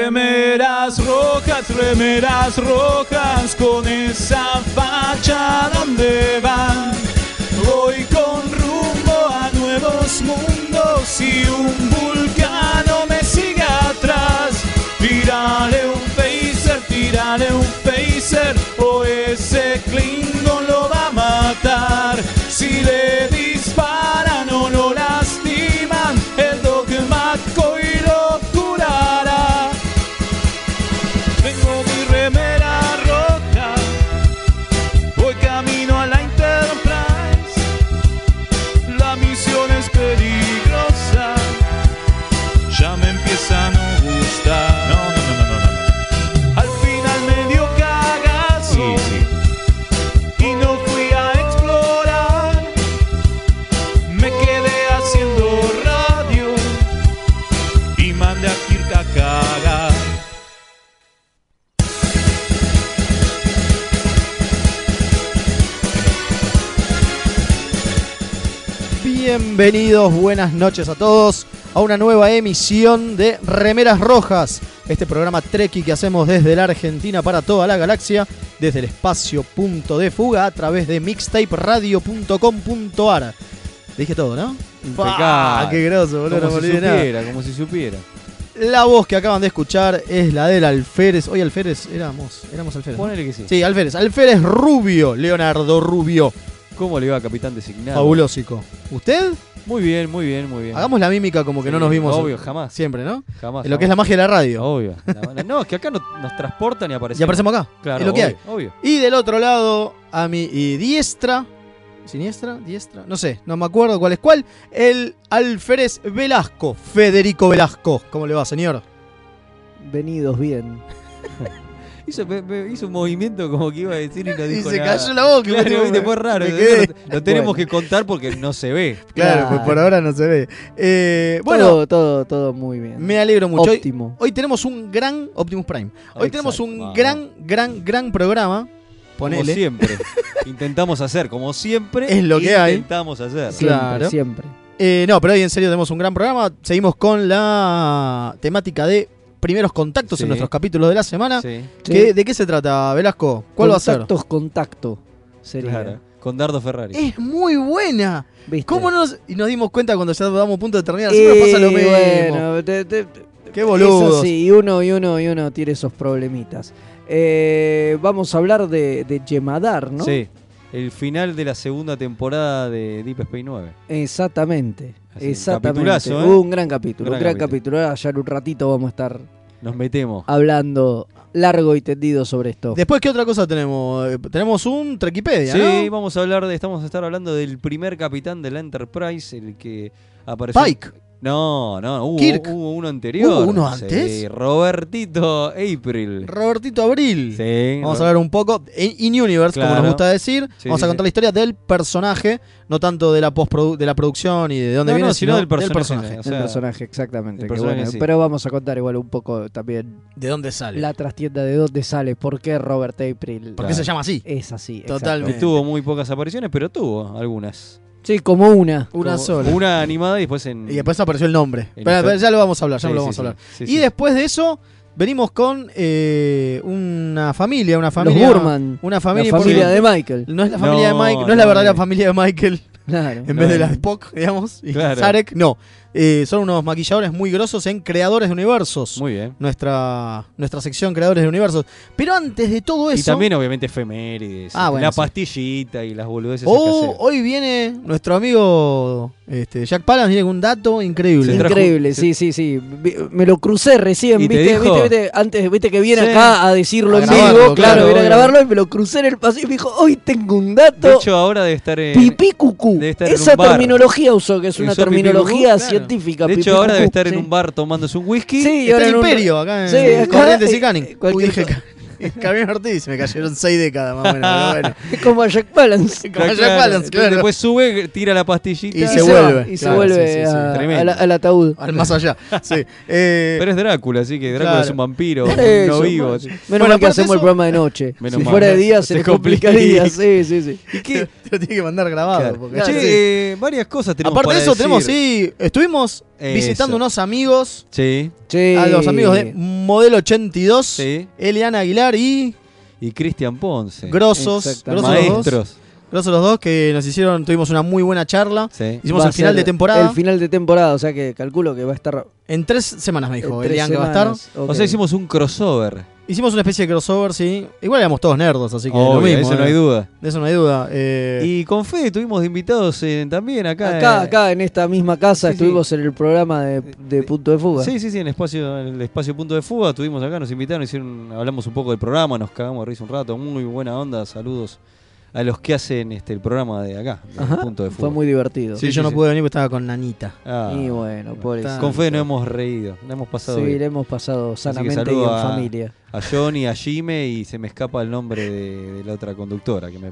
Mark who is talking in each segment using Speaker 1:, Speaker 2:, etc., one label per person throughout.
Speaker 1: Remeras rojas, remeras rojas, con esa facha donde van. Voy con rumbo a nuevos mundos y un vulcano me sigue atrás. Tírale un phaser, tírale un phaser, o ese Klingon lo va a matar. Si le disparan o lo lastiman, el dogma y lo curará. Tengo mi remera roja, voy camino a la Enterprise. La misión es peligrosa, ya me empieza a no gustar. No, no, no, no, no. Al final me dio cagazo y no fui a explorar. Me quedé haciendo radio y mandé a Kirk a cagar.
Speaker 2: Bienvenidos, buenas noches a todos a una nueva emisión de Remeras Rojas, este programa Treki que hacemos desde la Argentina para toda la galaxia, desde el espacio punto de fuga a través de mixtaperadio.com.ar. Dije todo, ¿no? ¡Pah! ¡Qué groso, boludo! No
Speaker 3: Como
Speaker 2: me
Speaker 3: si
Speaker 2: olvidé nada.
Speaker 3: supiera, como si supiera.
Speaker 2: La voz que acaban de escuchar es la del Alférez. Hoy Alférez éramos, éramos Alférez. ¿no?
Speaker 3: Ponele que sí.
Speaker 2: Sí, Alférez. Alférez Rubio, Leonardo Rubio.
Speaker 3: ¿Cómo le va, capitán designado?
Speaker 2: Fabulósico. ¿Usted?
Speaker 3: Muy bien, muy bien, muy bien.
Speaker 2: Hagamos la mímica como que no
Speaker 3: Sí,
Speaker 2: nos vimos.
Speaker 3: Obvio, jamás.
Speaker 2: Siempre, ¿no?
Speaker 3: Jamás.
Speaker 2: En lo que es la magia de la radio.
Speaker 3: Obvio. La- No, es que acá no- nos transportan y aparecen.
Speaker 2: Y aparecemos acá.
Speaker 3: Claro,
Speaker 2: es lo que hay.
Speaker 3: obvio, obvio.
Speaker 2: Y del otro lado, a mi eh, diestra. ¿Siniestra? ¿Diestra? No sé, no me acuerdo cuál es cuál. El Alférez Velasco. Federico Velasco. ¿Cómo le va, señor?
Speaker 4: Venidos bien.
Speaker 3: Hizo, me- me hizo un movimiento como que iba a decir y no
Speaker 2: Y
Speaker 3: dijo
Speaker 2: se
Speaker 3: nada.
Speaker 2: cayó la boca.
Speaker 3: Claro, viste, fue raro.
Speaker 2: Me
Speaker 3: Lo-
Speaker 2: quedé.
Speaker 3: Lo, tenemos
Speaker 4: Bueno.
Speaker 3: que contar porque no se ve.
Speaker 2: Claro, pues por ahora no se ve. Eh, bueno,
Speaker 4: Bueno, todo, todo, todo muy bien.
Speaker 2: me alegro mucho. Hoy,
Speaker 4: Óptimo.
Speaker 2: hoy tenemos un gran Optimus Prime. Hoy
Speaker 3: Exacto,
Speaker 2: tenemos un
Speaker 3: vamos.
Speaker 2: gran, gran, gran programa.
Speaker 3: Como
Speaker 2: Ponele.
Speaker 3: siempre. Intentamos hacer, como siempre.
Speaker 2: Es lo que hay.
Speaker 3: Intentamos hacer.
Speaker 2: Sí.
Speaker 4: Siempre,
Speaker 2: claro.
Speaker 4: siempre.
Speaker 2: Eh, no, pero hoy en serio tenemos un gran programa. Seguimos con la temática de primeros contactos
Speaker 3: Sí.
Speaker 2: en nuestros capítulos de la semana.
Speaker 3: Sí,
Speaker 2: ¿Qué- ¿De qué se trata, Velasco? ¿Cuál va a ser?
Speaker 4: Contactos, contacto. Sería.
Speaker 3: claro. Con Dardo Ferrari.
Speaker 2: Es muy buena.
Speaker 4: ¿Viste?
Speaker 2: ¿Cómo no nos, y nos dimos cuenta cuando ya damos punto de terminar? Siempre
Speaker 4: Eh,
Speaker 2: pasa lo mismo.
Speaker 4: bueno, te- te-
Speaker 2: Qué boludos.
Speaker 4: Eso sí, y uno, y uno, y uno tiene esos problemitas. Eh, vamos a hablar de, de Yemadar, ¿no?
Speaker 3: Sí. El final de la segunda temporada de Deep Space 9.
Speaker 4: Exactamente.
Speaker 2: Ah,
Speaker 3: Así, un
Speaker 4: exactamente.
Speaker 3: capitulazo, ¿eh?
Speaker 4: Un gran capítulo,
Speaker 3: Gran
Speaker 4: un gran
Speaker 3: capítulo.
Speaker 4: capítulo. Ahora ya en un ratito vamos a estar
Speaker 3: Nos metemos.
Speaker 4: hablando largo y tendido sobre esto.
Speaker 2: Después, ¿qué otra cosa tenemos? Eh, Tenemos un Trekipedia,
Speaker 3: Sí,
Speaker 2: ¿no?
Speaker 3: vamos a hablar de, estamos a estar hablando del primer capitán de la Enterprise, el que apareció.
Speaker 2: Pike.
Speaker 3: No, no, hubo,
Speaker 2: Kirk.
Speaker 3: hubo uno anterior.
Speaker 2: ¿Hubo uno
Speaker 3: Sí,
Speaker 2: antes?
Speaker 3: Robertito April.
Speaker 2: Robertito Abril.
Speaker 3: Sí,
Speaker 2: Vamos a
Speaker 3: Ro-
Speaker 2: hablar un poco, in in universe, como
Speaker 3: Claro.
Speaker 2: nos gusta decir.
Speaker 3: Sí,
Speaker 2: Vamos a
Speaker 3: sí,
Speaker 2: contar la historia del personaje, no tanto de la postprodu- de la producción y de dónde
Speaker 3: No,
Speaker 2: viene,
Speaker 3: no, sino del personaje. o
Speaker 4: El
Speaker 3: sea,
Speaker 4: personaje, exactamente. que
Speaker 3: el personaje
Speaker 4: bueno,
Speaker 3: sí.
Speaker 4: Pero vamos a contar igual un poco también
Speaker 2: de dónde sale.
Speaker 4: la trastienda de dónde sale, por qué Robert April
Speaker 2: ¿Por qué se llama así?
Speaker 4: es así.
Speaker 2: Totalmente.
Speaker 3: que tuvo muy pocas apariciones, pero tuvo algunas.
Speaker 4: exacto. Sí, como una.
Speaker 2: Una
Speaker 3: Tuvo
Speaker 2: sola.
Speaker 3: Una animada y después en.
Speaker 2: Y después apareció el nombre.
Speaker 3: En
Speaker 2: Pero,
Speaker 3: esta-
Speaker 2: pero ya lo vamos a hablar, ya
Speaker 3: Sí,
Speaker 2: lo
Speaker 3: sí,
Speaker 2: vamos
Speaker 3: sí,
Speaker 2: a hablar.
Speaker 3: sí,
Speaker 2: y
Speaker 3: sí.
Speaker 2: después de eso, venimos con eh, una familia, una familia.
Speaker 4: Los Burman.
Speaker 2: Una familia,
Speaker 4: la familia
Speaker 2: porque-
Speaker 4: de Michael.
Speaker 2: No es la familia
Speaker 3: No,
Speaker 2: de Michael, no,
Speaker 3: no,
Speaker 2: es la verdadera
Speaker 3: no.
Speaker 2: familia de Michael,
Speaker 4: Claro.
Speaker 2: en
Speaker 3: No,
Speaker 2: vez de
Speaker 3: no.
Speaker 2: la de Spock, digamos, y
Speaker 3: Claro.
Speaker 2: Zarek, no. Eh, son unos maquilladores muy grosos en creadores de universos.
Speaker 3: Muy bien.
Speaker 2: nuestra, nuestra sección Creadores de Universos. Pero antes de todo eso.
Speaker 3: Y también, obviamente, efemérides.
Speaker 2: Ah, bueno,
Speaker 3: la
Speaker 2: sí.
Speaker 3: pastillita y las boludeces.
Speaker 2: oh,
Speaker 3: esas que
Speaker 2: hoy viene nuestro amigo este, Jack Palance, viene con un dato increíble.
Speaker 3: Se trajo-
Speaker 4: Increíble,
Speaker 3: se-
Speaker 4: sí, sí, sí. Vi- Me lo crucé recién,
Speaker 3: ¿Y te
Speaker 4: viste,
Speaker 3: dijo?
Speaker 4: viste, viste, antes, viste que viene
Speaker 3: Sí.
Speaker 4: acá a decirlo
Speaker 2: A
Speaker 4: en
Speaker 2: grabarlo, claro,
Speaker 4: vivo, claro, viene a
Speaker 2: obvio.
Speaker 4: grabarlo y me lo crucé en el pasillo y me dijo, hoy tengo un
Speaker 3: hacen.
Speaker 4: dato.
Speaker 3: De hecho, ahora debe estar en.
Speaker 4: pipí cucú.
Speaker 3: debe estar en
Speaker 4: Esa
Speaker 3: un bar.
Speaker 4: terminología usó, que es
Speaker 3: ¿Usó
Speaker 4: una
Speaker 3: pipí cucú?
Speaker 4: terminología
Speaker 2: Claro.
Speaker 4: científica.
Speaker 3: De
Speaker 4: pipí
Speaker 3: hecho, ahora debe
Speaker 4: cucú,
Speaker 3: estar en
Speaker 4: sí.
Speaker 3: un bar tomándose un whisky.
Speaker 4: Sí, y
Speaker 2: Está
Speaker 4: ahora
Speaker 2: el
Speaker 4: en un-
Speaker 2: Imperio, acá en
Speaker 4: Sí, acá,
Speaker 2: Corrientes y
Speaker 4: eh,
Speaker 2: Canning. Uy,
Speaker 4: cualquier
Speaker 2: dije
Speaker 4: cosa.
Speaker 2: Ca- Cameron Ortiz, me cayeron seis décadas más o menos. pero bueno.
Speaker 4: Es como a Jack Balance.
Speaker 2: Como
Speaker 3: Claro,
Speaker 2: Jack
Speaker 3: claro.
Speaker 2: Palance,
Speaker 3: Entonces,
Speaker 2: claro.
Speaker 3: Después sube, tira la pastillita.
Speaker 2: Y se
Speaker 4: va,
Speaker 2: vuelve,
Speaker 4: Y se
Speaker 2: claro,
Speaker 4: vuelve
Speaker 2: sí, sí, sí,
Speaker 4: a-
Speaker 3: tremendo.
Speaker 4: a la- al ataúd.
Speaker 2: Al más allá. Sí. Eh,
Speaker 3: Pero es Drácula, así que Drácula
Speaker 2: Claro.
Speaker 3: es un vampiro,
Speaker 4: Eso,
Speaker 3: no vivo.
Speaker 4: Menos
Speaker 2: Bueno,
Speaker 4: mal que
Speaker 2: aparte
Speaker 4: hacemos
Speaker 2: eso-
Speaker 4: el programa de noche.
Speaker 3: Menos
Speaker 4: si
Speaker 3: mal.
Speaker 4: fuera de día
Speaker 3: Se
Speaker 4: se les
Speaker 3: complicaría.
Speaker 4: complicaría. Sí, sí, sí.
Speaker 3: ¿Y qué,
Speaker 2: Te lo tiene que mandar grabado.
Speaker 3: Claro.
Speaker 2: porque-
Speaker 3: Che,
Speaker 2: Sí.
Speaker 3: eh, varias cosas tenemos
Speaker 2: Aparte de
Speaker 3: para
Speaker 2: eso,
Speaker 3: decir.
Speaker 2: tenemos, sí, estuvimos
Speaker 3: Eso.
Speaker 2: visitando unos amigos,
Speaker 3: Sí,
Speaker 4: Sí.
Speaker 2: a los amigos de Modelo 82,
Speaker 3: sí.
Speaker 2: Eliana Aguilar y
Speaker 3: Y Cristian Ponce.
Speaker 2: Grosos,
Speaker 4: exactamente.
Speaker 2: Grosos los, dos,
Speaker 3: Maestros.
Speaker 2: Grosos los dos, que nos hicieron, tuvimos una muy buena charla.
Speaker 3: Sí.
Speaker 2: Hicimos
Speaker 4: Va
Speaker 2: el
Speaker 4: a
Speaker 2: final
Speaker 4: ser
Speaker 2: de temporada.
Speaker 4: El final de temporada, o sea que calculo que va a estar.
Speaker 2: En tres semanas me dijo
Speaker 4: en tres
Speaker 2: Elian que va a estar.
Speaker 4: semanas.
Speaker 3: O
Speaker 4: Ok.
Speaker 3: sea, hicimos un crossover.
Speaker 2: Hicimos una especie de crossover, sí. Igual éramos todos nerdos, así que lo
Speaker 3: Obvio,
Speaker 2: mismo.
Speaker 3: eso no
Speaker 2: eh.
Speaker 3: hay duda.
Speaker 2: De eso no hay duda. eh,
Speaker 3: Y con Fede tuvimos de invitados eh, también acá.
Speaker 4: Acá,
Speaker 3: eh,
Speaker 4: acá, en esta misma casa
Speaker 3: sí, sí.
Speaker 4: estuvimos en el programa de, de Punto de Fuga.
Speaker 3: Sí, sí, sí, en espacio, en el espacio Punto de Fuga estuvimos acá, nos invitaron, hicieron, hablamos un poco del programa, nos cagamos de risa un rato, muy buena onda, saludos a los que hacen este el programa de acá, de
Speaker 4: Ajá,
Speaker 3: Punto de Fuga.
Speaker 4: Fue muy divertido.
Speaker 2: sí,
Speaker 3: sí,
Speaker 2: yo no
Speaker 3: sí.
Speaker 2: pude venir porque estaba con Nanita.
Speaker 3: Ah,
Speaker 4: y bueno, por eso.
Speaker 3: con Fede no hemos reído, no hemos pasado
Speaker 4: Sí,
Speaker 3: bien.
Speaker 4: le hemos pasado sanamente y en
Speaker 3: saludo a-
Speaker 4: familia.
Speaker 3: a Johnny, a Jime y se me escapa el nombre de, de la otra conductora que me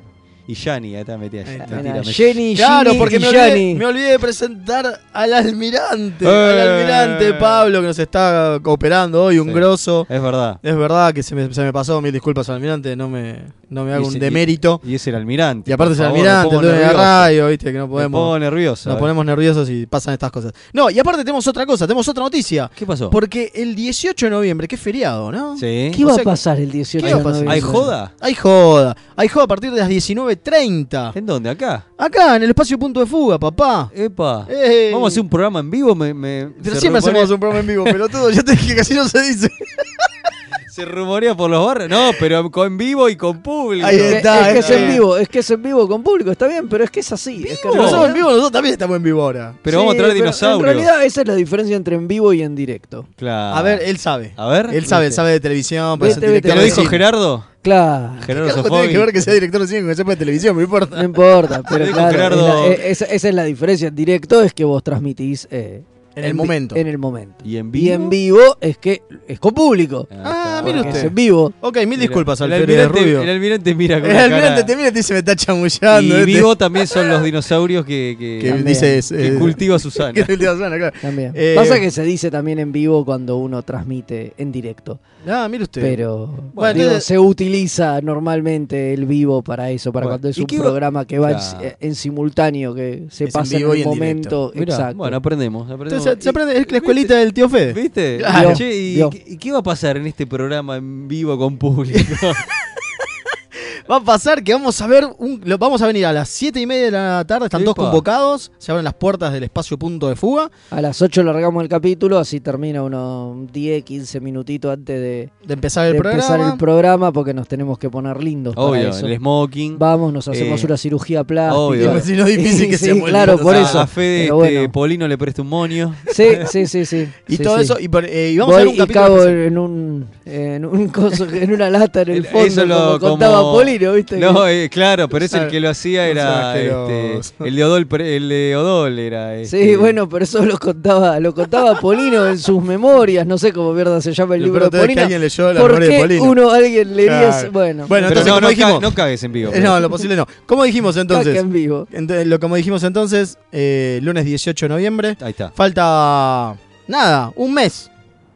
Speaker 3: y Yanni, ahí está metida.
Speaker 2: Ahí está.
Speaker 3: mentira,
Speaker 4: Era
Speaker 3: me-
Speaker 4: Jenny,
Speaker 2: Claro,
Speaker 4: Ginny
Speaker 2: porque
Speaker 4: y
Speaker 2: me olvidé,
Speaker 4: Gianni.
Speaker 2: me olvidé de presentar al almirante.
Speaker 3: Eh.
Speaker 2: Al almirante Pablo que nos está cooperando hoy, un
Speaker 3: Sí.
Speaker 2: grosso.
Speaker 3: Es verdad.
Speaker 2: Es verdad que se me, se me pasó, mil disculpas al almirante, no me, no me hago
Speaker 3: Y
Speaker 2: un
Speaker 3: se-
Speaker 2: demérito.
Speaker 3: Y es el almirante.
Speaker 2: Y aparte es el
Speaker 3: por favor, me
Speaker 2: almirante, el
Speaker 3: pongo
Speaker 2: dueño de la
Speaker 3: nervioso.
Speaker 2: radio, viste, que no
Speaker 3: Me pongo
Speaker 2: podemos.
Speaker 3: nervioso.
Speaker 2: Nos
Speaker 3: eh.
Speaker 2: ponemos nerviosos y pasan estas cosas. No, y aparte tenemos otra cosa, tenemos otra noticia.
Speaker 3: ¿Qué pasó?
Speaker 2: Porque el 18 de noviembre, que es feriado, ¿no?
Speaker 3: Sí.
Speaker 4: ¿Qué
Speaker 2: O
Speaker 4: va
Speaker 2: sea
Speaker 4: a
Speaker 2: que-
Speaker 4: pasar el 18
Speaker 2: ¿Qué va a
Speaker 4: de
Speaker 2: pasar?
Speaker 4: noviembre?
Speaker 3: ¿Hay joda?
Speaker 2: Hay joda. Hay joda a partir de las 19.30.
Speaker 3: ¿En dónde? ¿Acá?
Speaker 2: Acá, en el espacio Punto de Fuga, papá.
Speaker 3: Epa.
Speaker 2: Eh.
Speaker 3: Vamos a hacer un programa en vivo. Me, me-
Speaker 2: Pero
Speaker 3: se
Speaker 2: siempre
Speaker 3: rumorea-
Speaker 2: hacemos un programa en vivo, pelotudo. Yo te dije que así no se dice.
Speaker 3: Se rumorea por los barrios. No, pero con vivo y con público.
Speaker 2: Ahí
Speaker 4: Es que-
Speaker 2: está,
Speaker 4: Eh, es que
Speaker 2: es
Speaker 4: es
Speaker 2: que-
Speaker 4: en vivo, es que es en vivo con público, está bien, pero es que es así. Es que
Speaker 2: Pero
Speaker 4: no-
Speaker 2: nosotros en Eh. vivo, nosotros también estamos en vivo ahora.
Speaker 3: Pero vamos a
Speaker 4: Sí,
Speaker 3: traer
Speaker 4: pero
Speaker 3: dinosaurios.
Speaker 4: En realidad, esa es la diferencia entre en vivo y en directo.
Speaker 3: Claro.
Speaker 2: A ver, él sabe.
Speaker 3: A ver.
Speaker 2: Él sabe, él sabe de televisión.
Speaker 4: Vete,
Speaker 2: puede ser
Speaker 4: vete,
Speaker 2: director
Speaker 3: ¿Te lo
Speaker 2: de
Speaker 3: dijo
Speaker 2: cine.
Speaker 3: Gerardo?
Speaker 4: Claro.
Speaker 3: Gerardo
Speaker 2: Algo tiene que
Speaker 3: Sofobi.
Speaker 2: ver que sea director de cine con que sepa de televisión, no importa.
Speaker 4: No importa,
Speaker 3: Te
Speaker 4: pero
Speaker 3: dijo
Speaker 4: claro,
Speaker 3: Gerardo.
Speaker 4: es la- es- esa es la diferencia. En directo es que vos transmitís eh,
Speaker 2: En el
Speaker 4: vi-
Speaker 2: momento.
Speaker 4: En el momento.
Speaker 3: ¿Y en vivo?
Speaker 4: Y en vivo es que es con público.
Speaker 2: Ah,
Speaker 3: está.
Speaker 2: mire
Speaker 4: porque
Speaker 2: usted.
Speaker 4: Es en vivo.
Speaker 2: Ok, mil
Speaker 3: Mira,
Speaker 2: disculpas al
Speaker 3: el
Speaker 2: Fede
Speaker 3: almirante,
Speaker 2: Rubio.
Speaker 3: El almirante mira con
Speaker 2: El
Speaker 3: la
Speaker 2: almirante
Speaker 3: cara.
Speaker 2: te mira y te dice me está chamullando.
Speaker 3: Y
Speaker 2: este.
Speaker 3: vivo también son los dinosaurios que, que,
Speaker 2: Que
Speaker 4: También.
Speaker 2: dices.
Speaker 3: que
Speaker 2: eh,
Speaker 3: cultiva
Speaker 2: que
Speaker 3: Susana.
Speaker 2: es el tío Susana, claro.
Speaker 4: También.
Speaker 2: Eh,
Speaker 4: Pasa que se dice también en vivo cuando uno transmite en directo.
Speaker 2: Ah, mire usted.
Speaker 4: Pero
Speaker 2: Bueno,
Speaker 4: digo,
Speaker 2: entonces-
Speaker 4: se utiliza normalmente el vivo para eso, para
Speaker 3: Bueno,
Speaker 4: cuando es
Speaker 3: ¿y
Speaker 4: un
Speaker 3: qué va-
Speaker 4: programa que va en-
Speaker 3: Claro.
Speaker 4: en, simultáneo, que se
Speaker 2: Es en
Speaker 4: pasa en,
Speaker 2: vivo y
Speaker 4: el
Speaker 2: en
Speaker 4: momento.
Speaker 3: Mirá,
Speaker 4: exacto.
Speaker 3: bueno, aprendemos. aprendemos.
Speaker 2: Entonces, se
Speaker 3: Y-
Speaker 2: aprende, es la escuelita del tío Fede.
Speaker 3: ¿Viste?
Speaker 2: Claro.
Speaker 3: Che, ¿y,
Speaker 4: Vio.
Speaker 3: qué- y qué va a pasar en este programa en vivo con público?
Speaker 2: Va a pasar que vamos a ver, un- lo- vamos a venir a las 7 y media de la tarde, están todos
Speaker 3: Epa.
Speaker 2: convocados, se abren las puertas del espacio punto de fuga,
Speaker 4: A las 8 largamos el capítulo, así termina unos 10, 15 minutitos antes de,
Speaker 2: de empezar el
Speaker 4: de
Speaker 2: programa.
Speaker 4: empezar el programa, porque nos tenemos que poner lindos para
Speaker 3: Obvio,
Speaker 4: eso.
Speaker 3: el smoking.
Speaker 4: Vamos, nos hacemos
Speaker 3: Eh,
Speaker 4: una cirugía plástica.
Speaker 3: obvio.
Speaker 2: Porque si no es difícil que
Speaker 4: Sí,
Speaker 2: se muera. Ah,
Speaker 4: claro, por
Speaker 3: Ah, a,
Speaker 4: eso.
Speaker 3: a Fede
Speaker 4: Pero
Speaker 3: este,
Speaker 4: bueno.
Speaker 3: Polino le presta un monio.
Speaker 4: Sí, sí, sí, sí.
Speaker 2: Y
Speaker 4: Sí,
Speaker 2: todo
Speaker 4: sí.
Speaker 2: eso, y, por- eh, y vamos a
Speaker 4: Voy
Speaker 2: ver un
Speaker 4: y
Speaker 2: capítulo.
Speaker 4: cago
Speaker 2: especial.
Speaker 4: en un, en un coso, en una lata en el
Speaker 3: Eso
Speaker 4: fondo,
Speaker 3: lo-
Speaker 4: como
Speaker 3: como-
Speaker 4: contaba Polino, ¿viste?
Speaker 3: No, eh, claro, pero es el
Speaker 2: Claro.
Speaker 3: que lo hacía
Speaker 2: No
Speaker 3: era
Speaker 2: seas asqueroso.
Speaker 3: este, el de Odol, pre- el de Odol era.
Speaker 2: eh,
Speaker 4: Sí,
Speaker 3: este,
Speaker 4: bueno, pero eso lo contaba, lo contaba Polino en sus memorias, no sé cómo mierda se llama el
Speaker 2: Lo
Speaker 4: libro
Speaker 2: peor
Speaker 4: de
Speaker 2: todo es que
Speaker 4: Polino.
Speaker 2: alguien leyó la
Speaker 4: ¿Por
Speaker 2: memoria de
Speaker 4: qué
Speaker 2: Polino.
Speaker 4: uno alguien leería?
Speaker 2: Claro.
Speaker 4: Bueno,
Speaker 2: Bueno,
Speaker 3: Pero
Speaker 2: entonces,
Speaker 3: no,
Speaker 2: como
Speaker 3: no,
Speaker 2: dijimos-
Speaker 3: ca- no cagues en vivo.
Speaker 2: Eh, no, lo posible no. Como dijimos
Speaker 4: caca
Speaker 2: entonces,
Speaker 4: en vivo.
Speaker 2: ente- lo como dijimos entonces, eh, lunes 18 de noviembre,
Speaker 3: Ahí está.
Speaker 2: falta nada, un mes,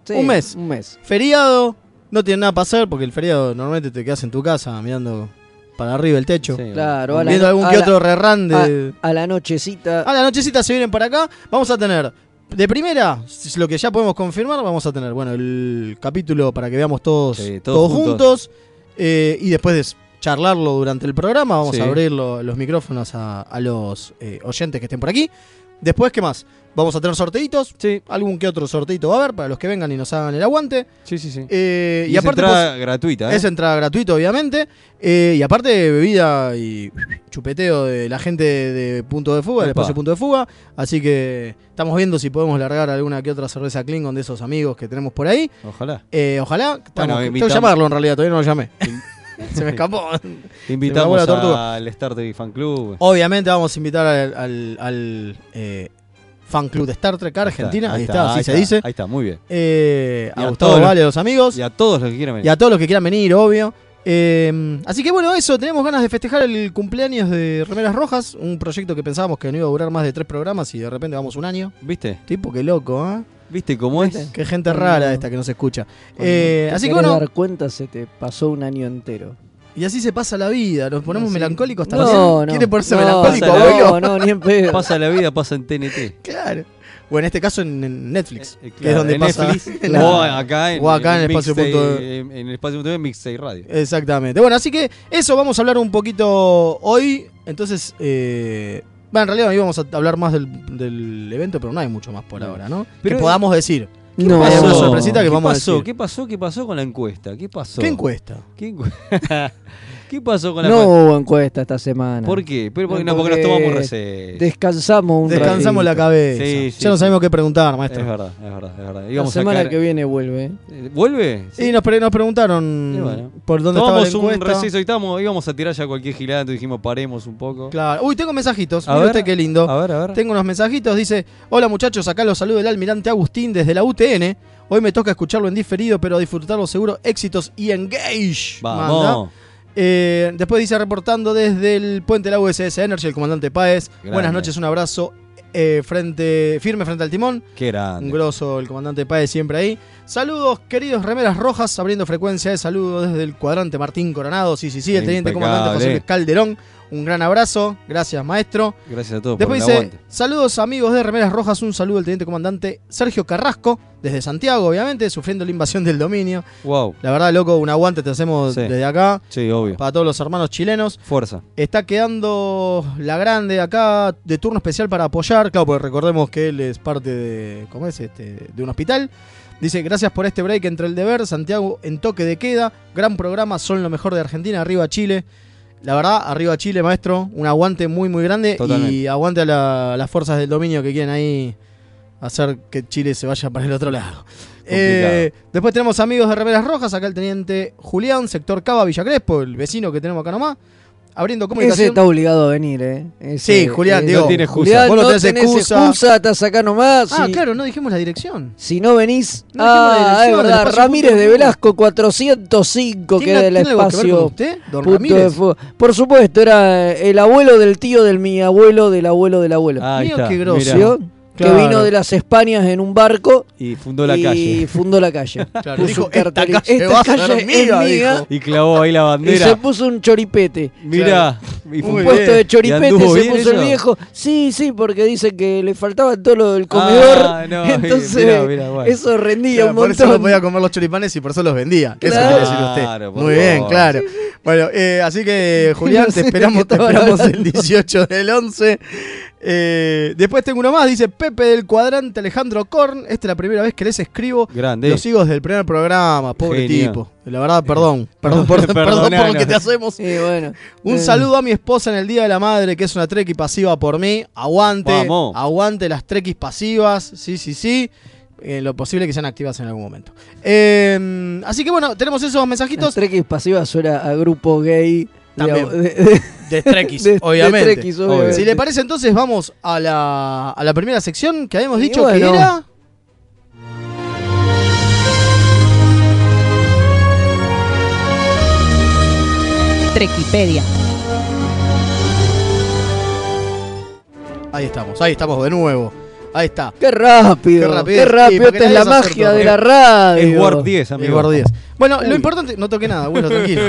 Speaker 4: Sí,
Speaker 2: un mes.
Speaker 4: Un mes.
Speaker 2: feriado, no tiene nada para hacer porque el feriado normalmente te quedas en tu casa mirando para arriba el techo.
Speaker 3: Sí.
Speaker 4: Claro, a la,
Speaker 2: Viendo algún
Speaker 4: a
Speaker 2: que
Speaker 4: la-
Speaker 2: otro rerun de...
Speaker 4: a la nochecita.
Speaker 2: A la nochecita Ah, se vienen para acá. Vamos a tener, de primera, s- lo que ya podemos confirmar, vamos a tener, bueno, el capítulo para que veamos todos,
Speaker 3: Sí,
Speaker 2: todos,
Speaker 3: todos
Speaker 2: juntos. eh, y después de s- charlarlo durante el programa, vamos
Speaker 3: Sí.
Speaker 2: a abrir lo- los micrófonos a, a los eh, oyentes que estén por aquí. Después, ¿qué más? Vamos a tener sorteitos.
Speaker 3: Sí,
Speaker 2: Algún que otro sorteito va a haber para los que vengan y nos hagan el aguante.
Speaker 3: sí, sí. sí.
Speaker 2: Eh, y,
Speaker 3: es
Speaker 2: aparte,
Speaker 3: entrada
Speaker 2: pues,
Speaker 3: gratuita. ¿eh?
Speaker 2: es entrada gratuita, obviamente. Eh, y aparte, bebida y chupeteo de la gente de Punto de Fuga, del
Speaker 3: Epa.
Speaker 2: espacio Punto de Fuga. Así que estamos viendo si podemos largar alguna que otra cerveza Klingon de esos amigos que tenemos por ahí.
Speaker 3: Ojalá.
Speaker 2: Eh, ojalá. Estamos- tengo
Speaker 3: invitamos-
Speaker 2: que llamarlo en realidad, todavía no lo llamé. Se me escapó.
Speaker 3: Invitamos
Speaker 2: la tortuga.
Speaker 3: al Star Trek Fan Club.
Speaker 2: obviamente, vamos a invitar al, al- al, eh, fan club de Star Trek Argentina. Ahí está, así se dice.
Speaker 3: Ahí está, muy bien.
Speaker 2: Eh,
Speaker 3: Y
Speaker 2: a
Speaker 3: a
Speaker 2: Gustavo
Speaker 3: todos los-
Speaker 2: Vale, a los amigos.
Speaker 3: Y a todos los que quieran
Speaker 2: Y
Speaker 3: venir.
Speaker 2: a todos los que quieran venir, obvio. Eh, así que bueno, eso, tenemos ganas de festejar el cumpleaños de Remeras Rojas, un proyecto que pensábamos que no iba a durar más de tres programas y de repente vamos un año.
Speaker 3: ¿Viste?
Speaker 2: Tipo, qué loco, ¿eh?
Speaker 3: ¿Viste cómo es?
Speaker 2: Qué gente
Speaker 4: Cuando-
Speaker 2: rara esta que nos escucha.
Speaker 4: Cuando
Speaker 2: Eh,
Speaker 4: te
Speaker 2: así que
Speaker 4: querés
Speaker 2: bueno,
Speaker 4: dar cuenta, se te pasó un año entero.
Speaker 2: Y así se pasa la vida, nos ponemos
Speaker 4: Así.
Speaker 2: melancólicos hasta
Speaker 4: No,
Speaker 2: la
Speaker 4: no.
Speaker 2: ¿Quiere ponerse
Speaker 4: no,
Speaker 2: melancólico,
Speaker 4: no,
Speaker 2: abuelo?
Speaker 4: No, ni en pedo.
Speaker 3: Pasa la vida, pasa en TNT.
Speaker 2: Claro. O en este caso en, en Netflix,
Speaker 3: Eh,
Speaker 2: que
Speaker 3: eh,
Speaker 2: es
Speaker 3: claro,
Speaker 2: donde
Speaker 3: en
Speaker 2: pasa.
Speaker 3: Netflix,
Speaker 2: Claro.
Speaker 3: O acá en,
Speaker 2: O acá en Espacio
Speaker 3: Mixtape-
Speaker 2: Punto-
Speaker 3: en, en el espacio punto de Mixtape Radio.
Speaker 2: Exactamente. Bueno, así que eso vamos a hablar un poquito hoy. Entonces, eh, bueno, en realidad hoy vamos a hablar más del, del evento, pero no hay mucho más por
Speaker 3: No.
Speaker 2: ahora, ¿no?
Speaker 3: Pero-
Speaker 2: que podamos decir.
Speaker 4: No.
Speaker 2: Hay una sorpresita que
Speaker 3: ¿Qué
Speaker 2: vamos a
Speaker 3: pasó?
Speaker 2: decir.
Speaker 3: ¿Qué pasó? ¿Qué pasó con la encuesta? ¿Qué pasó?
Speaker 2: ¿Qué encuesta?
Speaker 3: ¿Qué, encu- ¿Qué pasó con la
Speaker 4: No
Speaker 3: encuesta?
Speaker 4: hubo encuesta esta semana.
Speaker 3: ¿Por qué? Pero porque,
Speaker 4: No,
Speaker 3: no, porque nos
Speaker 4: porque
Speaker 3: tomamos receso.
Speaker 4: Descansamos un
Speaker 2: Descansamos la
Speaker 4: ratito.
Speaker 2: cabeza.
Speaker 3: Sí, sí,
Speaker 2: ya no
Speaker 3: sí.
Speaker 2: sabemos qué preguntar, maestro.
Speaker 3: Es verdad, es verdad, es verdad.
Speaker 4: La
Speaker 3: Íbamos a
Speaker 4: semana
Speaker 3: caer-
Speaker 4: que viene vuelve. ¿eh?
Speaker 3: Eh, ¿Vuelve?
Speaker 2: Y nos, pre- nos preguntaron
Speaker 3: Y bueno.
Speaker 2: por dónde
Speaker 3: Tomamos
Speaker 2: estaba la
Speaker 3: un
Speaker 2: encuesta.
Speaker 3: receso y estábamos, íbamos a tirar ya cualquier gilando. Dijimos, paremos un poco.
Speaker 2: Claro. Uy, tengo mensajitos.
Speaker 3: A
Speaker 2: Mire
Speaker 3: ver.
Speaker 2: usted qué lindo.
Speaker 3: A ver, a ver.
Speaker 2: Tengo unos mensajitos, dice, hola muchachos, acá los saludo del almirante Agustín desde la UTN. Hoy me toca escucharlo en diferido, pero disfrutarlo seguro. Éxitos y engage. manda.
Speaker 3: Vamos.
Speaker 2: Eh, después dice, reportando desde el puente de la USS Energy, el comandante Páez.
Speaker 3: Grande.
Speaker 2: Buenas noches, un abrazo eh, frente, firme frente al timón.
Speaker 3: Qué grande.
Speaker 2: Un grosso, el comandante Páez siempre ahí. Saludos, queridos remeras rojas, abriendo frecuencia de saludos desde el cuadrante Martín Coronado. Sí, sí, sí, el teniente
Speaker 3: Impecable.
Speaker 2: comandante José Luis Calderón. Un gran abrazo, gracias maestro.
Speaker 3: Gracias a todos
Speaker 2: Después
Speaker 3: por el
Speaker 2: dice,
Speaker 3: aguante.
Speaker 2: saludos amigos de Remeras Rojas, un saludo al teniente comandante Sergio Carrasco, desde Santiago, obviamente, sufriendo la invasión del dominio.
Speaker 3: Wow.
Speaker 2: La verdad, loco, un aguante te hacemos
Speaker 3: Sí.
Speaker 2: desde acá,
Speaker 3: Sí, obvio.
Speaker 2: para todos los hermanos chilenos.
Speaker 3: Fuerza.
Speaker 2: Está quedando la grande acá, de turno especial para apoyar, claro, porque recordemos que él es parte de, ¿cómo es? Este, de un hospital. Dice, gracias por este break entre el deber, Santiago en toque de queda, gran programa, son lo mejor de Argentina, arriba Chile. La verdad, arriba Chile, maestro, un aguante muy, muy grande
Speaker 3: Totalmente.
Speaker 2: y aguante a la- las fuerzas del dominio que quieren ahí hacer que Chile se vaya para el otro lado. Eh, después tenemos amigos de Remeras Rojas, acá el teniente Julián, sector Cava, Villa Crespo, el vecino que tenemos acá nomás, abriendo
Speaker 4: Ese
Speaker 2: comunicación.
Speaker 4: está obligado a venir, ¿eh? Ese-
Speaker 2: Sí, Julián,
Speaker 4: eh,
Speaker 2: digo,
Speaker 4: no
Speaker 3: tiene excusa.
Speaker 4: Julián,
Speaker 2: Vos no
Speaker 4: no
Speaker 2: tenés
Speaker 4: tenés
Speaker 2: excusa.
Speaker 4: excusa. hasta sacar nomás.
Speaker 2: Ah,
Speaker 4: si,
Speaker 2: claro, no dijimos la dirección.
Speaker 4: si no venís.
Speaker 2: No dijimos la
Speaker 4: ah,
Speaker 2: dirección del
Speaker 4: es verdad.
Speaker 2: espacio
Speaker 4: Ramírez
Speaker 2: punto
Speaker 4: de
Speaker 2: de fuga.
Speaker 4: Velasco, 405, que
Speaker 2: ¿Tiene,
Speaker 4: era el
Speaker 2: tiene algo que ver con
Speaker 4: espacio.
Speaker 2: usted, don
Speaker 4: punto de
Speaker 2: Ramírez?
Speaker 4: fuga. Por supuesto, era eh, el abuelo del tío del mi abuelo del abuelo del abuelo.
Speaker 3: Ahí
Speaker 2: Mío,
Speaker 3: está.
Speaker 2: qué grosso.
Speaker 3: mirá.
Speaker 4: ¿Vio?
Speaker 2: Claro.
Speaker 4: Que vino de las Españas en un barco
Speaker 3: Y fundó la
Speaker 4: y
Speaker 3: calle.
Speaker 4: fundó la calle.
Speaker 2: Claro,
Speaker 4: Puso
Speaker 2: dijo,
Speaker 4: un
Speaker 2: esta
Speaker 4: cartel-
Speaker 2: calle
Speaker 4: esta
Speaker 2: va a
Speaker 4: calle
Speaker 2: ser
Speaker 4: es
Speaker 2: mía,
Speaker 4: mía.
Speaker 2: dijo.
Speaker 3: Y clavó ahí la
Speaker 4: Y se
Speaker 3: bandera.
Speaker 4: puso un choripete.
Speaker 3: Mirá. Y
Speaker 2: Muy
Speaker 4: Un
Speaker 3: fue
Speaker 2: bien.
Speaker 3: un
Speaker 4: puesto de
Speaker 3: ¿Y
Speaker 4: choripete
Speaker 3: anduvo
Speaker 4: se
Speaker 3: bien
Speaker 4: puso el
Speaker 3: eso?
Speaker 4: viejo. Sí, sí, porque dice que le faltaba todo lo del comedor.
Speaker 3: Ah, no,
Speaker 4: entonces,
Speaker 3: mirá, mirá, bueno.
Speaker 4: eso rendía
Speaker 2: Claro,
Speaker 4: un
Speaker 2: por eso
Speaker 4: montón.
Speaker 2: no podía comer los choripanes y por eso los vendía. Eso
Speaker 4: Claro.
Speaker 2: quiere decir usted.
Speaker 3: Claro, por
Speaker 2: Muy bien,
Speaker 3: favor.
Speaker 2: claro. Bueno, eh, así que, Julián,
Speaker 4: No sé
Speaker 2: te
Speaker 4: de
Speaker 2: esperamos,
Speaker 4: qué
Speaker 2: te
Speaker 4: estaban
Speaker 2: esperamos el
Speaker 4: hablando.
Speaker 2: 18 del 11. Eh, después tengo uno más, dice Pepe del Cuadrante Alejandro Korn. Esta es la primera vez que les escribo.
Speaker 3: Grande.
Speaker 2: Los hijos del primer programa, pobre
Speaker 3: Genio.
Speaker 2: tipo. La verdad, perdón. Perdón por, perdón por lo que te hacemos.
Speaker 4: Sí, bueno.
Speaker 2: Un
Speaker 4: Eh,
Speaker 2: saludo a mi esposa en el Día de la Madre, que es una trequi pasiva por mí. Aguante.
Speaker 3: Vamos.
Speaker 2: Aguante las trequis pasivas. Sí, sí, sí. Eh, lo posible que sean activas en algún momento. Eh, así que bueno, tenemos esos
Speaker 4: Las
Speaker 2: mensajitos
Speaker 4: trequis pasivas suena a grupo gay. de-
Speaker 2: También.
Speaker 4: de- de-
Speaker 2: de trequis,
Speaker 4: de- de
Speaker 2: obviamente.
Speaker 4: trequis, obviamente.
Speaker 2: Si le parece, entonces vamos a la, a la primera sección que habíamos
Speaker 4: Y
Speaker 2: dicho
Speaker 4: bueno.
Speaker 2: que era.
Speaker 5: Trequipedia.
Speaker 2: Ahí estamos, ahí estamos de nuevo. Ahí está.
Speaker 4: Qué rápido,
Speaker 2: Qué
Speaker 4: qué
Speaker 2: rapidez.
Speaker 4: rápido,
Speaker 2: Sí, porque
Speaker 4: esta es la
Speaker 2: nadie se
Speaker 4: magia
Speaker 2: acertó.
Speaker 4: de la radio.
Speaker 3: Es Word 10,
Speaker 2: Mi
Speaker 3: amigo.
Speaker 2: Guard 10. Bueno, lo
Speaker 4: Uy.
Speaker 2: importante. No toqué nada, bueno, tranquilo.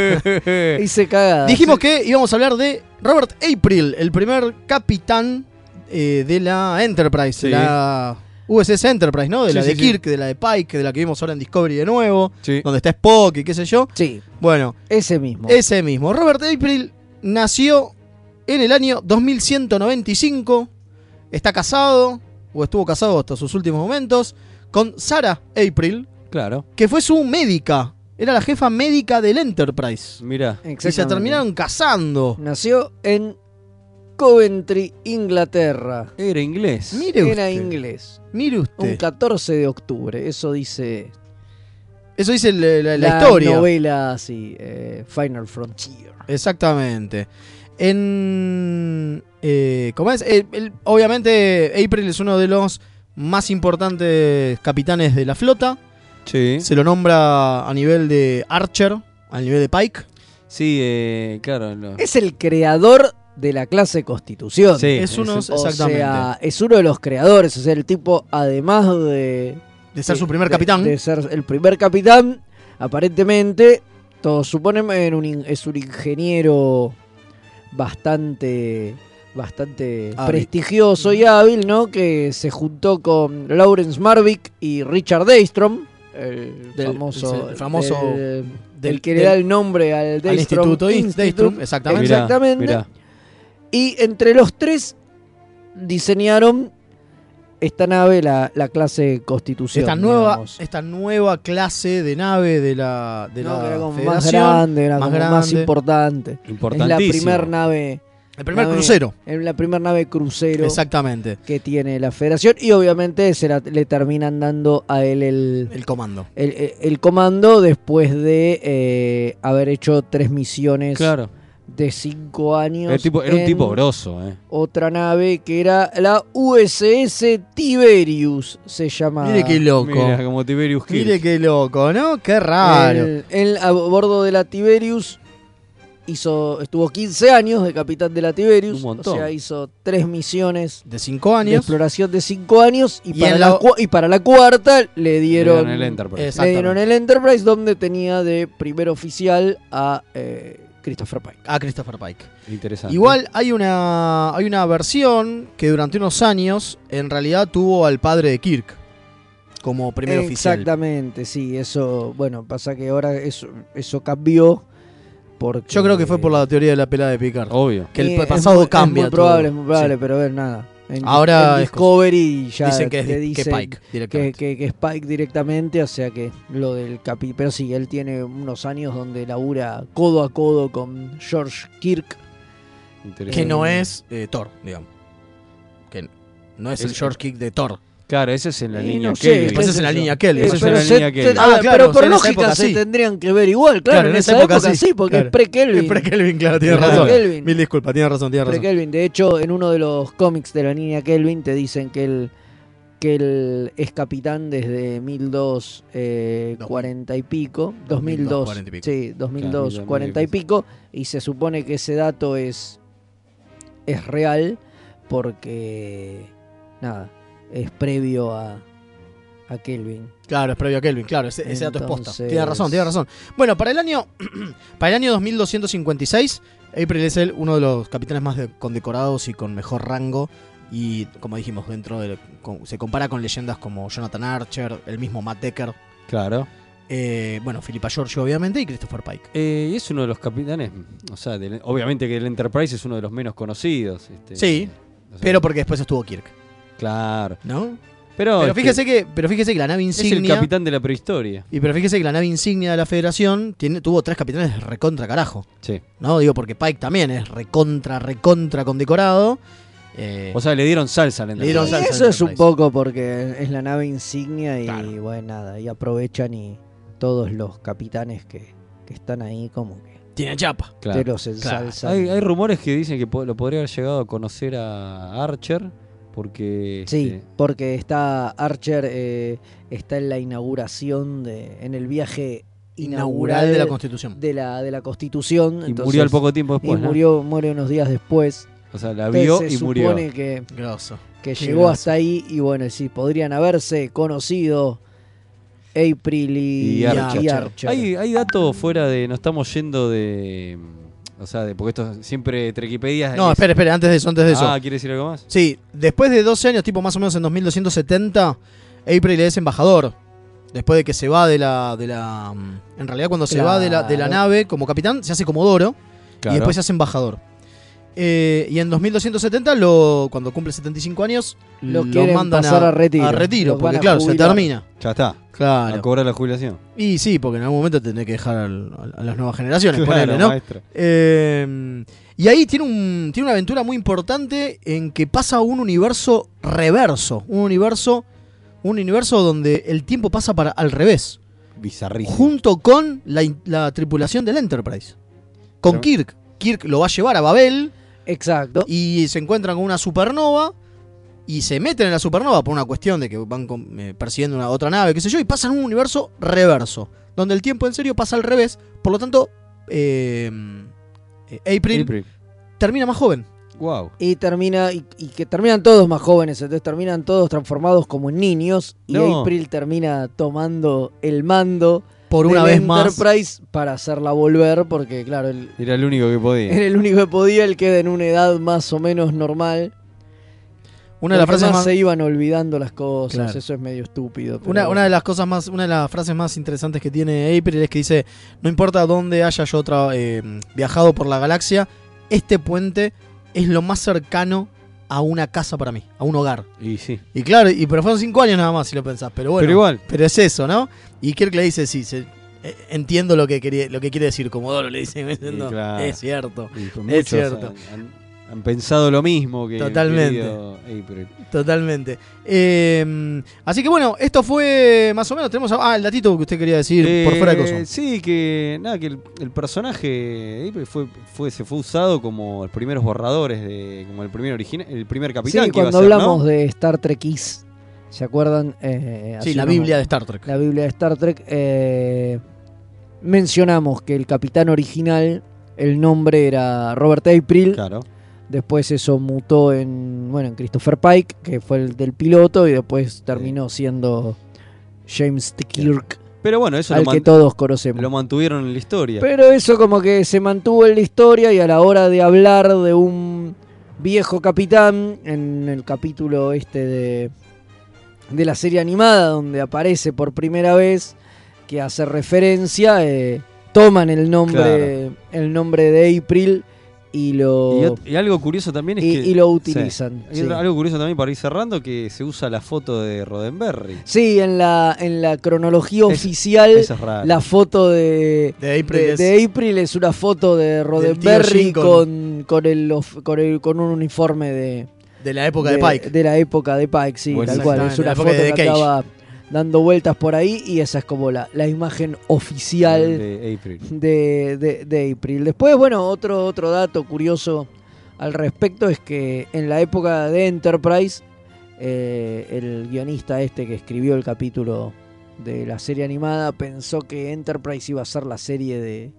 Speaker 4: Hice cagada.
Speaker 2: Dijimos que íbamos a hablar de Robert April, el primer capitán eh, de la Enterprise,
Speaker 3: Sí.
Speaker 2: de la USS Enterprise, ¿no? De la
Speaker 3: Sí,
Speaker 2: de
Speaker 3: sí,
Speaker 2: Kirk, de la de Pike, de la que vimos ahora en Discovery de nuevo,
Speaker 3: Sí.
Speaker 2: donde está Spock y qué sé yo.
Speaker 4: Sí,
Speaker 2: Bueno,
Speaker 4: ese mismo.
Speaker 2: ese mismo. Robert April nació en el año 2195, está casado, o estuvo casado hasta sus últimos momentos, con Sarah April,
Speaker 3: Claro.
Speaker 2: que fue su médica, era la jefa médica del Enterprise.
Speaker 3: Mirá.
Speaker 2: Y se
Speaker 4: Exactamente.
Speaker 2: terminaron casando.
Speaker 4: Nació en Coventry, Inglaterra.
Speaker 3: Era inglés.
Speaker 2: Mire usted.
Speaker 4: Era inglés.
Speaker 2: Mire
Speaker 4: Un
Speaker 2: usted.
Speaker 4: 14 de octubre, eso dice
Speaker 2: Eso dice la, la- la historia. Ah.
Speaker 4: novela así, eh, Final Frontier.
Speaker 2: Exactamente. En. eh, ¿Cómo es? El- el- obviamente, April es uno de los más importantes capitanes de la flota.
Speaker 3: Sí.
Speaker 2: Se lo nombra a nivel de Archer, a nivel de Pike.
Speaker 3: Sí, eh, claro. no.
Speaker 4: Es el creador de la clase Constitución.
Speaker 3: Sí,
Speaker 2: es uno-
Speaker 3: es-
Speaker 4: O
Speaker 2: exactamente.
Speaker 4: sea, es uno de los creadores, o sea, el tipo, además de
Speaker 2: de ser
Speaker 4: Sí,
Speaker 2: su primer
Speaker 4: de-
Speaker 2: capitán.
Speaker 4: De ser el primer capitán, aparentemente Exacto, supóneme en un in- es un ingeniero bastante bastante
Speaker 2: Hábil.
Speaker 4: prestigioso y hábil, ¿no? Que se juntó con Lawrence Marvick y Richard Daystrom, el
Speaker 2: Del-
Speaker 4: famoso
Speaker 2: el famoso
Speaker 4: del-
Speaker 2: del-
Speaker 4: el que le
Speaker 2: del-
Speaker 4: da el nombre al
Speaker 2: Al
Speaker 4: Daystrom
Speaker 2: Instituto Inst-
Speaker 4: Institute.
Speaker 2: Daystrom,
Speaker 3: Eh,
Speaker 2: exactamente.
Speaker 4: Mirá. Exactamente. Y entre los tres diseñaron esta nave, la, la clase Constitución.
Speaker 2: Esta nueva,
Speaker 4: digamos.
Speaker 2: esta nueva clase de nave de la, de
Speaker 4: No,
Speaker 2: la
Speaker 4: que era como más
Speaker 2: Federación.
Speaker 4: grande, era
Speaker 2: más
Speaker 4: como más
Speaker 2: grande.
Speaker 4: importante. Es la
Speaker 3: Importantísimo.
Speaker 4: primer nave,
Speaker 2: el primer
Speaker 4: nave-
Speaker 2: crucero.
Speaker 4: es la primer nave crucero
Speaker 2: Exactamente.
Speaker 4: que tiene la Federación y obviamente se la- le terminan dando a él el,
Speaker 2: El comando.
Speaker 4: el, el comando después de eh, haber hecho tres misiones
Speaker 3: Claro.
Speaker 4: de cinco años.
Speaker 3: Era, tipo- era un
Speaker 4: en
Speaker 3: tipo grosso, eh.
Speaker 4: Otra nave que era la USS Tiberius se llamaba.
Speaker 2: Mire qué loco.
Speaker 3: Mira, como Tiberius Kirk.
Speaker 2: Mire qué loco, ¿no? Qué raro.
Speaker 4: Él, él a bordo de la Tiberius hizo, estuvo 15 años de capitán de la Tiberius.
Speaker 3: Un montón.
Speaker 4: O sea, hizo tres misiones
Speaker 2: De cinco
Speaker 4: de
Speaker 2: años.
Speaker 4: exploración de 5 años. Y,
Speaker 2: Y
Speaker 4: para
Speaker 2: en
Speaker 4: la...
Speaker 2: la-
Speaker 4: cua- y para la cuarta le dieron,
Speaker 3: Era en el Enterprise.
Speaker 2: Es-
Speaker 4: le dieron
Speaker 2: Exactamente.
Speaker 4: el Enterprise, donde tenía de primer oficial a eh, Christopher Pike.
Speaker 2: A Christopher Pike.
Speaker 3: Ah, Interesante.
Speaker 2: Igual hay una, hay una versión que durante unos años en realidad tuvo al padre de Kirk como primer oficial.
Speaker 4: Exactamente, sí. Eso, bueno, pasa que ahora eso, eso cambió. Porque,
Speaker 2: Yo creo que fue por la teoría de la pelada de Picard.
Speaker 3: Obvio.
Speaker 2: que el
Speaker 4: Eh, es
Speaker 2: pasado
Speaker 4: muy-
Speaker 2: cambia
Speaker 4: Es muy probable,
Speaker 2: todo.
Speaker 4: es muy probable,
Speaker 2: Sí.
Speaker 4: pero ver nada. En,
Speaker 2: Ahora
Speaker 4: en
Speaker 2: es
Speaker 4: Discovery ya
Speaker 2: dicen que es
Speaker 4: te
Speaker 2: di- que
Speaker 4: dicen
Speaker 2: Pike
Speaker 4: que,
Speaker 2: directamente.
Speaker 4: que- que es Pike directamente, o sea que lo del capi. Pero sí, él tiene unos años donde labura codo a codo con George Kirk.
Speaker 2: que,
Speaker 3: Interesante.
Speaker 2: no es eh, Thor, digamos. Que no es el
Speaker 3: Es-
Speaker 2: short kick de Thor.
Speaker 3: Claro, ese es en la
Speaker 4: Eh,
Speaker 3: línea
Speaker 4: no
Speaker 3: Kelvin.
Speaker 4: sé,
Speaker 2: Pues es en la
Speaker 4: yo.
Speaker 2: línea Kelvin.
Speaker 4: Eh,
Speaker 3: Esa es
Speaker 4: pero
Speaker 3: la
Speaker 4: se-
Speaker 3: línea
Speaker 4: se-
Speaker 3: Kelvin.
Speaker 4: ah,
Speaker 2: Ah, claro,
Speaker 4: pero
Speaker 2: o sea,
Speaker 4: por
Speaker 2: en esa
Speaker 4: lógica
Speaker 2: época
Speaker 4: se
Speaker 2: sí.
Speaker 4: tendrían que ver igual, claro, en, esa época, sí, porque
Speaker 2: claro.
Speaker 4: es pre-Kelvin.
Speaker 2: Es pre-Kelvin, claro, tiene
Speaker 4: Claro,
Speaker 2: razón.
Speaker 4: Kelvin.
Speaker 2: Mil disculpas, tiene razón, tiene
Speaker 4: Pre
Speaker 2: razón.
Speaker 4: Kelvin. De hecho, en uno de los cómics de la niña Kelvin te dicen que él, que él es capitán desde 1240 y pico.
Speaker 2: 2002,
Speaker 4: 2002.
Speaker 2: 40 y pico.
Speaker 4: Sí, 2002,
Speaker 3: Claro,
Speaker 4: 40 y pico. Y se supone que ese dato es, es real porque, nada, es previo a, a Kelvin.
Speaker 2: Claro, es previo a Kelvin, claro, ese, ese dato es posta.
Speaker 4: Entonces-
Speaker 2: Tiene razón, tiene razón. Bueno, para el año para el año 2256, April es el- uno de los capitanes más de- condecorados y con mejor rango. Y como dijimos, dentro de, con- se compara con leyendas como Jonathan Archer, el mismo Matt Decker,
Speaker 3: Claro.
Speaker 2: eh, bueno, Philippa Giorgio, obviamente, y Christopher Pike.
Speaker 3: Eh, y es uno de los capitanes. O sea, del- obviamente que el Enterprise es uno de los menos conocidos. este,
Speaker 2: Sí,
Speaker 3: o sea,
Speaker 2: Pero porque después estuvo Kirk,
Speaker 3: Claro.
Speaker 2: ¿no?
Speaker 3: Pero,
Speaker 2: pero
Speaker 3: es que
Speaker 2: fíjese que, pero fíjese que la nave
Speaker 3: es el
Speaker 2: insignia.
Speaker 3: capitán de la prehistoria.
Speaker 2: Y pero fíjese que la nave insignia de la Federación tiene, tuvo tres capitanes recontra carajo.
Speaker 3: Sí.
Speaker 2: ¿No? Digo, porque Pike también es recontra, recontra condecorado. Eh,
Speaker 3: O sea, le dieron salsa al
Speaker 2: Le dieron
Speaker 3: Enterprise.
Speaker 4: Y
Speaker 2: salsa
Speaker 4: eso es un
Speaker 2: Enterprise.
Speaker 4: poco porque es la nave insignia y
Speaker 2: Claro.
Speaker 4: bueno, nada, y aprovechan y todos los capitanes que, que están ahí como que
Speaker 2: tiene chapa.
Speaker 3: Claro.
Speaker 4: te los ensalzan.
Speaker 3: Hay, hay rumores que dicen que po- lo podría haber llegado a conocer a Archer porque
Speaker 4: Sí,
Speaker 3: este,
Speaker 4: porque está Archer eh, está en la inauguración de en el viaje
Speaker 2: Inaugural de la Constitución.
Speaker 4: de la, de la Constitución,
Speaker 3: y
Speaker 4: entonces-
Speaker 3: murió al poco tiempo después.
Speaker 4: y
Speaker 3: ¿no?
Speaker 4: murió muere unos días después.
Speaker 3: O sea, la
Speaker 4: Entonces
Speaker 3: vio
Speaker 4: se
Speaker 3: y murió.
Speaker 4: supone que
Speaker 2: Grosso.
Speaker 4: que
Speaker 2: Qué
Speaker 4: llegó
Speaker 2: groso.
Speaker 4: hasta ahí y bueno, sí, podrían haberse conocido April y,
Speaker 3: Y Archer.
Speaker 4: y Archer.
Speaker 3: Hay, hay datos fuera de. Nos estamos yendo de. mm, O sea, de, porque esto es- siempre Trequipedia.
Speaker 2: No,
Speaker 3: es-
Speaker 2: espere, espere, antes de eso, antes de eso.
Speaker 3: Ah, ¿quiere decir algo más?
Speaker 2: Sí, después de 12 años, tipo más o menos en 2270, April es embajador. Después de que se va de la. De la mm, en realidad, cuando se va de la, de la
Speaker 4: Claro.
Speaker 2: nave como capitán, se hace comodoro.
Speaker 3: Claro.
Speaker 2: y después se hace embajador. Eh, y en 2270, lo, cuando cumple 75 años,
Speaker 4: Lo
Speaker 2: lo,
Speaker 4: quieren
Speaker 2: mandan
Speaker 4: pasar
Speaker 2: a,
Speaker 4: a retiro.
Speaker 2: a retiro,
Speaker 4: Los van
Speaker 2: porque
Speaker 4: a
Speaker 2: claro, se
Speaker 4: jubilar.
Speaker 2: termina.
Speaker 3: Ya está. A
Speaker 2: Claro.
Speaker 3: cobrar la jubilación.
Speaker 2: Y sí, porque en algún momento tendré que dejar al- al- a las nuevas generaciones,
Speaker 3: Claro,
Speaker 2: ponele, ¿no?
Speaker 3: maestro.
Speaker 2: Eh, y ahí tiene, un, tiene una aventura muy importante en que pasa a un universo reverso. Un universo, un universo donde el tiempo pasa para al revés.
Speaker 3: Bizarrísimo.
Speaker 2: Junto con la, in- la tripulación del Enterprise. Con
Speaker 3: Pero-
Speaker 2: Kirk. Kirk lo va a llevar a Babel
Speaker 4: Exacto.
Speaker 2: y se encuentran con una supernova y se meten en la supernova por una cuestión de que van con- eh, persiguiendo una otra nave, qué sé yo, y pasan a un universo reverso, donde el tiempo en serio pasa al revés, por lo tanto, eh, eh, April, termina más joven.
Speaker 3: Wow.
Speaker 4: Y termina y, y que terminan todos más jóvenes, entonces terminan todos transformados como en niños y
Speaker 3: No.
Speaker 4: April termina tomando el mando
Speaker 2: por una
Speaker 4: del
Speaker 2: vez más.
Speaker 4: Enterprise para hacerla volver, porque claro, él
Speaker 3: Era el único que
Speaker 4: era
Speaker 3: podía.
Speaker 4: el único que podía, él queda en una edad más o menos normal.
Speaker 2: Una de las
Speaker 4: Los
Speaker 2: frases
Speaker 4: demás
Speaker 2: más,
Speaker 4: se iban olvidando las cosas,
Speaker 2: Claro.
Speaker 4: eso es medio estúpido. pero
Speaker 2: una,
Speaker 4: bueno.
Speaker 2: una de las cosas más, una de las frases más interesantes que tiene April es que dice, no importa dónde haya yo tra- eh, viajado por la galaxia, este puente es lo más cercano a una casa para mí, a un hogar.
Speaker 3: Y sí.
Speaker 2: Y claro, y pero fueron cinco años nada más si lo pensás, pero bueno.
Speaker 3: Pero igual.
Speaker 2: Pero es eso, ¿no? Y Kirk le dice, sí, se- eh, entiendo lo que, quería, lo que quiere decir Comodoro, le dice, "No,
Speaker 3: claro.
Speaker 2: es cierto.
Speaker 3: y con
Speaker 2: Es
Speaker 3: muchos
Speaker 2: cierto.
Speaker 3: Han, han- han pensado lo mismo que. el
Speaker 2: Totalmente.
Speaker 3: querido April.
Speaker 2: Totalmente. Eh, así que bueno, esto fue más o menos. Tenemos. Ah, el datito que usted quería decir por
Speaker 3: Eh,
Speaker 2: fuera de cosas.
Speaker 3: Sí, que nada, que el, el personaje de April fue, fue, se fue usado como los primeros borradores de. como el primer original, el primer capitán
Speaker 4: Sí,
Speaker 3: que iba a
Speaker 4: cuando
Speaker 3: ser, ¿no?
Speaker 4: hablamos de Star Trek Is, ¿se acuerdan? Eh,
Speaker 2: Sí,
Speaker 4: hace
Speaker 2: la
Speaker 4: unos-
Speaker 2: Biblia de Star Trek.
Speaker 4: la Biblia de Star Trek, eh, mencionamos que el capitán original, el nombre era Robert April,
Speaker 3: Claro.
Speaker 4: después eso mutó en, bueno, en Christopher Pike, que fue el del piloto, y después terminó siendo James T. Kirk,
Speaker 3: Pero bueno, eso lo,
Speaker 4: al que
Speaker 3: man-
Speaker 4: todos conocemos.
Speaker 3: lo mantuvieron en la historia.
Speaker 4: Pero eso como que se mantuvo en la historia y a la hora de hablar de un viejo capitán en el capítulo este de, de la serie animada donde aparece por primera vez que hace referencia, eh, toman el nombre, el nombre de April y
Speaker 3: y,
Speaker 4: lo,
Speaker 3: ot- y algo curioso también es
Speaker 4: y-
Speaker 3: que.
Speaker 4: y lo
Speaker 3: sí.
Speaker 4: utilizan.
Speaker 3: Y
Speaker 4: sí.
Speaker 3: otra- algo curioso también para ir cerrando, que se usa la foto de Roddenberry.
Speaker 4: Sí, en la, en la cronología
Speaker 3: Es-
Speaker 4: oficial,
Speaker 3: Eso es raro.
Speaker 4: la foto de,
Speaker 2: De April.
Speaker 4: de,
Speaker 2: es-
Speaker 4: de April es una foto de Roddenberry
Speaker 2: Lincoln.
Speaker 4: con, con, el, of- con, el- con un uniforme de,
Speaker 2: de la época de, Pike.
Speaker 4: de la época de Pike, sí,
Speaker 3: Bueno,
Speaker 4: tal cual. Es
Speaker 2: exactamente, la
Speaker 4: una
Speaker 2: época
Speaker 4: foto
Speaker 2: de
Speaker 4: que
Speaker 2: The Cage.
Speaker 4: estaba dando vueltas por ahí y esa es como la, la imagen oficial
Speaker 3: de April.
Speaker 4: de, de- de April. Después, bueno, otro, otro dato curioso al respecto es que en la época de Enterprise, eh, el guionista este que escribió el capítulo de la serie animada pensó que Enterprise iba a ser la serie de,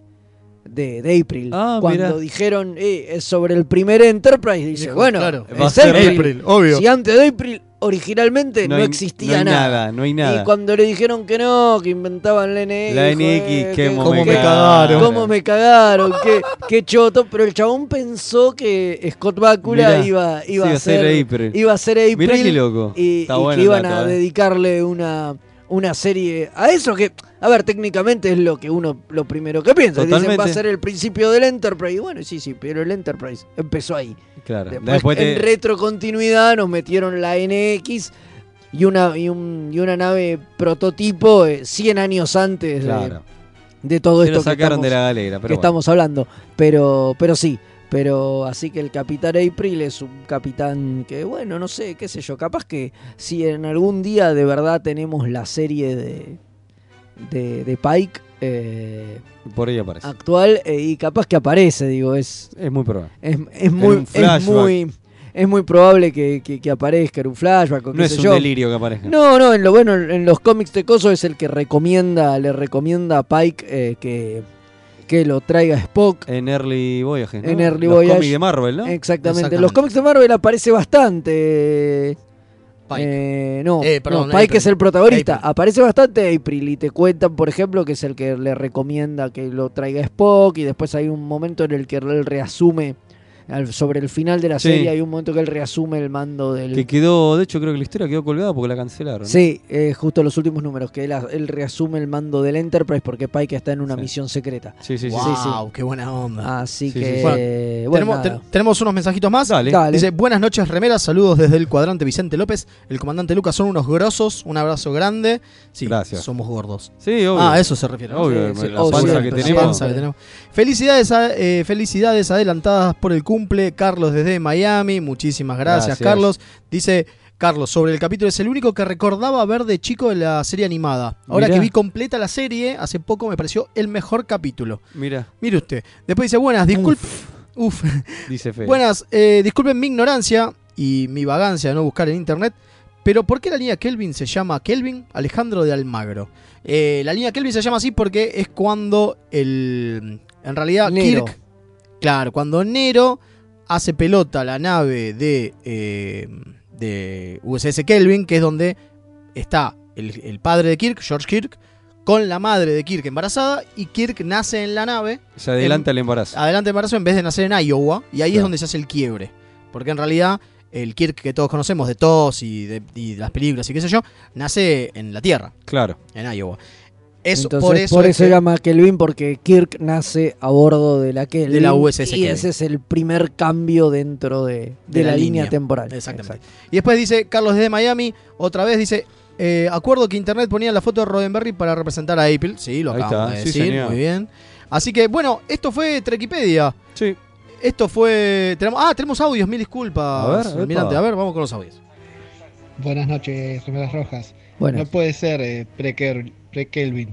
Speaker 4: de, de April.
Speaker 3: Ah,
Speaker 4: Cuando
Speaker 3: mirá.
Speaker 4: dijeron "Eh, es sobre el primer Enterprise, dice,
Speaker 2: Dijo,
Speaker 4: bueno,
Speaker 2: claro,
Speaker 3: va a
Speaker 4: es
Speaker 3: ser
Speaker 4: April.
Speaker 2: obvio.
Speaker 4: Si antes de April originalmente no,
Speaker 3: hay-
Speaker 4: existía
Speaker 3: no hay
Speaker 4: nada.
Speaker 3: No hay nada.
Speaker 4: Y cuando le dijeron que no, que inventaban la NX.
Speaker 3: la
Speaker 4: dijo, eh,
Speaker 3: NX,
Speaker 4: que-
Speaker 3: qué
Speaker 2: cómo
Speaker 3: momento.
Speaker 2: me cagaron.
Speaker 4: ¿Cómo me cagaron? ¿Qué, qué choto. Pero el chabón pensó que Scott Bakula
Speaker 3: Mirá,
Speaker 4: iba,
Speaker 3: Sí,
Speaker 4: iba, a ser,
Speaker 3: April.
Speaker 4: iba a ser April.
Speaker 3: Mirá qué loco.
Speaker 4: Y,
Speaker 3: Está
Speaker 4: y
Speaker 3: bueno
Speaker 4: que
Speaker 3: el
Speaker 4: iban
Speaker 3: dato,
Speaker 4: a
Speaker 3: eh.
Speaker 4: dedicarle una, una serie a eso que, a ver, técnicamente es lo que uno, lo primero que piensa. Dicen, va a
Speaker 3: Totalmente.
Speaker 4: ser el principio del Enterprise. Y bueno, sí, sí, pero el Enterprise empezó ahí.
Speaker 3: Claro.
Speaker 4: Después,
Speaker 3: Después te-
Speaker 4: en retrocontinuidad nos metieron la NX y una, y un- y una nave prototipo eh, 100 años antes de-
Speaker 3: claro.
Speaker 4: de, todo
Speaker 3: Te
Speaker 4: esto
Speaker 3: lo
Speaker 4: que
Speaker 3: sacaron
Speaker 4: estamos,
Speaker 3: de la galera.
Speaker 4: que
Speaker 3: Pero bueno.
Speaker 4: estamos hablando. Pero, pero sí, pero así que el capitán April es un capitán que, bueno, no sé, qué sé yo, capaz que si en algún día de verdad tenemos la serie de, de, de Pike eh,
Speaker 3: por ahí aparece.
Speaker 4: actual eh, y capaz que aparece, digo, es,
Speaker 3: Es muy probable.
Speaker 4: es, es muy,
Speaker 3: un
Speaker 4: es
Speaker 3: flashback.
Speaker 4: muy, es muy probable que, que- que aparezca en un flashback o qué
Speaker 3: No es
Speaker 4: sé
Speaker 3: un
Speaker 4: yo.
Speaker 3: delirio que aparezca.
Speaker 4: No, no, en lo bueno, en los cómics de Coso es el que recomienda, le recomienda a Pike eh, que, que lo traiga Spock.
Speaker 3: En Early Voyage. ¿no?
Speaker 4: En Early
Speaker 3: Los
Speaker 4: Voyage.
Speaker 3: cómics de Marvel, ¿no?
Speaker 4: Exactamente.
Speaker 2: Exactamente.
Speaker 4: En los cómics de Marvel aparece bastante. eh,
Speaker 2: Pike.
Speaker 4: eh, no,
Speaker 2: Eh, perdón,
Speaker 4: no, Pike
Speaker 2: April.
Speaker 4: es el protagonista.
Speaker 2: April.
Speaker 4: Aparece bastante April y te cuentan, por ejemplo, que es el que le recomienda que lo traiga Spock y después hay un momento en el que él reasume, al- sobre el final de la
Speaker 3: Sí.
Speaker 4: serie hay un momento que él reasume el mando del...
Speaker 3: Que quedó, de hecho, creo que la historia quedó colgada porque la cancelaron. ¿no?
Speaker 4: Sí, eh, justo los últimos números, que él, él reasume el mando del Enterprise porque Pike está en una
Speaker 3: Sí.
Speaker 4: misión secreta.
Speaker 3: Sí, sí, sí.
Speaker 2: wow,
Speaker 3: sí. Ah,
Speaker 2: qué buena onda.
Speaker 4: Así
Speaker 3: Sí, sí,
Speaker 4: que...
Speaker 3: sí.
Speaker 4: Bueno,
Speaker 2: tenemos,
Speaker 4: nada.
Speaker 2: te- tenemos unos mensajitos más.
Speaker 3: Dale.
Speaker 4: Dale.
Speaker 2: Dice, buenas noches, remeras. Saludos desde el cuadrante Vicente López. El comandante Lucas son unos grosos. Un abrazo grande. Sí,
Speaker 3: Gracias.
Speaker 2: somos gordos.
Speaker 3: Sí, obvio.
Speaker 2: Ah, a eso se refiere. ¿no?
Speaker 3: Obvio,
Speaker 4: Sí, sí,
Speaker 3: la
Speaker 4: obvio,
Speaker 3: panza
Speaker 4: siempre,
Speaker 3: que
Speaker 2: la
Speaker 3: tenemos.
Speaker 2: panza que tenemos. Felicidades, a- eh, felicidades adelantadas por el cumple. Carlos desde Miami. Muchísimas gracias,
Speaker 3: Gracias.
Speaker 2: Carlos. Dice Carlos, sobre el capítulo, es el único que recordaba ver de chico de la serie animada. Ahora
Speaker 3: Mirá.
Speaker 2: que vi completa la serie, hace poco me pareció el mejor capítulo.
Speaker 3: Mira,
Speaker 2: Mire usted. Después dice, buenas, disculpen. Uf.
Speaker 3: dice Fede.
Speaker 2: Buenas, eh, disculpen mi ignorancia y mi vagancia de no buscar en internet, pero ¿por qué la línea Kelvin se llama Kelvin Alejandro de Almagro? Eh, la línea Kelvin se llama así porque es cuando el. En realidad,
Speaker 4: Nero.
Speaker 2: Kirk. Claro, cuando Nero hace pelota la nave de. eh, de USS Kelvin, que es donde está el, el padre de Kirk, George Kirk, con la madre de Kirk embarazada y Kirk nace en la nave,
Speaker 3: Se adelanta
Speaker 4: em,
Speaker 3: el embarazo.
Speaker 4: ah.
Speaker 2: adelante embarazo, en vez de nacer en Iowa, y ahí es
Speaker 3: Claro.
Speaker 2: donde se hace el quiebre. Porque en realidad el Kirk que todos conocemos de TOS y de, y de las películas y qué sé yo, nace en la Tierra,
Speaker 3: Claro.
Speaker 2: en Iowa. Eso,
Speaker 4: Entonces,
Speaker 2: por eso, es que-
Speaker 4: llama McKelvin, porque Kirk nace a bordo de la Kelvin.
Speaker 2: De la USS
Speaker 4: Y
Speaker 2: Kelvin.
Speaker 4: ese es el primer cambio dentro de, de
Speaker 2: De
Speaker 4: la,
Speaker 2: la
Speaker 4: línea
Speaker 2: línea.
Speaker 4: temporal.
Speaker 2: Exactamente.
Speaker 4: Exacto.
Speaker 2: Y después dice Carlos desde Miami, otra vez dice, eh, acuerdo que Internet ponía la foto de Roddenberry para representar a Apple. Sí, lo
Speaker 3: Ahí
Speaker 2: acabamos
Speaker 3: está,
Speaker 2: de
Speaker 3: sí,
Speaker 2: decir,
Speaker 3: señor.
Speaker 2: muy bien. Así que, bueno, esto fue Trekipedia.
Speaker 3: Sí.
Speaker 2: Esto fue... Tenemos, ah, tenemos audios, mil disculpas.
Speaker 3: A ver,
Speaker 2: almirante.
Speaker 3: epa.
Speaker 2: a ver, vamos con los audios.
Speaker 6: Buenas noches, Remeras Rojas.
Speaker 4: Bueno,
Speaker 6: No puede ser eh, pre-Ker- pre-Kelvin.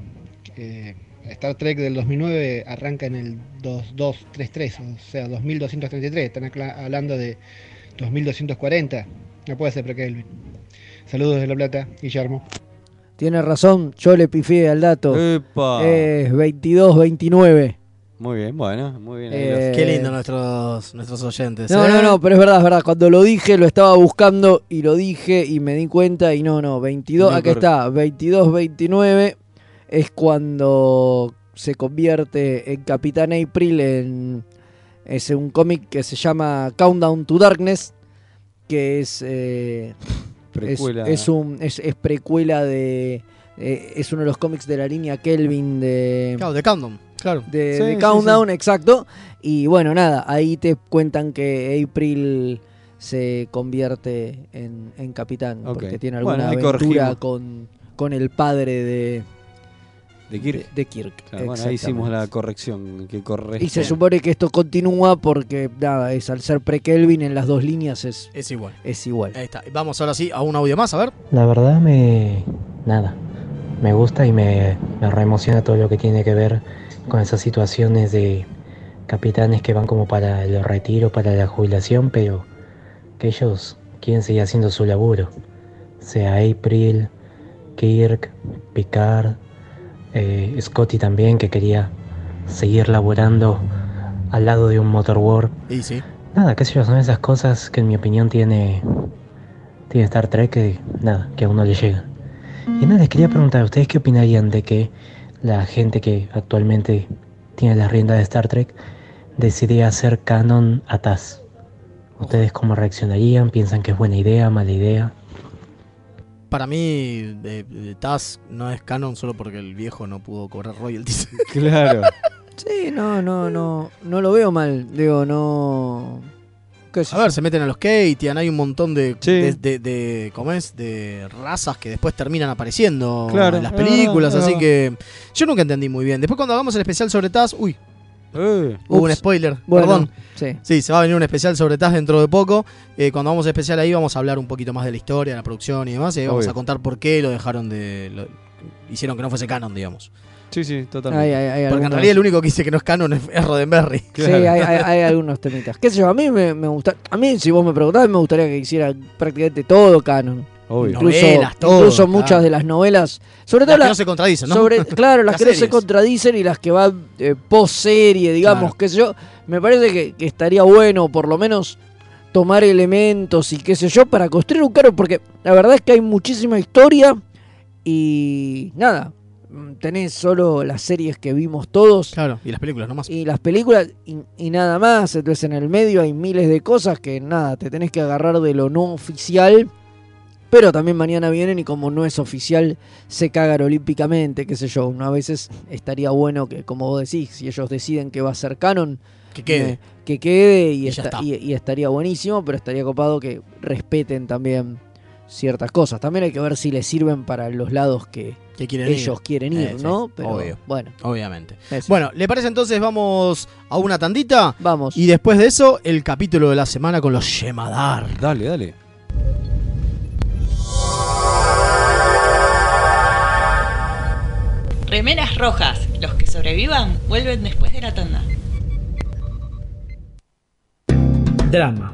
Speaker 6: Eh, Star Trek del 2009 arranca en el 2233, o sea, 2233. Están acla- hablando de 2240. No puede ser pre-Kelvin. Saludos de La Plata, Guillermo.
Speaker 4: tiene razón, yo le pifié al dato.
Speaker 3: Epa.
Speaker 4: Es 22-29.
Speaker 3: Muy bien, bueno, muy bien. ahí
Speaker 4: Eh,
Speaker 3: los-
Speaker 2: Qué lindo nuestros, nuestros oyentes.
Speaker 4: No,
Speaker 2: ¿eh?
Speaker 4: no, no, pero es verdad, es verdad. Cuando lo dije, lo estaba buscando y lo dije y me di cuenta y no, no, 22,
Speaker 3: No,
Speaker 4: acá
Speaker 3: correcto.
Speaker 4: está, 22-29 es cuando se convierte en Capitán April en es un cómic que se llama Countdown to Darkness, que es, eh, es,
Speaker 3: precuela.
Speaker 4: es un, es, es precuela de... eh, es uno de los cómics de la línea Kelvin de
Speaker 2: Claro, de Countdown, claro.
Speaker 4: de,
Speaker 3: Sí,
Speaker 4: de
Speaker 3: sí,
Speaker 4: Countdown, exacto. Y bueno, nada, ahí te cuentan que April se convierte en, en capitán
Speaker 3: Ok.
Speaker 4: porque tiene
Speaker 3: Bueno,
Speaker 4: alguna
Speaker 3: ahí
Speaker 4: aventura
Speaker 3: corregimos.
Speaker 4: con, con el padre de,
Speaker 3: de Kirk.
Speaker 4: de- de Kirk.
Speaker 3: Claro, bueno, ahí hicimos la
Speaker 4: Exactamente.
Speaker 3: corrección. Que correcta.
Speaker 4: Y se supone que esto continúa porque, nada, es al ser pre-Kelvin en las dos líneas es,
Speaker 2: Es igual.
Speaker 4: es igual.
Speaker 3: Eh.
Speaker 2: Ahí está. Vamos ahora sí a un audio más, a ver.
Speaker 7: La verdad me... nada. Me gusta y me, me reemociona todo lo que tiene que ver con esas situaciones de capitanes que van como para el retiro, para la jubilación, pero que ellos quieren seguir haciendo su laburo. Sea April, Kirk, Picard, eh, Scotty también, que quería seguir laburando al lado de un motorwar
Speaker 2: Y sí.
Speaker 7: Nada, qué sé yo, son esas cosas que en mi opinión tiene, tiene Star Trek que, nada, que a uno le llegan. Y nada, les quería preguntar, ¿ustedes qué opinarían de que la gente que actualmente tiene las riendas de Star Trek decide hacer canon a TAS? ¿Ustedes cómo reaccionarían? ¿Piensan que es buena idea, mala idea?
Speaker 2: Para mí, eh, eh, Taz no es canon solo porque el viejo no pudo cobrar royalties.
Speaker 3: Claro.
Speaker 4: Sí, no, no, no, no lo veo mal. Digo, no... qué sé
Speaker 2: A ver, se meten a los Keitian, hay un montón de,
Speaker 3: Sí.
Speaker 2: de, de- de- ¿cómo es? de razas que después terminan apareciendo
Speaker 3: Claro,
Speaker 2: en las
Speaker 3: es
Speaker 2: películas,
Speaker 3: verdad, es
Speaker 2: así que yo nunca entendí muy bien. Después cuando hagamos el especial sobre Taz, uy,
Speaker 3: Eh,
Speaker 2: hubo un
Speaker 4: Ups.
Speaker 2: spoiler,
Speaker 4: Bueno,
Speaker 2: perdón.
Speaker 4: Sí.
Speaker 2: Sí, se va a venir un especial sobre Taz dentro de poco. Eh, cuando hagamos el especial ahí vamos a hablar un poquito más de la historia, de la producción y demás, y ahí vamos
Speaker 3: Obvio.
Speaker 2: a contar por qué lo dejaron de... lo- hicieron que no fuese canon, digamos.
Speaker 3: sí, sí,
Speaker 4: Hay-
Speaker 3: totalmente.
Speaker 4: hay- hay
Speaker 2: Porque en
Speaker 4: algunos-
Speaker 2: realidad el único que dice que no es canon es es Roddenberry.
Speaker 3: Claro.
Speaker 4: Sí, hay, hay- hay algunos temitas. ¿Qué sé yo? A mí me, me gusta. A mí, si vos me preguntás, me gustaría que hiciera prácticamente todo canon.
Speaker 3: Obvio.
Speaker 2: No. Novelas, todo,
Speaker 4: incluso
Speaker 2: claro.
Speaker 4: muchas de las novelas. Sobre
Speaker 2: Las
Speaker 4: todo
Speaker 2: que
Speaker 4: las.
Speaker 2: no se contradicen, ¿no?
Speaker 4: sobre, claro, las,
Speaker 2: Las
Speaker 4: que no se
Speaker 2: series.
Speaker 4: contradicen y las que van eh, post-serie, digamos,
Speaker 2: Claro.
Speaker 4: qué sé yo. Me parece que, que estaría bueno, por lo menos, tomar elementos y qué sé yo, para construir un canon. Porque la verdad es que hay muchísima historia y. Nada. mm, Tenés solo las series que vimos todos
Speaker 2: Claro, y las películas nomás.
Speaker 4: y las películas y, y nada más. Entonces en el medio hay miles de cosas que nada, te tenés que agarrar de lo no oficial. Pero también mañana vienen y como no es oficial, se cagan olímpicamente, qué sé yo. Uno a veces estaría bueno que, como vos decís, si ellos deciden que va a ser canon,
Speaker 2: Que quede.
Speaker 4: eh, que quede y,
Speaker 2: Y ya
Speaker 4: esta-
Speaker 2: está.
Speaker 4: y- y estaría buenísimo, pero estaría copado que respeten también ciertas cosas. También hay que ver si les sirven para los lados que
Speaker 2: que quieren ir,
Speaker 4: ellos quieren ir,
Speaker 2: Eh, sí,
Speaker 4: ¿no? Pero
Speaker 2: obvio.
Speaker 4: bueno,
Speaker 2: Obviamente.
Speaker 4: eso.
Speaker 2: Bueno, ¿le parece entonces vamos a una tandita?
Speaker 4: vamos.
Speaker 2: Y después de eso, el capítulo de la semana con los Yemadar.
Speaker 3: Dale, dale.
Speaker 5: Remeras rojas. Los que sobrevivan vuelven después de la tanda.
Speaker 8: Drama.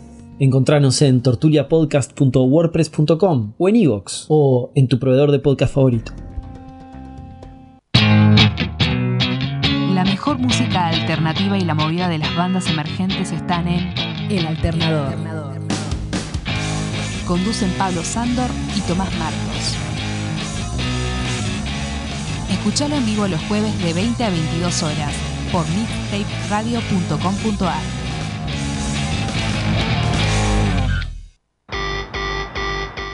Speaker 9: Encontranos en tortuliapodcast.wordpress.com o en iVoox o en tu proveedor de podcast favorito.
Speaker 10: La mejor música alternativa y la movida de las bandas emergentes están en El Alternador. Conducen Pablo Sándor y Tomás Marcos. Escuchalo en vivo los jueves de 20 a 22 horas por mixtaperadio.com.ar.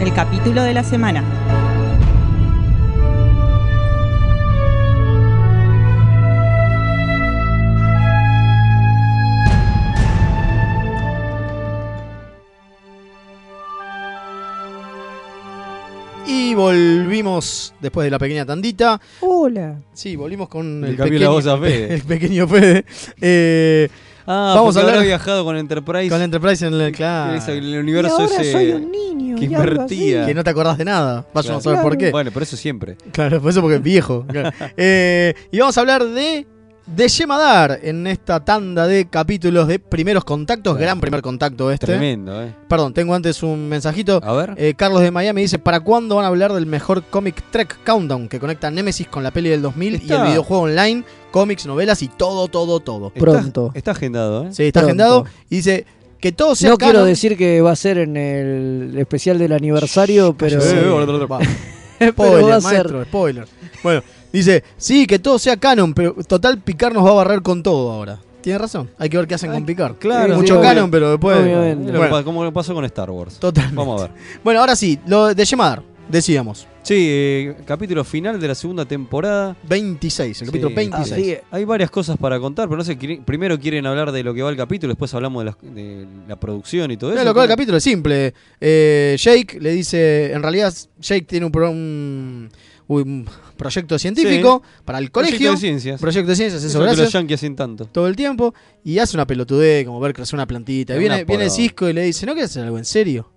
Speaker 11: El capítulo de la semana.
Speaker 2: Y volvimos después de la pequeña tandita.
Speaker 11: Hola.
Speaker 2: Sí, volvimos con
Speaker 3: Le
Speaker 2: el
Speaker 3: cambió
Speaker 2: pequeño,
Speaker 3: la voz a Fede.
Speaker 2: el pequeño Fede. Eh,
Speaker 3: Ah,
Speaker 2: vamos a
Speaker 3: porque habrá
Speaker 2: hablar
Speaker 3: viajado con Enterprise.
Speaker 2: con Enterprise en el, claro.
Speaker 3: Es el universo Y ahora ese soy un niño que y algo invertía. así.
Speaker 2: Que no te acordás de nada. Vaya a
Speaker 3: Claro.
Speaker 2: saber por qué.
Speaker 3: Bueno, pero eso siempre.
Speaker 2: Claro, por eso porque es viejo. claro. Eh, y vamos a hablar de de Yemadar en esta tanda de capítulos de primeros contactos. Gran primer contacto este.
Speaker 3: Tremendo, ¿eh?
Speaker 2: Perdón, tengo antes un mensajito.
Speaker 3: A ver.
Speaker 2: Eh, Carlos de Miami dice, ¿para cuándo van a hablar del mejor cómic Trek Countdown que conecta Nemesis con la peli del 2000 y
Speaker 3: Está.
Speaker 2: el videojuego online, cómics, novelas y todo, todo, todo?
Speaker 4: Pronto.
Speaker 3: Está agendado, ¿eh?
Speaker 2: Sí, está
Speaker 4: Pronto.
Speaker 2: agendado y dice que todo sea
Speaker 4: No
Speaker 2: canon. Ah,
Speaker 4: quiero decir que va a ser en el especial del aniversario, pero.
Speaker 2: cállese. Eh, bla, bla, Spoiler, maestro, spoiler. Bueno, dice, sí, que todo sea canon, pero total Picard nos va a barrer con todo ahora. Tiene razón, hay que ver qué hacen con Picard.
Speaker 3: claro,
Speaker 2: Mucho
Speaker 3: sí, obvio.
Speaker 2: canon, pero después...
Speaker 3: Obviamente. Lo que
Speaker 2: Bueno,
Speaker 3: pa- Como pasó con Star Wars.
Speaker 2: Totalmente.
Speaker 3: Vamos a ver.
Speaker 2: bueno, ahora sí, lo de Yemadar, decíamos.
Speaker 3: Sí, eh, capítulo final de la segunda temporada.
Speaker 2: 26, el capítulo
Speaker 3: Sí.
Speaker 2: 26.
Speaker 3: Hay varias cosas para contar, pero no sé, quiere- primero quieren hablar de lo que va el capítulo, después hablamos de, las- de la producción y todo
Speaker 2: No,
Speaker 3: eso.
Speaker 2: lo cual el capítulo es simple. Eh, Jake le dice, en realidad Jake tiene un, pro- un- un proyecto científico para el
Speaker 3: Proyecto
Speaker 2: colegio.
Speaker 3: de ciencias.
Speaker 2: Proyecto de ciencias, eso,
Speaker 3: Eso que
Speaker 2: gracias.
Speaker 3: los yankees hacen tanto.
Speaker 2: Todo el tiempo. Y hace una pelotudez, como ver crecer una plantita. Y
Speaker 3: Es
Speaker 2: viene,
Speaker 3: una
Speaker 2: viene
Speaker 3: poronga.
Speaker 2: Cisco y le dice, ¿no quieres hacer algo en serio?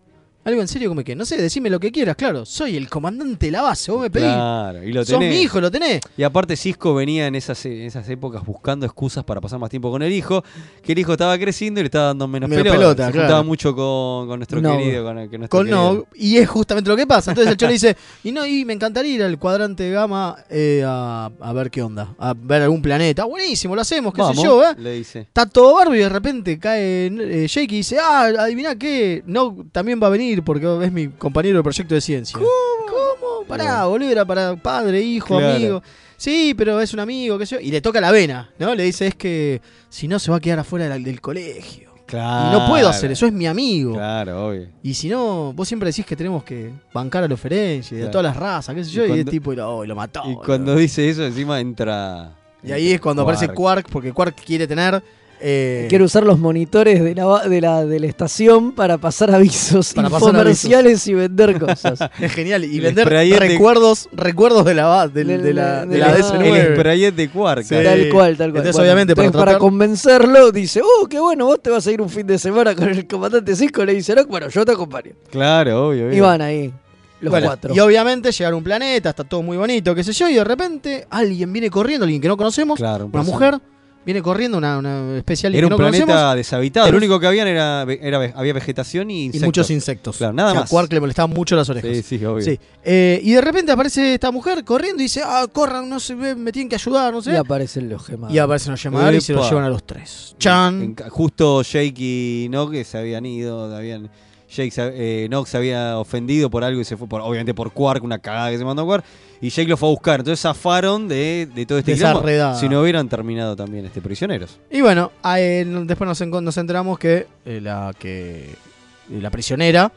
Speaker 2: Algo en serio como que, no sé, decime lo que quieras, claro. Soy el comandante de la base, vos me pedís.
Speaker 3: Claro, y lo
Speaker 2: Sos
Speaker 3: tenés.
Speaker 2: mi hijo, lo tenés.
Speaker 3: Y aparte Cisco venía en esas, en esas épocas buscando excusas para pasar más tiempo con el hijo, que el hijo estaba creciendo y le estaba dando menos,
Speaker 2: Menos
Speaker 3: pelota.
Speaker 2: pelota,
Speaker 3: Se
Speaker 2: claro.
Speaker 3: juntaba mucho con, con nuestro
Speaker 2: No.
Speaker 3: querido, con, el- que nuestro
Speaker 2: Con
Speaker 3: querido.
Speaker 2: no, y es justamente lo que pasa. Entonces el cholo dice, y no, y me encantaría ir al cuadrante gamma eh, a, a ver qué onda, a ver algún planeta. Ah, Buenísimo, lo hacemos, qué
Speaker 3: Vamos,
Speaker 2: sé yo, ¿eh?
Speaker 3: le dice.
Speaker 2: Está todo bárbaro y de repente cae eh, Jake y dice, ah, adivina qué, no, también va a venir porque es mi compañero de proyecto de ciencia. ¿Cómo? Pará, boludo, era para padre, hijo,
Speaker 3: Claro.
Speaker 2: amigo. Sí, pero es un amigo, qué sé yo. Y le toca la vena, ¿no? Le dice, es que si no se va a quedar afuera del, del colegio.
Speaker 3: Ah, Claro.
Speaker 2: Y no puedo hacer eso, es mi amigo.
Speaker 3: Claro, obvio.
Speaker 2: Y si no, vos siempre decís que tenemos que bancar a los Ferengi, de
Speaker 3: Claro.
Speaker 2: todas las razas, qué sé
Speaker 3: Y
Speaker 2: yo, y, es
Speaker 3: cuando-
Speaker 2: tipo, y lo, oh, y lo mató.
Speaker 3: Y cuando dice eso, encima entra...
Speaker 2: Y ahí es cuando aparece Quark, porque Quark quiere tener. eh,
Speaker 4: Quiero usar los monitores de la, ba- de la, de la estación para pasar avisos
Speaker 2: Para pasar
Speaker 4: comerciales y vender cosas.
Speaker 2: es genial. Y
Speaker 3: El este-
Speaker 2: vender
Speaker 3: sprayete-
Speaker 2: recuerdos, recuerdos de la, ba- del-
Speaker 4: Del-
Speaker 2: de la,
Speaker 4: del-
Speaker 2: de la
Speaker 4: del-
Speaker 2: DS9.
Speaker 3: El sprayet de Quark.
Speaker 2: Sí.
Speaker 3: ahí.
Speaker 4: Tal cual, tal cual.
Speaker 2: Entonces,
Speaker 4: Bueno,
Speaker 2: obviamente, para
Speaker 4: entonces, para,
Speaker 2: tratar-
Speaker 4: convencerlo, dice, oh, qué bueno, vos te vas a ir un fin de semana con el comandante Cisco. Le dice, no, bueno, yo te acompaño.
Speaker 3: Claro, obvio. obvio.
Speaker 4: Y van ahí, los
Speaker 2: Bueno,
Speaker 4: cuatro.
Speaker 2: Y obviamente llegar a un planeta, está todo muy bonito, qué sé yo, y de repente alguien viene corriendo, alguien que no conocemos,
Speaker 3: Claro, un
Speaker 2: una
Speaker 3: personaje.
Speaker 2: mujer, viene corriendo, una, una especial que
Speaker 3: Era un
Speaker 2: no
Speaker 3: planeta
Speaker 2: conocemos.
Speaker 3: deshabitado.
Speaker 2: Pero-
Speaker 3: Lo único que habían era, era ve- había vegetación y insectos.
Speaker 2: muchos insectos.
Speaker 3: Claro, nada
Speaker 2: O sea,
Speaker 3: más.
Speaker 2: A Quark le molestaban mucho las orejas.
Speaker 3: Sí, sí, obvio.
Speaker 2: Sí. Eh, y de repente aparece esta mujer corriendo y dice, ah, corran, no sé, me tienen que ayudar, no sé.
Speaker 4: Y aparecen los gemados.
Speaker 2: Y aparecen los llamados y se los
Speaker 3: Epa.
Speaker 2: llevan a los tres. Chan.
Speaker 3: En ca- justo Jake y No que se habían ido, habían Jake se- eh, Knox se había ofendido por algo y se fue, por, obviamente por Quark, una cagada que se mandó a Quark, y Jake lo fue a buscar. Entonces zafaron de, de todo este
Speaker 2: De esa
Speaker 3: quilombo.
Speaker 2: redada.
Speaker 3: Si no hubieran terminado también este prisioneros.
Speaker 2: Y bueno, a- eh, después nos, encon- nos enteramos que eh, la que la prisionera,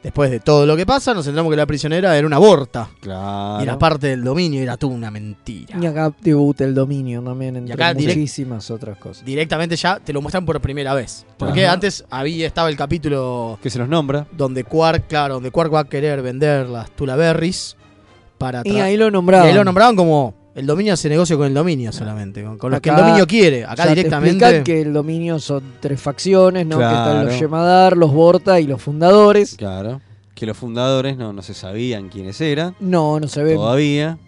Speaker 2: después de todo lo que pasa, nos enteramos que la prisionera era una aborta.
Speaker 3: Claro.
Speaker 2: Y era parte del dominio, era tú una mentira.
Speaker 4: Y acá debuta el dominio también, entre
Speaker 2: acá direct-
Speaker 4: muchísimas otras cosas.
Speaker 2: Directamente ya te lo muestran por primera vez. Porque
Speaker 4: Ajá.
Speaker 2: antes había estaba el capítulo
Speaker 3: que se los nombra.
Speaker 2: Donde Quark, claro, donde Quark va a querer vender las Tula Berries para
Speaker 4: Y
Speaker 2: tra-
Speaker 4: ahí lo nombraban.
Speaker 2: Y ahí lo nombraban como el dominio se negocio con el dominio solamente, con, con lo que el
Speaker 4: Acá
Speaker 2: dominio quiere. Acá
Speaker 4: ya te explican
Speaker 2: directamente
Speaker 4: que el dominio son tres facciones, ¿no? Que están
Speaker 3: Claro.
Speaker 4: los Yemadar, los Borta y los fundadores.
Speaker 3: Claro. Que los fundadores no, no se sabían quiénes eran.
Speaker 4: No, no se ven.
Speaker 3: Todavía.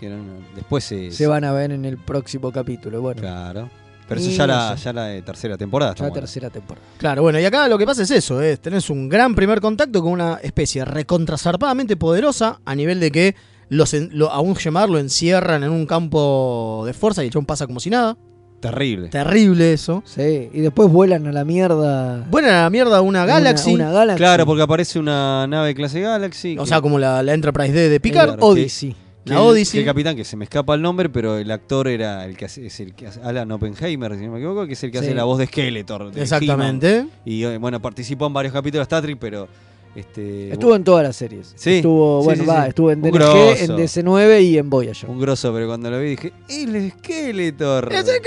Speaker 3: Que eran- después se.
Speaker 4: Se van a ver en el próximo capítulo, bueno.
Speaker 3: Claro. Pero
Speaker 4: Y
Speaker 3: eso ya
Speaker 4: no
Speaker 3: la,
Speaker 4: sé.
Speaker 3: ya la de tercera temporada.
Speaker 4: Ya
Speaker 3: estamos hablando.
Speaker 4: tercera temporada.
Speaker 2: Claro, bueno, y acá lo que pasa es eso, es tenés un gran primer contacto con una especie recontrazarpadamente poderosa a nivel de que los en- lo- a un Yemar lo encierran en un campo de fuerza y el chabón pasa como si nada.
Speaker 3: Terrible.
Speaker 2: Terrible eso.
Speaker 4: Sí, y después vuelan a la mierda.
Speaker 2: Vuelan a la mierda una Galaxy.
Speaker 4: Una, Galaxy.
Speaker 3: Claro, porque aparece una nave clase Galaxy.
Speaker 2: O
Speaker 3: que-
Speaker 2: sea, como la, la Enterprise D de Picard.
Speaker 3: Claro, que-
Speaker 2: La
Speaker 3: que el-
Speaker 2: Odyssey.
Speaker 3: que el capitán, que se me escapa el nombre, pero el actor era el que hace, es el que hace- Alan Oppenheimer, si no me equivoco, que es el que
Speaker 2: Sí.
Speaker 3: hace la voz de Skeletor. de
Speaker 2: Exactamente.
Speaker 3: He-Man. Y eh, bueno, participó en varios capítulos de Star Trek, pero. Este,
Speaker 4: Estuvo en todas las series.
Speaker 3: Sí.
Speaker 4: Estuvo,
Speaker 3: Sí,
Speaker 4: bueno,
Speaker 3: sí,
Speaker 4: va,
Speaker 3: sí.
Speaker 4: estuvo en
Speaker 3: Un
Speaker 4: DNG, en
Speaker 3: grosso.
Speaker 4: DC9 y en Voyager.
Speaker 3: Un grosso, pero cuando lo vi dije, ¡El Skeletor!
Speaker 2: ¡Es Skeletor!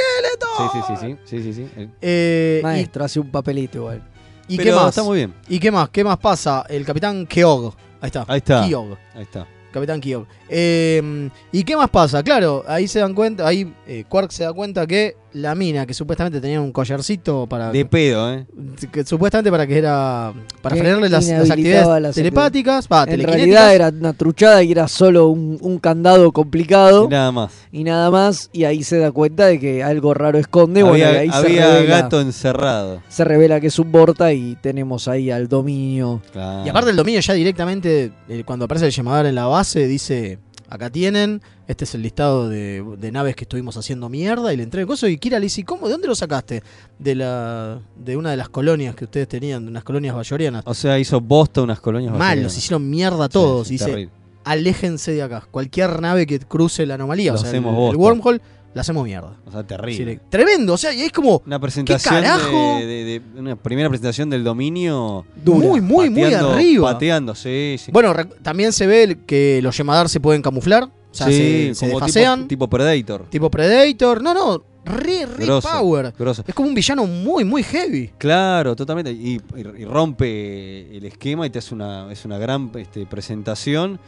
Speaker 3: Sí, sí, sí, sí, sí, sí, sí. El-
Speaker 2: Eh, y-
Speaker 3: e-
Speaker 4: Maestro, hace un papelito igual.
Speaker 2: ¿Y
Speaker 3: Pero
Speaker 2: qué más?
Speaker 3: está muy bien.
Speaker 2: ¿Y qué más? ¿Qué más pasa? El capitán Keog. Ahí está.
Speaker 3: Ahí está.
Speaker 2: Keogh.
Speaker 3: Ahí está.
Speaker 2: Capitán Keogh. Eh, ¿Y qué más pasa? Claro, ahí se dan cuenta, ahí eh, Quark se da cuenta que la mina, que supuestamente tenía un collarcito para.
Speaker 3: De pedo, ¿eh?
Speaker 2: que supuestamente para que era. Para
Speaker 4: Que
Speaker 2: frenarle las, las
Speaker 4: inhabilitaba
Speaker 2: actividades
Speaker 4: las-
Speaker 2: telepáticas.
Speaker 3: Ah,
Speaker 2: Va,
Speaker 4: en
Speaker 2: telequinéticas.
Speaker 4: realidad era una truchada y era solo un, un candado complicado.
Speaker 3: Y nada más.
Speaker 4: Y nada más. Y ahí se da cuenta de que algo raro esconde. bueno, y
Speaker 3: había
Speaker 4: ahí
Speaker 3: había
Speaker 4: se revela,
Speaker 3: gato encerrado.
Speaker 4: se revela que es un Borta y tenemos ahí al dominio.
Speaker 2: Y aparte el dominio ya directamente, eh, cuando aparece el llamador en la base, dice, acá tienen, este es el listado de, de naves que estuvimos haciendo mierda, y le entrega cosas, y Kira le dice, ¿cómo? ¿De dónde lo sacaste? De la de una de las colonias que ustedes tenían, de unas colonias bayorianas.
Speaker 3: O sea, hizo Boston unas colonias
Speaker 2: Mal, los
Speaker 3: bacterianas.
Speaker 2: hicieron mierda a todos,
Speaker 3: Sí,
Speaker 2: y
Speaker 3: sí,
Speaker 2: dice,
Speaker 3: terrible.
Speaker 2: aléjense de acá, cualquier nave que cruce la anomalía,
Speaker 3: Lo
Speaker 2: o sea, el-
Speaker 3: hacemos
Speaker 2: el,
Speaker 3: bosta.
Speaker 2: wormhole, la hacemos mierda.
Speaker 3: O sea, terrible.
Speaker 2: Sí, Tremendo, o sea, y es como,
Speaker 3: Una presentación
Speaker 2: ¿qué carajo?
Speaker 3: De, de- de- una primera presentación del dominio
Speaker 2: Dura. Muy, muy, muy
Speaker 3: pateando-
Speaker 2: arriba.
Speaker 3: Pateando, sí, sí.
Speaker 2: Bueno, rec- también se ve el- que los Yemadar se pueden camuflar, o sea,
Speaker 3: Sí,
Speaker 2: se, se
Speaker 3: como
Speaker 2: desfasean.
Speaker 3: tipo, tipo Predator.
Speaker 2: Tipo Predator. No, no. Re, re
Speaker 3: Grosso,
Speaker 2: power.
Speaker 3: grosso.
Speaker 2: Es como un villano muy, muy heavy.
Speaker 3: Claro, totalmente. Y, y- y rompe el esquema y te hace una, es una gran este, presentación.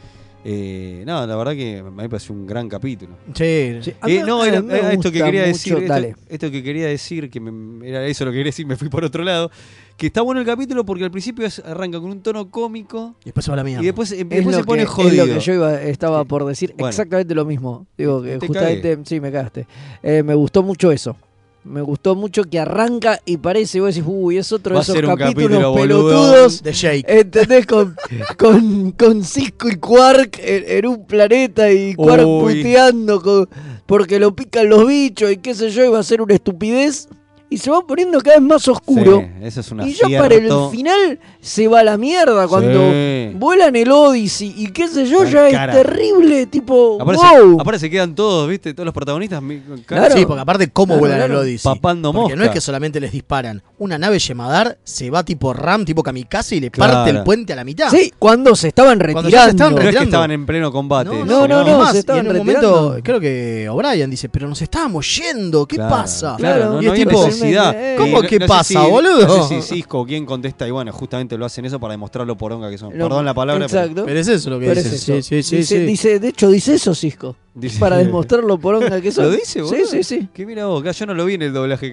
Speaker 3: Eh, no, la verdad que me parece un gran capítulo.
Speaker 2: Sí.
Speaker 4: A mí-
Speaker 3: Eh, no,
Speaker 4: a
Speaker 3: era-
Speaker 4: mí me
Speaker 3: era esto que
Speaker 4: gusta
Speaker 3: quería
Speaker 4: mucho,
Speaker 3: decir.
Speaker 4: dale.
Speaker 3: Esto, esto que quería decir, que me- era eso lo que quería decir, me fui por otro lado. Que está bueno el capítulo porque al principio es- arranca con un tono cómico
Speaker 2: Y después se va a la mierda.
Speaker 3: y después, eh,
Speaker 4: Es
Speaker 3: después
Speaker 4: lo
Speaker 3: se pone
Speaker 4: que-
Speaker 3: jodido.
Speaker 4: Es lo que yo iba- estaba por decir
Speaker 3: Bueno.
Speaker 4: exactamente lo mismo. Digo, que
Speaker 3: Te
Speaker 4: justamente, sí, me cagaste. Eh, me gustó mucho eso. Me gustó mucho que arranca y parece, y vos decís, uy, es otro de
Speaker 3: Va a
Speaker 4: esos
Speaker 3: ser un
Speaker 4: capítulos
Speaker 3: capítulo, boludo.
Speaker 4: pelotudos.
Speaker 2: De Jake.
Speaker 4: ¿Entendés? Con, con, con Cisco y Quark en, en un planeta y Quark
Speaker 3: Uy.
Speaker 4: puteando con- porque lo pican los bichos y qué sé yo, y va a ser una estupidez. Y se va poniendo cada vez más oscuro.
Speaker 3: Sí, eso es un
Speaker 4: Y ya para el
Speaker 3: acierto.
Speaker 4: final se va a la mierda cuando
Speaker 3: Sí.
Speaker 4: vuelan el Odyssey y qué sé yo,
Speaker 3: Al
Speaker 4: ya
Speaker 3: cara.
Speaker 4: es terrible, tipo,
Speaker 3: Aparte,
Speaker 4: wow.
Speaker 3: se, aparte se quedan todos, ¿viste? Todos los protagonistas. mi- con cara-
Speaker 4: Claro.
Speaker 2: Sí, porque aparte, ¿cómo
Speaker 4: Claro,
Speaker 2: vuelan
Speaker 4: claro.
Speaker 2: el Odyssey?
Speaker 3: Papando
Speaker 2: Porque no
Speaker 3: mosca.
Speaker 2: es que solamente les disparan. Una nave Yemadar se va tipo RAM, tipo kamikaze y le
Speaker 3: Claro.
Speaker 2: parte el puente a la mitad.
Speaker 4: Sí, cuando se estaban
Speaker 2: Cuando
Speaker 4: retirando.
Speaker 2: ya se estaban
Speaker 3: No es que
Speaker 2: retirando.
Speaker 3: estaban en pleno combate.
Speaker 2: No,
Speaker 4: no,
Speaker 2: no,
Speaker 4: no,
Speaker 2: no,
Speaker 4: no,
Speaker 2: más,
Speaker 4: se
Speaker 2: y
Speaker 4: estaban
Speaker 2: en un
Speaker 4: retirando.
Speaker 2: momento, creo que O'Brien dice, pero nos estábamos yendo, ¿qué
Speaker 3: Claro,
Speaker 2: pasa?
Speaker 3: Claro, no,
Speaker 2: y
Speaker 3: no
Speaker 2: es
Speaker 3: había
Speaker 2: tipo,
Speaker 3: necesidad.
Speaker 2: ¿cómo
Speaker 3: Eh, no-
Speaker 2: que
Speaker 3: no sé
Speaker 2: pasa,
Speaker 3: si-
Speaker 2: boludo?
Speaker 3: No sé si Cisco o quién contesta. Y bueno, justamente lo hacen eso para demostrar lo poronga que son.
Speaker 4: No,
Speaker 3: Perdón la palabra. pero-
Speaker 4: Exacto.
Speaker 2: Pero es eso lo que
Speaker 4: Pero
Speaker 2: dice.
Speaker 4: es eso.
Speaker 2: Sí, sí, sí,
Speaker 4: dice,
Speaker 2: sí.
Speaker 4: dice- de hecho, dice eso, Cisco.
Speaker 3: Dice-
Speaker 4: Para demostrar lo poronga que son.
Speaker 3: ¿Lo dice,
Speaker 4: Sí,
Speaker 3: boludo?
Speaker 4: sí, sí.
Speaker 3: Que mira vos, acá yo no lo vi en el doblaje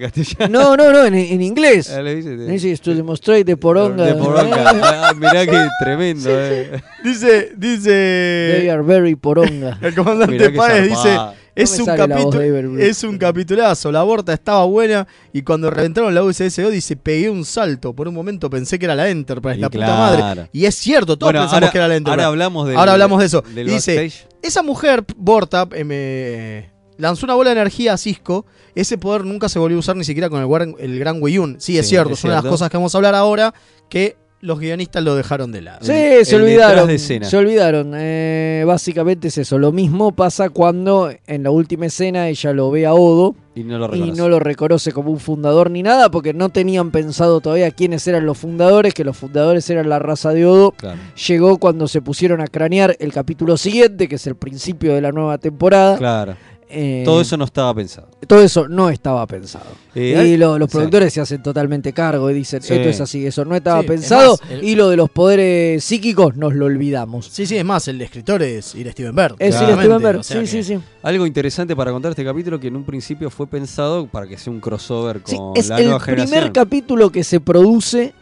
Speaker 4: No,
Speaker 3: castellano.
Speaker 4: no, no, en, en inglés.
Speaker 3: Ah, lo dice, de-
Speaker 4: Dice, to demonstrate de poronga.
Speaker 3: De poronga. Ah, mirá que tremendo, eh.
Speaker 2: Dice,
Speaker 4: They
Speaker 2: dice
Speaker 4: are very poronga.
Speaker 2: el
Speaker 3: Mirá
Speaker 2: comandante
Speaker 3: que
Speaker 2: Páez dice,
Speaker 3: zarpada.
Speaker 2: es
Speaker 4: me
Speaker 2: un
Speaker 4: sale la voz
Speaker 2: capítulo,
Speaker 4: de Avery Brooks.
Speaker 2: es un capitulazo, la aborta estaba buena y cuando reventaron la USSO dice, pegué un salto, por un momento pensé que era la Enterprise,
Speaker 3: Y
Speaker 2: la
Speaker 3: claro.
Speaker 2: puta madre. Y es cierto, todos
Speaker 3: Bueno,
Speaker 2: pensamos
Speaker 3: ahora-
Speaker 2: que era la Enterprise.
Speaker 3: ahora hablamos del-
Speaker 2: Ahora hablamos de eso.
Speaker 3: del
Speaker 2: Y dice,
Speaker 3: backstage.
Speaker 2: esa mujer Borta em, eh, lanzó una bola de energía a Cisco, ese poder nunca se volvió a usar ni siquiera con el, guar- el gran Weyun. Sí, es
Speaker 3: Sí,
Speaker 2: cierto,
Speaker 3: es
Speaker 2: es una de las
Speaker 3: cierto.
Speaker 2: cosas que vamos a hablar ahora que los guionistas lo dejaron de lado.
Speaker 4: Sí, se olvidaron. se olvidaron. Eh, básicamente es eso. Lo mismo pasa cuando en la última escena ella lo ve a Odo
Speaker 3: Y no lo
Speaker 4: y
Speaker 3: reconoce.
Speaker 4: no lo reconoce como un fundador ni nada porque no tenían pensado todavía quiénes eran los fundadores, que los fundadores eran la raza de Odo.
Speaker 3: Claro.
Speaker 4: Llegó cuando se pusieron a cranear el capítulo siguiente, que es el principio de la nueva temporada.
Speaker 3: Claro.
Speaker 4: Eh,
Speaker 3: Todo eso no estaba pensado.
Speaker 4: Todo eso no estaba pensado.
Speaker 3: Eh,
Speaker 4: y
Speaker 3: hay-
Speaker 4: lo- los
Speaker 3: sí.
Speaker 4: productores se hacen totalmente cargo y dicen,
Speaker 2: Sí.
Speaker 4: esto es así, eso no estaba
Speaker 2: Sí,
Speaker 4: pensado.
Speaker 2: además, el-
Speaker 4: Y lo de los poderes psíquicos nos lo olvidamos.
Speaker 2: Sí, sí, es más, el escritor es Ir Stevenberg.
Speaker 4: Es Ir
Speaker 2: claramente.
Speaker 4: Stevenberg,
Speaker 2: O sea que-
Speaker 3: Algo interesante para contar este capítulo que en un principio fue pensado para que sea un crossover con
Speaker 4: Sí, es
Speaker 3: la
Speaker 4: el
Speaker 3: nueva
Speaker 4: primer
Speaker 3: generación.
Speaker 4: capítulo que se produce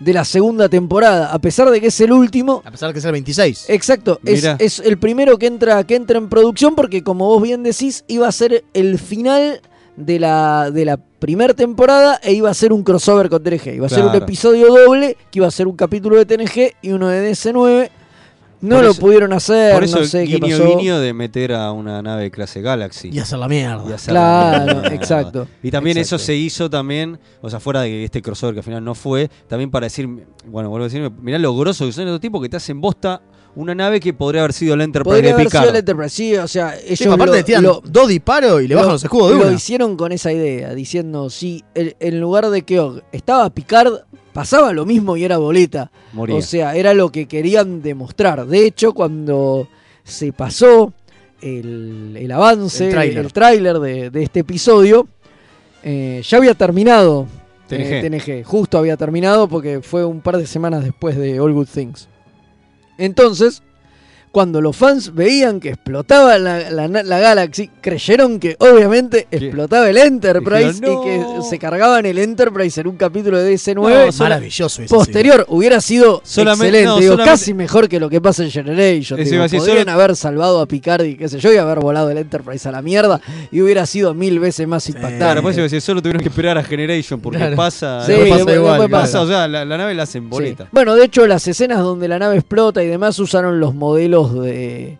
Speaker 4: de la segunda temporada, a pesar de que es el último.
Speaker 2: A pesar de que es el 26.
Speaker 4: Exacto, es,
Speaker 2: Mirá.
Speaker 4: es el primero que entra, que entra en producción porque como vos bien decís, iba a ser el final de la, de la primera temporada e iba a ser un crossover con TNG. Iba a ser un
Speaker 3: Claro.
Speaker 4: episodio doble, que iba a ser un capítulo de TNG y uno de DC9. No
Speaker 3: Por
Speaker 4: lo
Speaker 3: eso-
Speaker 4: pudieron hacer,
Speaker 3: Por eso
Speaker 4: no
Speaker 3: el
Speaker 4: sé qué
Speaker 3: guiño,
Speaker 4: pasó.
Speaker 3: guiño de meter a una nave clase Galaxy.
Speaker 2: Y hacer la mierda.
Speaker 3: Y hacer la
Speaker 4: Claro,
Speaker 3: mierda.
Speaker 4: exacto.
Speaker 3: Y también eso se hizo también, o sea, fuera de este crossover que al final no fue, también para decir, bueno, vuelvo a decir, mirá lo grosso que son estos tipos que te hacen bosta una nave que podría haber sido la Enterprise
Speaker 4: Podría
Speaker 3: de
Speaker 4: haber
Speaker 3: Picard.
Speaker 4: sido el Enterprise, sí, o sea, ellos
Speaker 2: Sí, aparte
Speaker 4: lo-
Speaker 2: le tiran
Speaker 4: lo-
Speaker 2: dos disparos y le bajan los escudos de
Speaker 4: lo
Speaker 2: una.
Speaker 4: hicieron con esa idea, diciendo, si el- en lugar de que Og estaba Picard, pasaba lo mismo y era boleta.
Speaker 3: Moría.
Speaker 4: O sea, era lo que querían demostrar. De hecho, cuando se pasó el, el avance,
Speaker 2: El
Speaker 4: el
Speaker 2: tráiler.
Speaker 4: el tráiler de, de este episodio, eh, ya había terminado
Speaker 3: TNG.
Speaker 4: eh, TNG. Justo había terminado porque fue un par de semanas después de All Good Things. Entonces, cuando los fans veían que explotaba la, la- la Galaxy, creyeron que obviamente explotaba el Enterprise
Speaker 2: Dijeron,
Speaker 4: y que se cargaban el Enterprise en un capítulo de
Speaker 2: No,
Speaker 4: DC9.
Speaker 2: Ah, maravilloso hubiese
Speaker 4: Posterior, hubiera sido
Speaker 2: Solamente-
Speaker 4: excelente.
Speaker 2: no,
Speaker 4: digo,
Speaker 2: solamente-
Speaker 4: casi mejor que lo que pasa en Generation.
Speaker 3: Eso
Speaker 4: digo,
Speaker 3: iba a decir,
Speaker 4: podrían
Speaker 3: solo-
Speaker 4: haber salvado a Picardi, qué sé yo, y haber volado el Enterprise a la mierda y hubiera sido mil veces más impactante.
Speaker 3: Claro, por eso iba a decir, solo tuvieron que esperar a Generation porque
Speaker 4: eh. Claro.
Speaker 3: pasa.
Speaker 4: Sí, Después pasa después- igual,
Speaker 3: pasa,
Speaker 4: después pasa.
Speaker 3: o sea, la, la nave la hacen
Speaker 4: Sí.
Speaker 3: boleta.
Speaker 4: Bueno, de hecho, las escenas donde la nave explota y demás usaron los modelos de,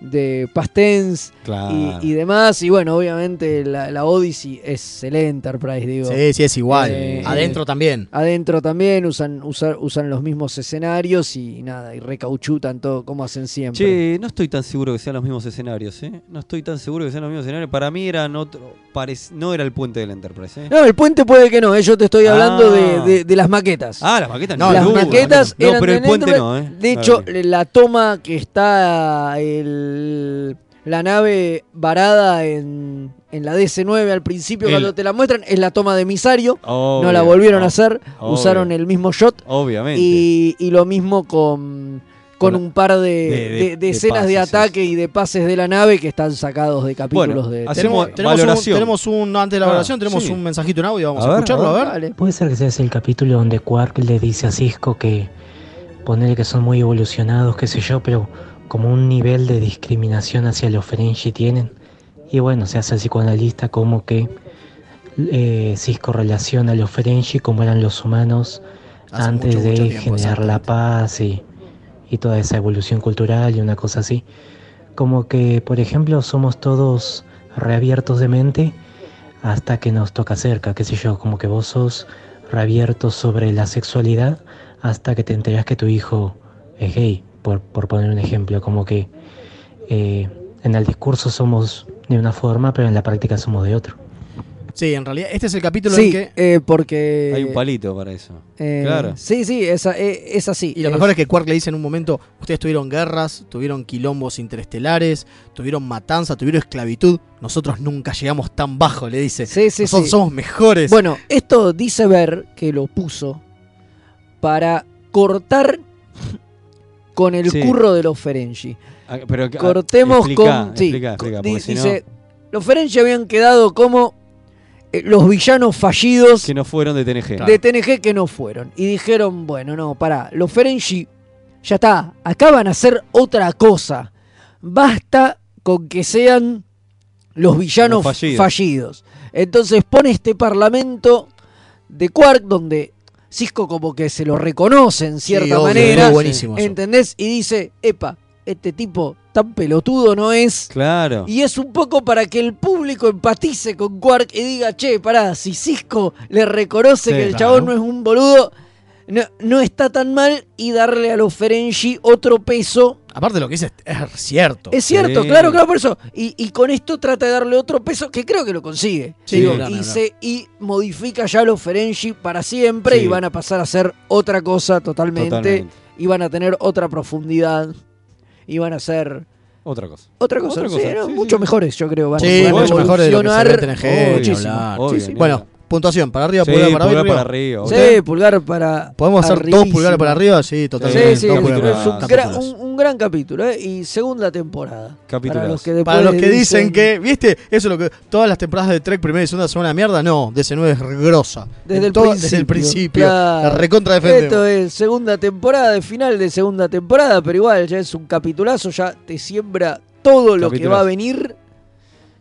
Speaker 4: de past tense
Speaker 3: Claro.
Speaker 4: y, y demás. Y bueno, obviamente la, la Odyssey es el Enterprise, digo.
Speaker 2: Sí, sí, es igual.
Speaker 4: Eh,
Speaker 2: Adentro también.
Speaker 4: Adentro también usan, usa- usan los mismos escenarios y nada, y recauchutan todo como hacen siempre.
Speaker 3: Che, no estoy tan seguro que sean los mismos escenarios, ¿eh? No estoy tan seguro que sean los mismos escenarios. Para mí eran otro, parec- no era el puente del Enterprise, ¿eh?
Speaker 4: No, el puente puede que no, eh, yo te estoy hablando de,
Speaker 3: Ah.
Speaker 4: de- de las maquetas.
Speaker 3: Ah, las maquetas
Speaker 4: las
Speaker 3: dudo,
Speaker 4: maquetas
Speaker 3: No,
Speaker 4: eran
Speaker 3: pero el
Speaker 4: del
Speaker 3: puente no, ¿eh?
Speaker 4: Enterprise. De
Speaker 3: No,
Speaker 4: hecho,
Speaker 3: bien.
Speaker 4: la toma que está el- la nave varada en, en la DC-9 al principio,
Speaker 3: El-
Speaker 4: cuando te la muestran, es la toma de Misario.
Speaker 3: Obvio,
Speaker 4: no la volvieron a
Speaker 3: ob-
Speaker 4: hacer,
Speaker 3: obvio.
Speaker 4: usaron el mismo shot.
Speaker 3: Obviamente.
Speaker 4: Y, y lo mismo con, con
Speaker 3: Con-
Speaker 4: un par de,
Speaker 3: de- de-
Speaker 4: de- de
Speaker 3: de
Speaker 4: escenas de
Speaker 3: pases,
Speaker 4: ataque y de pases de la nave que están sacados de capítulos de...
Speaker 2: Tenemos, tenemos un, tenemos un- antes de la
Speaker 4: Ah,
Speaker 2: valoración, tenemos
Speaker 4: sí.
Speaker 2: un mensajito en audio, vamos
Speaker 4: A
Speaker 2: a,
Speaker 4: ver,
Speaker 2: escucharlo,
Speaker 4: a
Speaker 2: a
Speaker 4: ver.
Speaker 2: ver.
Speaker 7: Puede ser que sea ese el capítulo donde Quark le dice a Cisco que ponerle que son muy evolucionados, qué sé yo, pero como un nivel de discriminación hacia los Ferengi tienen. Y bueno, se hace el psicoanalista como que eh, Cisco relaciona a los Ferengi como eran los humanos
Speaker 2: Hace
Speaker 7: antes
Speaker 2: mucho,
Speaker 7: de
Speaker 2: mucho tiempo,
Speaker 7: generar la paz y, y toda esa evolución cultural y una cosa así. Como que, por ejemplo, somos todos reabiertos de mente hasta que nos toca cerca, qué sé yo, como que vos sos reabierto sobre la sexualidad hasta que te enterás que tu hijo es gay, por, por poner un ejemplo, como que eh, en el discurso somos de una forma, pero en la práctica somos de otro.
Speaker 2: Sí, en realidad, este es el capítulo
Speaker 4: Sí,
Speaker 2: en que.
Speaker 4: eh, porque...
Speaker 3: Hay un palito para eso.
Speaker 4: Eh,
Speaker 3: claro.
Speaker 4: Sí, sí, esa- eh, es así.
Speaker 2: Y lo
Speaker 4: Es-
Speaker 2: mejor es que Quark le dice en un momento: Ustedes tuvieron guerras, tuvieron quilombos interestelares, tuvieron matanza, tuvieron esclavitud. Nosotros nunca llegamos tan bajo, le dice.
Speaker 4: Sí, sí,
Speaker 2: Nosotros
Speaker 4: sí.
Speaker 2: somos mejores.
Speaker 4: Bueno, esto dice Ver que lo puso para cortar con el
Speaker 3: Sí.
Speaker 4: curro de los Ferengi.
Speaker 3: Ah, pero que- ah,
Speaker 4: Cortemos
Speaker 3: explica,
Speaker 4: con. sí,
Speaker 3: explica, explica,
Speaker 4: di-
Speaker 3: porque si no-
Speaker 4: dice, los Ferengi habían quedado como eh, los villanos fallidos
Speaker 3: Que no fueron de TNG.
Speaker 4: de TNG que no fueron. Y dijeron, bueno, no, pará, los Ferengi, ya está, acá van a hacer otra cosa. Basta con que sean los villanos
Speaker 3: Los fallidos.
Speaker 4: fallidos. Entonces pone este parlamento de Quark donde Cisco como que se lo reconoce en cierta
Speaker 2: obvio,
Speaker 4: manera.
Speaker 2: es buenísimo eso.
Speaker 4: ¿Entendés? Y dice, epa, este tipo tan pelotudo no es.
Speaker 3: Claro.
Speaker 4: Y es un poco para que el público empatice con Quark y diga, che, pará, si Cisco le reconoce
Speaker 3: Sí,
Speaker 4: que el
Speaker 3: claro.
Speaker 4: chabón no es un boludo, no, no está tan mal y darle a los Ferengi otro peso.
Speaker 2: Aparte lo que dices es cierto.
Speaker 4: Es cierto,
Speaker 2: Sí.
Speaker 4: claro, claro, por eso. Y, y con esto trata de darle otro peso, que creo que lo consigue.
Speaker 2: Sí,
Speaker 4: Digo,
Speaker 2: no, no,
Speaker 4: y,
Speaker 2: no.
Speaker 4: se- y modifica ya los Ferengi para siempre
Speaker 2: Sí.
Speaker 4: y van a pasar a ser otra cosa totalmente,
Speaker 3: Totalmente.
Speaker 4: Y van a tener otra profundidad. Y van a ser
Speaker 3: Otra cosa.
Speaker 4: otra cosa.
Speaker 3: Otra
Speaker 4: sí,
Speaker 3: cosa,
Speaker 4: ¿no?
Speaker 3: sí,
Speaker 4: mucho mejores, yo creo. Van,
Speaker 2: Sí,
Speaker 4: van a
Speaker 2: mucho mejor de lo que se
Speaker 4: evolucionar
Speaker 2: ve en TNG, ni
Speaker 4: muchísimo,
Speaker 2: hablar.
Speaker 4: muchísimo.
Speaker 2: Bueno, puntuación, para arriba,
Speaker 3: Sí,
Speaker 2: pulgar para
Speaker 3: pulgar
Speaker 2: arriba.
Speaker 3: para arriba,
Speaker 4: Sí, pulgar para.
Speaker 2: ¿Podemos hacer dos
Speaker 4: arribísimo.
Speaker 2: pulgares para arriba? Sí, totalmente.
Speaker 4: Sí, sí,
Speaker 2: dos
Speaker 4: es un,
Speaker 2: pulgares
Speaker 4: gran-
Speaker 2: para arriba.
Speaker 4: un- un gran capítulo, ¿eh? Y segunda temporada. Para los que,
Speaker 2: Para
Speaker 4: después
Speaker 2: los que dicen que, ¿viste? Eso es lo que. Todas las temporadas de Trek primera y segunda son una mierda. No, DC9 es grosa.
Speaker 4: Desde
Speaker 2: En
Speaker 4: el,
Speaker 2: todo-
Speaker 4: principio,
Speaker 2: Desde el principio.
Speaker 4: claro.
Speaker 2: La recontra defendemos.
Speaker 4: Esto es segunda temporada, de final de segunda temporada, pero igual ya es un capitulazo, ya te siembra todo lo que
Speaker 3: Capitulazo.
Speaker 4: va a venir.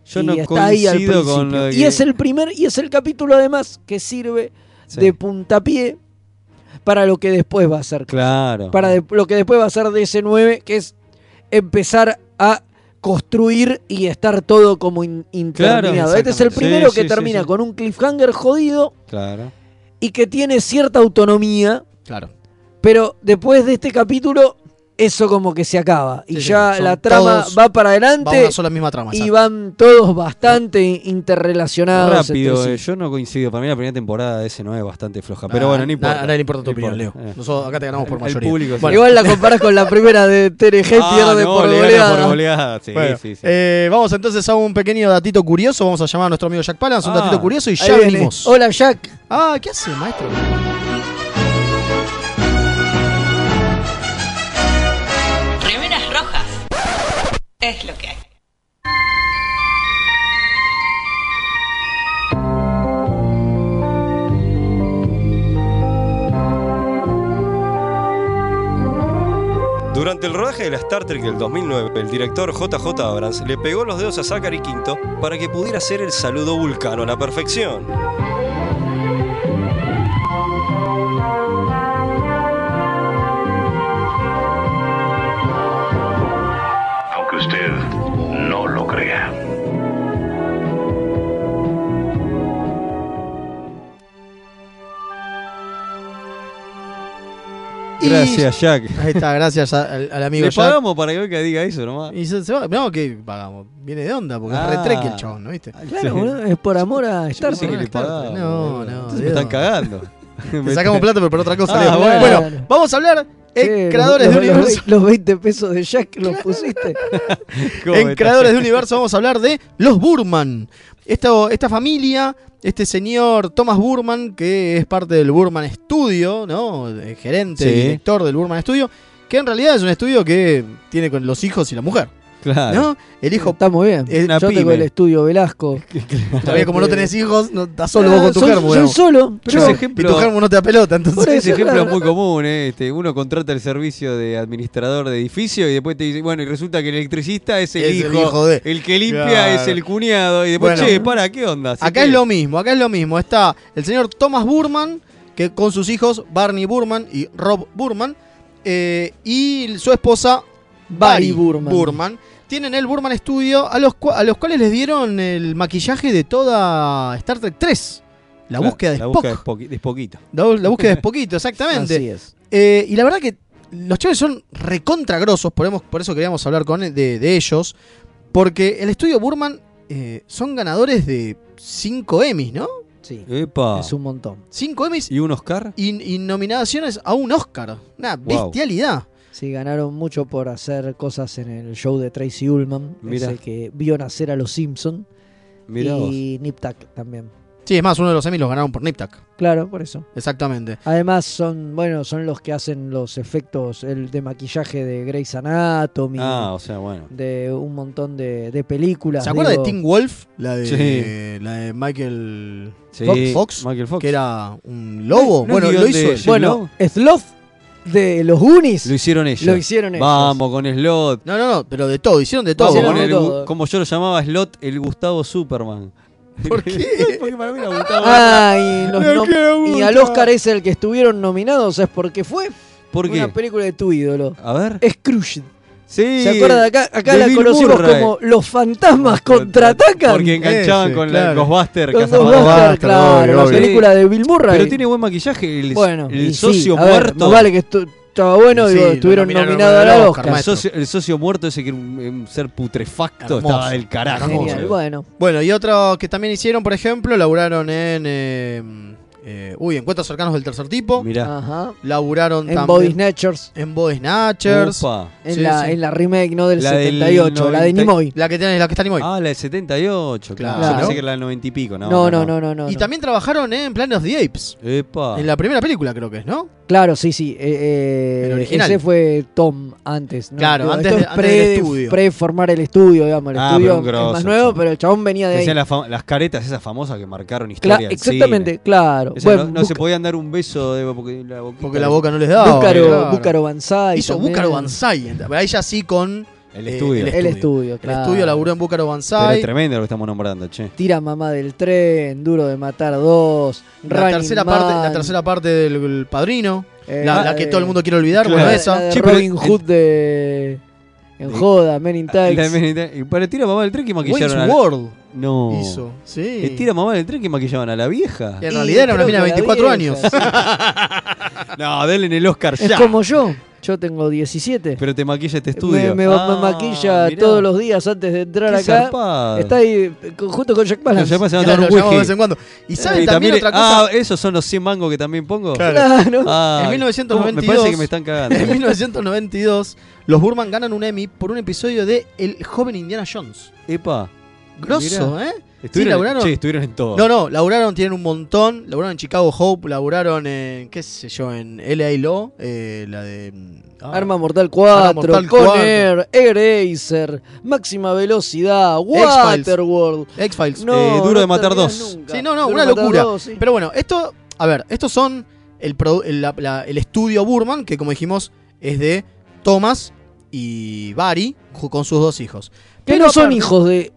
Speaker 3: Yo
Speaker 4: y
Speaker 3: no
Speaker 4: está ahí al
Speaker 3: coincido
Speaker 4: principio.
Speaker 3: con lo de
Speaker 4: Y
Speaker 3: que-
Speaker 4: es el primer, y es el capítulo además que sirve
Speaker 3: Sí.
Speaker 4: de puntapié para lo que después va a ser.
Speaker 3: Claro.
Speaker 4: Para de- lo que después va a ser DS9, que es empezar a construir y estar todo como in- interminado. este es el
Speaker 3: exactamente.
Speaker 4: primero
Speaker 3: Sí,
Speaker 4: que
Speaker 3: sí,
Speaker 4: termina
Speaker 3: sí, sí.
Speaker 4: con un cliffhanger jodido
Speaker 3: Claro.
Speaker 4: y que tiene cierta autonomía,
Speaker 2: Claro.
Speaker 4: pero después de este capítulo eso como que se acaba y
Speaker 2: Sí, sí,
Speaker 4: ya
Speaker 2: son
Speaker 4: la trama
Speaker 2: todos-
Speaker 4: va para adelante
Speaker 2: Va una sola misma trama.
Speaker 4: y
Speaker 2: exacto.
Speaker 4: van todos bastante interrelacionados.
Speaker 3: Rápido,
Speaker 4: entre
Speaker 3: eh,
Speaker 4: sí.
Speaker 3: yo no coincido. Para mí la primera temporada de ese 9 es bastante floja.
Speaker 2: Ah,
Speaker 3: Pero bueno, no importa.
Speaker 2: A nadie le importa tu opinión, Leo.
Speaker 3: Eh.
Speaker 2: Nosotros acá te ganamos por
Speaker 3: El- el
Speaker 2: mayoría.
Speaker 3: público, sí.
Speaker 2: Bueno.
Speaker 4: Igual la comparás con la primera de TNG,
Speaker 3: Ah,
Speaker 4: pierde
Speaker 3: no,
Speaker 4: por
Speaker 3: le gana
Speaker 4: goleada.
Speaker 3: por goleada, sí,
Speaker 2: Bueno,
Speaker 3: sí, sí.
Speaker 2: eh, vamos entonces a un pequeño datito curioso. Vamos a llamar a nuestro amigo Jack Palance. Un
Speaker 3: Ah,
Speaker 2: datito curioso y
Speaker 4: ahí
Speaker 2: ya
Speaker 4: viene.
Speaker 2: venimos.
Speaker 4: Hola Jack.
Speaker 2: Ah, ¿qué hace, maestro?
Speaker 5: Remeras rojas. Es lo que hay.
Speaker 12: Durante el rodaje de la Star Trek del 2009, el director JJ Abrams le pegó los dedos a Zachary Quinto para que pudiera hacer el saludo vulcano a la perfección.
Speaker 13: aunque usted no lo crea.
Speaker 2: Y-
Speaker 3: Gracias, Jack.
Speaker 2: Ahí está, gracias a- al, al amigo
Speaker 3: Le
Speaker 2: Jack.
Speaker 3: pagamos para que venga y diga eso nomás.
Speaker 2: Y se, se va. No, que pagamos. Viene de onda, porque
Speaker 3: Ah.
Speaker 2: es retreque el chabón, ¿no viste? Ah,
Speaker 4: Claro, boludo, es por amor a
Speaker 3: Yo
Speaker 4: Star
Speaker 3: pensé que
Speaker 4: Trek.
Speaker 3: le pagaba.
Speaker 2: No, no,
Speaker 3: Entonces
Speaker 2: de
Speaker 3: me están
Speaker 2: dónde.
Speaker 3: cagando.
Speaker 2: Te sacamos plata, pero por otra cosa.
Speaker 3: Ah,
Speaker 2: Leo.
Speaker 3: bueno.
Speaker 2: bueno. vamos a hablar en Eh, creadores de
Speaker 4: los, los-
Speaker 2: universo.
Speaker 4: Los 20 pesos de Jack los pusiste.
Speaker 3: ¿Cómo
Speaker 2: en
Speaker 3: estás?
Speaker 2: Creadores de Universo vamos a hablar de los Burman. Esta, esta familia, este señor Thomas Burman, que es parte del Burman Studio, ¿no? El gerente,
Speaker 3: Sí.
Speaker 2: y director del Burman Studio, que en realidad es un estudio que tiene con los hijos y la mujer.
Speaker 3: Claro.
Speaker 2: ¿no? El hijo.
Speaker 4: Está muy bien.
Speaker 2: Es una
Speaker 4: Yo tengo
Speaker 2: pyme.
Speaker 4: el estudio Velasco.
Speaker 2: Todavía como no tenés hijos, no, estás solo
Speaker 4: Ah,
Speaker 2: vos con tu
Speaker 4: soy-
Speaker 2: germo.
Speaker 4: soy
Speaker 2: digamos.
Speaker 4: solo,
Speaker 2: Yo
Speaker 4: yo.
Speaker 2: sé, y tu germo no te da pelota, entonces.
Speaker 3: Ese ejemplo es muy común, ¿eh? Este, uno contrata el servicio de administrador de edificio y después te dice, bueno, y resulta que el electricista es el,
Speaker 2: Es el
Speaker 3: hijo,
Speaker 2: hijo de-
Speaker 3: el que limpia
Speaker 2: Claro.
Speaker 3: es el cuñado, y después,
Speaker 2: Bueno.
Speaker 3: che, para, ¿qué onda? Así
Speaker 2: Acá
Speaker 3: que-
Speaker 2: es lo mismo, acá es lo mismo. Está el señor Thomas Burman, que con sus hijos, Barney Burman y Rob Burman, eh, y su esposa, Bari
Speaker 4: Bari Burman.
Speaker 2: Burman. tienen el Burman Studio, a los, cua- a los cuales les dieron el maquillaje de toda Star Trek 3. La
Speaker 3: Claro,
Speaker 2: búsqueda de
Speaker 3: la
Speaker 2: Spock.
Speaker 3: búsqueda de, Spock- de Spockito.
Speaker 2: La, bu- la búsqueda de Spoquito, exactamente.
Speaker 4: Así es.
Speaker 2: Eh, y la verdad que los chavales son recontra grosos, por, hemos- por eso queríamos hablar con, e, de, de ellos. Porque el estudio Burman eh, son ganadores de 5 Emmys, ¿no?
Speaker 4: Sí.
Speaker 3: Epa.
Speaker 4: Es un montón.
Speaker 2: 5 Emmys
Speaker 3: ¿Y un Oscar?
Speaker 2: y, y nominaciones a un Oscar. Una
Speaker 3: Wow.
Speaker 2: bestialidad.
Speaker 4: Sí, ganaron mucho por hacer cosas en el show de Tracy Ullman,
Speaker 3: Mirá.
Speaker 4: ese que vio nacer a los Simpson
Speaker 3: Mirá vos.
Speaker 4: y Nip Tuck también.
Speaker 2: Sí, es más, uno de los Emmys los ganaron por Niptak.
Speaker 4: Claro, por eso.
Speaker 2: Exactamente.
Speaker 4: Además son, bueno, son los que hacen los efectos el de maquillaje de Grey's Anatomy,
Speaker 3: Ah, o sea, bueno.
Speaker 4: de un montón de, de películas.
Speaker 2: ¿Se acuerda
Speaker 4: digo.
Speaker 2: de Tim Wolf? La de,
Speaker 3: Sí.
Speaker 2: la de Michael
Speaker 3: Sí,
Speaker 2: Fox, Fox,
Speaker 3: Michael Fox.
Speaker 2: Que era un lobo.
Speaker 3: No, no
Speaker 2: bueno,
Speaker 3: es
Speaker 2: lo
Speaker 3: guión
Speaker 2: hizo
Speaker 3: de
Speaker 2: él.
Speaker 3: Jim
Speaker 4: Bueno, Sloth de los Goonies.
Speaker 3: Lo hicieron ellos.
Speaker 4: Lo hicieron ellos.
Speaker 3: Vamos con Slot.
Speaker 2: No, no, no, pero de todo, hicieron de todo.
Speaker 3: Vamos
Speaker 4: Hicieron
Speaker 3: con
Speaker 4: de
Speaker 3: el
Speaker 4: todo.
Speaker 3: Gu- como yo lo llamaba Slot, el Gustavo Superman.
Speaker 2: ¿Por qué?
Speaker 3: Porque para mí era Gustavo.
Speaker 4: Ah, y, los
Speaker 3: Me
Speaker 4: nom-
Speaker 3: quiero
Speaker 4: y
Speaker 3: mucho.
Speaker 4: al Oscar es el que estuvieron nominados, es porque fue
Speaker 3: ¿Por qué?
Speaker 4: una película de tu ídolo.
Speaker 3: A ver.
Speaker 4: Scrooge.
Speaker 3: Sí,
Speaker 4: ¿Se acuerda de acá? Acá
Speaker 3: de
Speaker 4: la
Speaker 3: Bill
Speaker 4: conocimos
Speaker 3: Murray.
Speaker 4: como los fantasmas contraatacan.
Speaker 3: Porque enganchaban
Speaker 4: Ese,
Speaker 3: con la
Speaker 4: claro.
Speaker 3: Ghostbuster,
Speaker 4: Con
Speaker 3: Cazafantasmas.
Speaker 4: Ghostbuster, claro, la película de Bill Murray.
Speaker 3: Pero tiene buen maquillaje. El,
Speaker 4: Bueno,
Speaker 3: el
Speaker 4: y sí,
Speaker 3: socio
Speaker 4: a ver,
Speaker 3: muerto.
Speaker 4: más vale que estu- estaba bueno,
Speaker 3: Sí,
Speaker 4: digo,
Speaker 3: lo
Speaker 4: estuvieron
Speaker 3: nominaron
Speaker 4: nominados
Speaker 3: al
Speaker 4: al
Speaker 3: Oscar,
Speaker 4: Oscar.
Speaker 3: el, socio, el socio muerto ese que era un, un ser putrefacto
Speaker 2: Hermoso.
Speaker 3: estaba del carajo.
Speaker 2: Hermoso.
Speaker 3: boludo.
Speaker 4: bueno.
Speaker 2: y otro que también hicieron, por ejemplo, laburaron en. eh, eh, uy, Encuentros cercanos del tercer tipo.
Speaker 3: Mirá.
Speaker 4: Ajá.
Speaker 2: Laburaron
Speaker 4: En
Speaker 2: también.
Speaker 4: Body Snatchers.
Speaker 2: En Body Snatchers.
Speaker 3: Opa.
Speaker 4: En,
Speaker 2: Sí,
Speaker 4: la,
Speaker 2: sí.
Speaker 4: en la remake, ¿no? Del
Speaker 3: La del
Speaker 4: 78, la de
Speaker 3: 90
Speaker 4: Nimoy.
Speaker 2: La que, tiene, la que está Nimoy.
Speaker 3: Ah, la de 78, claro.
Speaker 2: Claro.
Speaker 3: Yo pensé que era la del 90 y pico, ¿no?
Speaker 4: No, no, no, no, no. Ah.
Speaker 2: y también trabajaron en Planet of the Apes.
Speaker 3: Epa.
Speaker 2: En la primera película, creo que es, ¿no?
Speaker 4: Claro, sí, sí. eh, eh,
Speaker 2: El original.
Speaker 4: Ese fue Tom antes. ¿no?
Speaker 2: Claro,
Speaker 4: Digo,
Speaker 2: antes
Speaker 4: esto
Speaker 2: de-
Speaker 4: es
Speaker 2: antes
Speaker 4: pre-
Speaker 2: del estudio.
Speaker 4: pre-formar el estudio, digamos. El
Speaker 3: Ah,
Speaker 4: estudio
Speaker 3: pero un grosso,
Speaker 4: es más nuevo, pero el chabón venía de ahí.
Speaker 3: Decían las, fam- las caretas esas famosas que marcaron
Speaker 4: Cla-
Speaker 3: historia. del
Speaker 4: exactamente,
Speaker 3: cine.
Speaker 4: claro.
Speaker 3: Esa
Speaker 4: Bueno,
Speaker 3: no no se
Speaker 4: Buc-
Speaker 3: podían dar un beso de- porque la boquita
Speaker 2: Porque la boca no les daba.
Speaker 4: Búcaro,
Speaker 2: claro.
Speaker 4: Búcaro Banzai.
Speaker 2: Hizo
Speaker 4: también.
Speaker 2: Búcaro Banzai. ent- Pero ella sí con.
Speaker 3: El
Speaker 2: eh,
Speaker 3: estudio.
Speaker 2: el
Speaker 3: El
Speaker 2: estudio.
Speaker 4: estudio, claro.
Speaker 2: El estudio laburó en Búcaro
Speaker 3: Pero
Speaker 2: Banzai.
Speaker 3: es tremendo lo que estamos nombrando, che.
Speaker 4: Tira mamá del tren, duro de matar dos.
Speaker 2: La
Speaker 4: Running
Speaker 2: tercera,
Speaker 4: Man,
Speaker 2: parte, la tercera parte del el Padrino.
Speaker 4: eh,
Speaker 2: la, la que todo el mundo quiere olvidar.
Speaker 3: Claro.
Speaker 2: Bueno,
Speaker 4: la-
Speaker 2: esa.
Speaker 4: la de
Speaker 3: Che, pero-
Speaker 4: Robin Hood de. En Joda, Men in Tights.
Speaker 3: La de Men in Black. Y Para Tira Mamá del Tren que maquillaron
Speaker 2: Wayne's
Speaker 3: a-
Speaker 2: World
Speaker 3: No.
Speaker 4: Oh.
Speaker 2: hizo. Sí.
Speaker 3: Eh, Tira Mamá del Tren que maquillaban a la vieja.
Speaker 2: Que en realidad era una
Speaker 4: creo
Speaker 2: mina de
Speaker 4: que la
Speaker 2: 24 años.
Speaker 4: vieja,
Speaker 3: No, denle en el Oscar
Speaker 4: Es
Speaker 3: ya.
Speaker 4: como yo. Yo tengo 17.
Speaker 3: Pero te maquilla
Speaker 4: Me,
Speaker 3: este estudio.
Speaker 4: me- me
Speaker 2: Ah,
Speaker 4: maquilla
Speaker 3: mirá.
Speaker 4: todos los días antes de entrar
Speaker 3: Qué
Speaker 4: acá.
Speaker 3: zarpado.
Speaker 4: Está ahí eh, con- junto con Jack Palance.
Speaker 3: Jack Palance, se van a
Speaker 2: Claro, lo
Speaker 3: tomar un
Speaker 2: llamamos de
Speaker 3: whisky.
Speaker 2: vez en cuando. Y saben
Speaker 3: Y
Speaker 2: también, otra cosa.
Speaker 3: Ah, esos son los 100 mangos que también pongo.
Speaker 2: Claro.
Speaker 4: Claro.
Speaker 3: Ah,
Speaker 2: en
Speaker 3: Me
Speaker 2: 1992,
Speaker 3: parece que me están cagando.
Speaker 2: En 1992, los Burman ganan un Emmy por un episodio de El joven Indiana Jones.
Speaker 3: Epa.
Speaker 2: Grosso,
Speaker 3: Mirá.
Speaker 2: ¿eh? Sí,
Speaker 3: Estuvieron,
Speaker 2: laburaron.
Speaker 3: che, estuvieron en todo.
Speaker 2: No, no, laburaron, tienen un montón. Laburaron en Chicago Hope, laburaron en, qué sé yo, en L.A. Law, eh, la de. ah,
Speaker 4: Arma Mortal
Speaker 2: Arma
Speaker 4: 4,
Speaker 2: Mortal
Speaker 4: Conair,
Speaker 2: 4.
Speaker 4: Eraser, Máxima Velocidad, Waterworld.
Speaker 2: X-Files.
Speaker 4: No,
Speaker 3: Eh, Duro de Matar
Speaker 4: terminás
Speaker 3: dos.
Speaker 4: nunca.
Speaker 2: Sí, no, no,
Speaker 4: Duro
Speaker 2: una
Speaker 4: de Matar
Speaker 2: locura.
Speaker 4: dos, sí.
Speaker 2: Pero bueno, esto, a ver, estos son el, produ- el- la- la- el estudio Burman, que como dijimos es de Thomas y Barry ju- con sus dos hijos.
Speaker 4: Que no son
Speaker 2: aparte-
Speaker 4: hijos de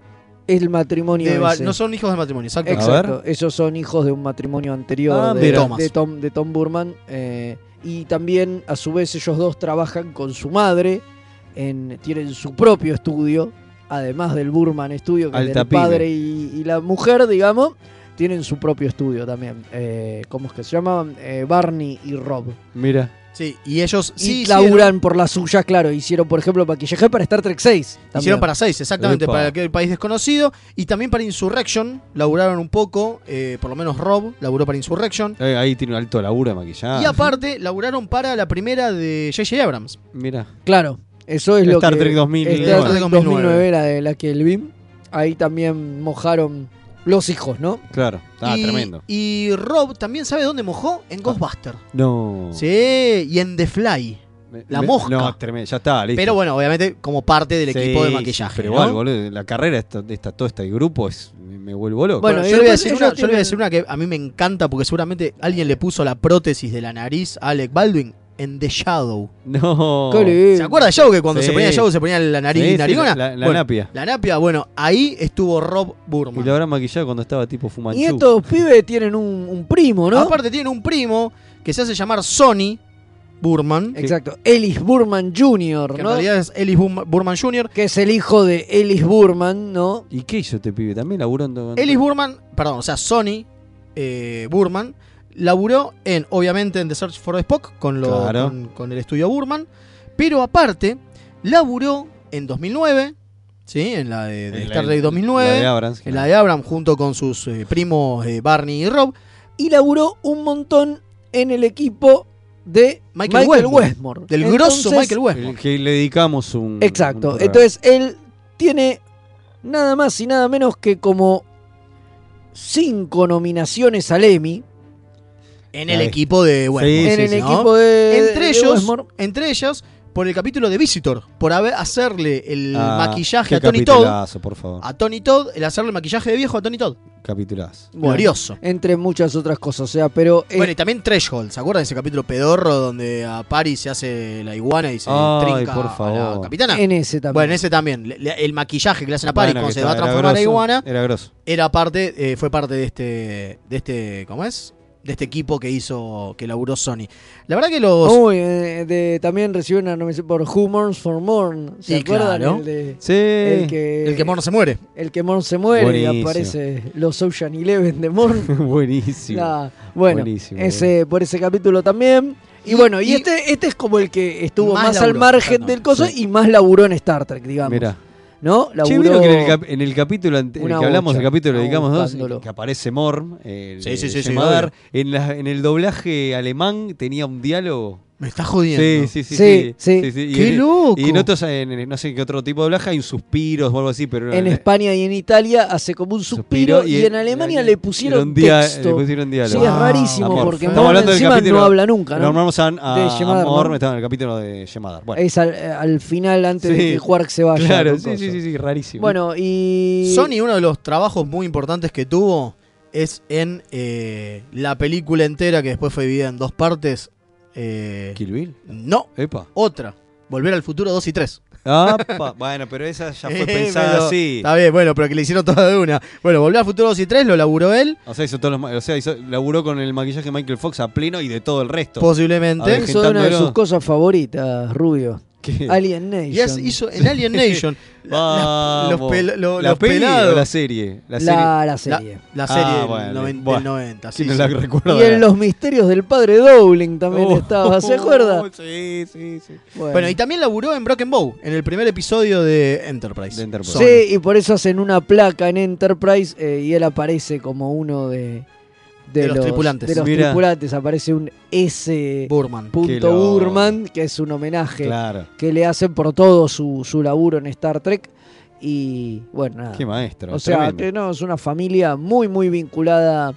Speaker 4: el matrimonio
Speaker 2: de Bar-
Speaker 4: ese.
Speaker 2: no son hijos de matrimonio, exacto.
Speaker 4: Exacto, esos son hijos de un matrimonio anterior
Speaker 3: Ah,
Speaker 4: de,
Speaker 3: mira.
Speaker 4: Thomas. de Tom, de Tom Burman. eh, y también, a su vez, ellos dos trabajan con su madre, en, tienen su propio estudio, además del Burman Estudio, que es
Speaker 3: Alta
Speaker 4: del
Speaker 3: pibe.
Speaker 4: padre y, y la mujer, digamos, tienen su propio estudio también. Eh, ¿Cómo es que se llaman? Eh, Barney y Rob.
Speaker 3: Mira.
Speaker 2: Sí, y ellos sí
Speaker 4: y
Speaker 2: hicieron,
Speaker 4: laburan por la suya, claro. Hicieron, por ejemplo, maquillaje para Star Trek 6.
Speaker 2: hicieron para seis, exactamente,
Speaker 3: Epa.
Speaker 2: para aquel país desconocido. Y también para Insurrection, laburaron un poco, eh, por lo menos Rob laburó para Insurrection.
Speaker 3: Eh, Ahí tiene un alto laburo de maquillaje.
Speaker 2: Y aparte, laburaron para la primera de J.J. Abrams.
Speaker 3: Mira.
Speaker 4: Claro, eso es lo
Speaker 3: Star
Speaker 4: que.
Speaker 3: Trek 2000,
Speaker 4: Star
Speaker 3: Star
Speaker 2: Trek
Speaker 4: Trek
Speaker 2: 2009.
Speaker 4: 2009 era de la que el BIM. Ahí también mojaron los hijos, ¿no?
Speaker 3: Claro. Ah,
Speaker 2: y,
Speaker 3: tremendo. Ah.
Speaker 2: Y Rob también sabe dónde mojó en Ghostbuster.
Speaker 3: No.
Speaker 2: Sí, y en The Fly.
Speaker 3: Me-
Speaker 2: la
Speaker 3: me-
Speaker 2: mosca.
Speaker 3: No, tremendo. Ya está, listo.
Speaker 2: Pero bueno, obviamente como parte del
Speaker 3: Sí,
Speaker 2: equipo de
Speaker 3: sí,
Speaker 2: maquillaje.
Speaker 3: Pero
Speaker 2: ¿no?
Speaker 3: igual, boludo, la carrera esta, esta, todo este grupo es, me, me vuelvo loco.
Speaker 2: Bueno,
Speaker 4: Bueno, y
Speaker 2: yo, le voy a
Speaker 4: después
Speaker 2: decir
Speaker 4: ellos
Speaker 2: una, yo le voy a
Speaker 4: tienen-
Speaker 2: decir una que a mí me encanta porque seguramente alguien le puso la prótesis de la nariz a Alec Baldwin en The Shadow.
Speaker 3: no.
Speaker 4: Qué lindo.
Speaker 2: ¿Se acuerda de Shadow que cuando
Speaker 3: Sí.
Speaker 2: se ponía Shadow se ponía la nariz
Speaker 3: Sí, sí,
Speaker 2: narigona?
Speaker 3: la- la
Speaker 2: Bueno,
Speaker 3: napia.
Speaker 2: La napia, bueno, ahí estuvo Rob
Speaker 3: Y
Speaker 2: Burman.
Speaker 3: lo habrán maquillado cuando estaba tipo Fumanchu.
Speaker 4: Y estos pibes tienen un, un primo,
Speaker 3: ¿Ah?
Speaker 4: ¿no?
Speaker 2: Aparte tiene un primo que se hace llamar Sonny Burman, que
Speaker 4: Exacto, Ellis Burman Jr.,
Speaker 2: en
Speaker 4: ¿no?
Speaker 2: realidad es Ellis Bum- Burman Jr.
Speaker 4: Que es el hijo de Ellis Burman, ¿no?
Speaker 3: ¿Y qué hizo este pibe? También laburando. con-
Speaker 2: Ellis Burman, perdón, o sea, Sonny eh, Burman, laburó en, obviamente, en The Search for Spock con, lo,
Speaker 3: Claro.
Speaker 2: con, con el estudio Burman, pero aparte, laburó en 2009, ¿sí? En la de, de
Speaker 3: En la
Speaker 2: Star Trek
Speaker 3: de- La de
Speaker 2: 2009,
Speaker 3: Abrams.
Speaker 2: en la de Abram, junto con sus eh, primos eh, Barney y Rob.
Speaker 4: Y laburó un montón en el equipo de
Speaker 2: Michael
Speaker 4: Michael,
Speaker 2: Westmore.
Speaker 4: Westmore.
Speaker 2: Del
Speaker 4: Entonces,
Speaker 2: grosso Michael Westmore.
Speaker 3: El que le dedicamos un.
Speaker 4: Exacto.
Speaker 3: Mm, un programa.
Speaker 4: Entonces él tiene nada más y nada menos que como cinco nominaciones al Emmy
Speaker 2: En el
Speaker 3: Ahí.
Speaker 2: equipo de Westmore.
Speaker 3: Sí,
Speaker 4: en
Speaker 3: sí,
Speaker 4: el
Speaker 3: sí.
Speaker 2: ¿no?
Speaker 4: equipo de
Speaker 2: entre
Speaker 4: de
Speaker 2: ellos,
Speaker 4: Westmore.
Speaker 2: entre ellas, por el capítulo de Visitor, por haber- hacerle el
Speaker 3: Ah,
Speaker 2: maquillaje
Speaker 3: qué
Speaker 2: a Tony Todd. Ah.
Speaker 3: capitulazo, por favor.
Speaker 2: A Tony Todd, el hacerle el maquillaje de viejo a Tony Todd.
Speaker 3: Capitulazo.
Speaker 4: Bueno.
Speaker 2: Glorioso.
Speaker 4: entre muchas otras cosas, o sea, pero eh,
Speaker 2: Bueno, y también Threshold, ¿se acuerdan de ese capítulo pedorro donde a Paris se hace la iguana y se
Speaker 3: Ay,
Speaker 2: trinca
Speaker 3: por
Speaker 2: a la
Speaker 3: favor.
Speaker 2: capitana?
Speaker 4: en ese también.
Speaker 2: Bueno, ese también. Le- le- el maquillaje que le hacen a Paris
Speaker 3: Bueno,
Speaker 2: cuando
Speaker 3: que
Speaker 2: se va a
Speaker 3: estaba- era
Speaker 2: transformar a
Speaker 3: grosso,
Speaker 2: iguana
Speaker 3: Era grosso.
Speaker 2: era parte, eh, fue parte de este, de este, ¿cómo es? de este equipo que hizo, que laburó Sony. La verdad que los...
Speaker 4: Uy, eh, de- también recibió una nominación por Who Mourns for Mourn. ¿Se
Speaker 2: Sí,
Speaker 4: acuerdan?
Speaker 2: claro.
Speaker 4: El, de-
Speaker 2: Sí.
Speaker 4: el que,
Speaker 2: El que Mourn se muere.
Speaker 4: El que Mourn se muere y
Speaker 2: Buenísimo.
Speaker 4: aparece los Ocean Eleven de Mourn.
Speaker 3: Buenísimo.
Speaker 4: Nah, bueno,
Speaker 3: Buenísimo,
Speaker 4: ese,
Speaker 2: eh.
Speaker 4: por ese capítulo también. Y, bueno, y, este, este es como el que estuvo
Speaker 2: Más
Speaker 4: más, al
Speaker 2: laburó,
Speaker 4: margen
Speaker 2: claro,
Speaker 4: del coso y más laburó en Star Trek, digamos.
Speaker 3: Mirá.
Speaker 4: ¿No?
Speaker 3: Che,
Speaker 4: Laburó-
Speaker 3: ¿vieron que en el, cap- en el capítulo ante- en el
Speaker 4: Una
Speaker 3: que hablamos,
Speaker 4: bocha.
Speaker 3: el capítulo que
Speaker 4: Estamos
Speaker 3: dedicamos dos,
Speaker 4: buscándolo.
Speaker 3: que aparece Morm, el
Speaker 2: Sí, sí,
Speaker 3: de
Speaker 2: sí, sí,
Speaker 3: Yemadar,
Speaker 2: obvio.
Speaker 3: en, la- en el doblaje alemán tenía un diálogo.
Speaker 2: Me está jodiendo.
Speaker 3: Sí, sí, sí.
Speaker 4: Sí, sí.
Speaker 3: Y
Speaker 2: ¡Qué
Speaker 3: en-
Speaker 2: loco!
Speaker 3: Y en otros, en- en- no sé qué otro tipo de doblaje, hay un suspiros o algo así, pero...
Speaker 4: En España y en Italia hace como un suspiro,
Speaker 3: Suspiro
Speaker 4: y,
Speaker 3: y
Speaker 4: en Alemania le pusieron
Speaker 3: un dia-
Speaker 4: texto.
Speaker 3: le pusieron diálogo.
Speaker 4: Sí, es
Speaker 3: Ah,
Speaker 4: rarísimo
Speaker 3: amor.
Speaker 4: porque
Speaker 3: Estamos
Speaker 4: Morn
Speaker 3: hablando del
Speaker 4: encima
Speaker 3: capítulo-
Speaker 4: no habla nunca, ¿no?
Speaker 3: Normamos a, a,
Speaker 4: De Yemadar,
Speaker 3: a Morm,
Speaker 4: ¿no?
Speaker 3: estaba en el capítulo de Yemadar. Bueno.
Speaker 4: Es al, al final antes de
Speaker 3: Sí,
Speaker 4: que Quark se vaya.
Speaker 3: Claro,
Speaker 4: con
Speaker 3: sí,
Speaker 4: coso.
Speaker 3: sí, sí, sí, rarísimo.
Speaker 4: Bueno, y.
Speaker 2: Sony, uno de los trabajos muy importantes que tuvo es en eh, la película entera que después fue dividida en dos partes. eh,
Speaker 3: ¿Kill Bill?
Speaker 2: no,
Speaker 3: Epa.
Speaker 2: otra. Volver al futuro 2 y 3.
Speaker 3: Apa, bueno, pero esa ya fue pensada así.
Speaker 2: Eh, Está bien, bueno, pero que le hicieron toda de una. Bueno, Volver al futuro 2 y 3 lo laburó él,
Speaker 3: O sea, hizo todos los, ma- o sea, hizo- laburó con el maquillaje de Michael Fox a pleno y de todo el resto.
Speaker 2: posiblemente.
Speaker 4: Eso es una de sus cosas favoritas, Rubio.
Speaker 3: ¿Qué?
Speaker 4: Alien Nation.
Speaker 2: Y es- hizo en Alien Nation. la-
Speaker 3: Vamos.
Speaker 2: los pel- lo-
Speaker 3: ¿La
Speaker 2: los
Speaker 3: peli
Speaker 2: pelados.
Speaker 3: o la serie? La
Speaker 4: La-
Speaker 3: serie.
Speaker 4: la serie.
Speaker 2: La serie
Speaker 3: Ah,
Speaker 2: del,
Speaker 3: bueno,
Speaker 2: noven-
Speaker 3: bueno.
Speaker 2: del 90. sí,
Speaker 3: ¿Quién no
Speaker 2: sí.
Speaker 3: la recuerda?
Speaker 4: Y en Los Misterios del Padre Dowling también
Speaker 3: eh. Oh,
Speaker 4: estaba, ¿se acuerda?
Speaker 3: Sí, sí, sí.
Speaker 4: Bueno.
Speaker 2: Bueno, y también laburó en Broken Bow, en el primer episodio de Enterprise.
Speaker 3: De Enterprise.
Speaker 4: Sí, y por eso hacen una placa en Enterprise eh, y él aparece como uno de,
Speaker 2: De los tripulantes.
Speaker 4: De los
Speaker 2: Mira.
Speaker 4: tripulantes. Aparece un S.
Speaker 2: Burman.
Speaker 3: Qué
Speaker 4: Punto
Speaker 3: loco.
Speaker 4: Burman, que es un homenaje
Speaker 3: Claro.
Speaker 4: que le hacen por todo su, su laburo en Star Trek. Y bueno, nada.
Speaker 3: Qué maestro.
Speaker 4: O sea,
Speaker 3: tremendo.
Speaker 4: que no, es una familia muy, muy vinculada,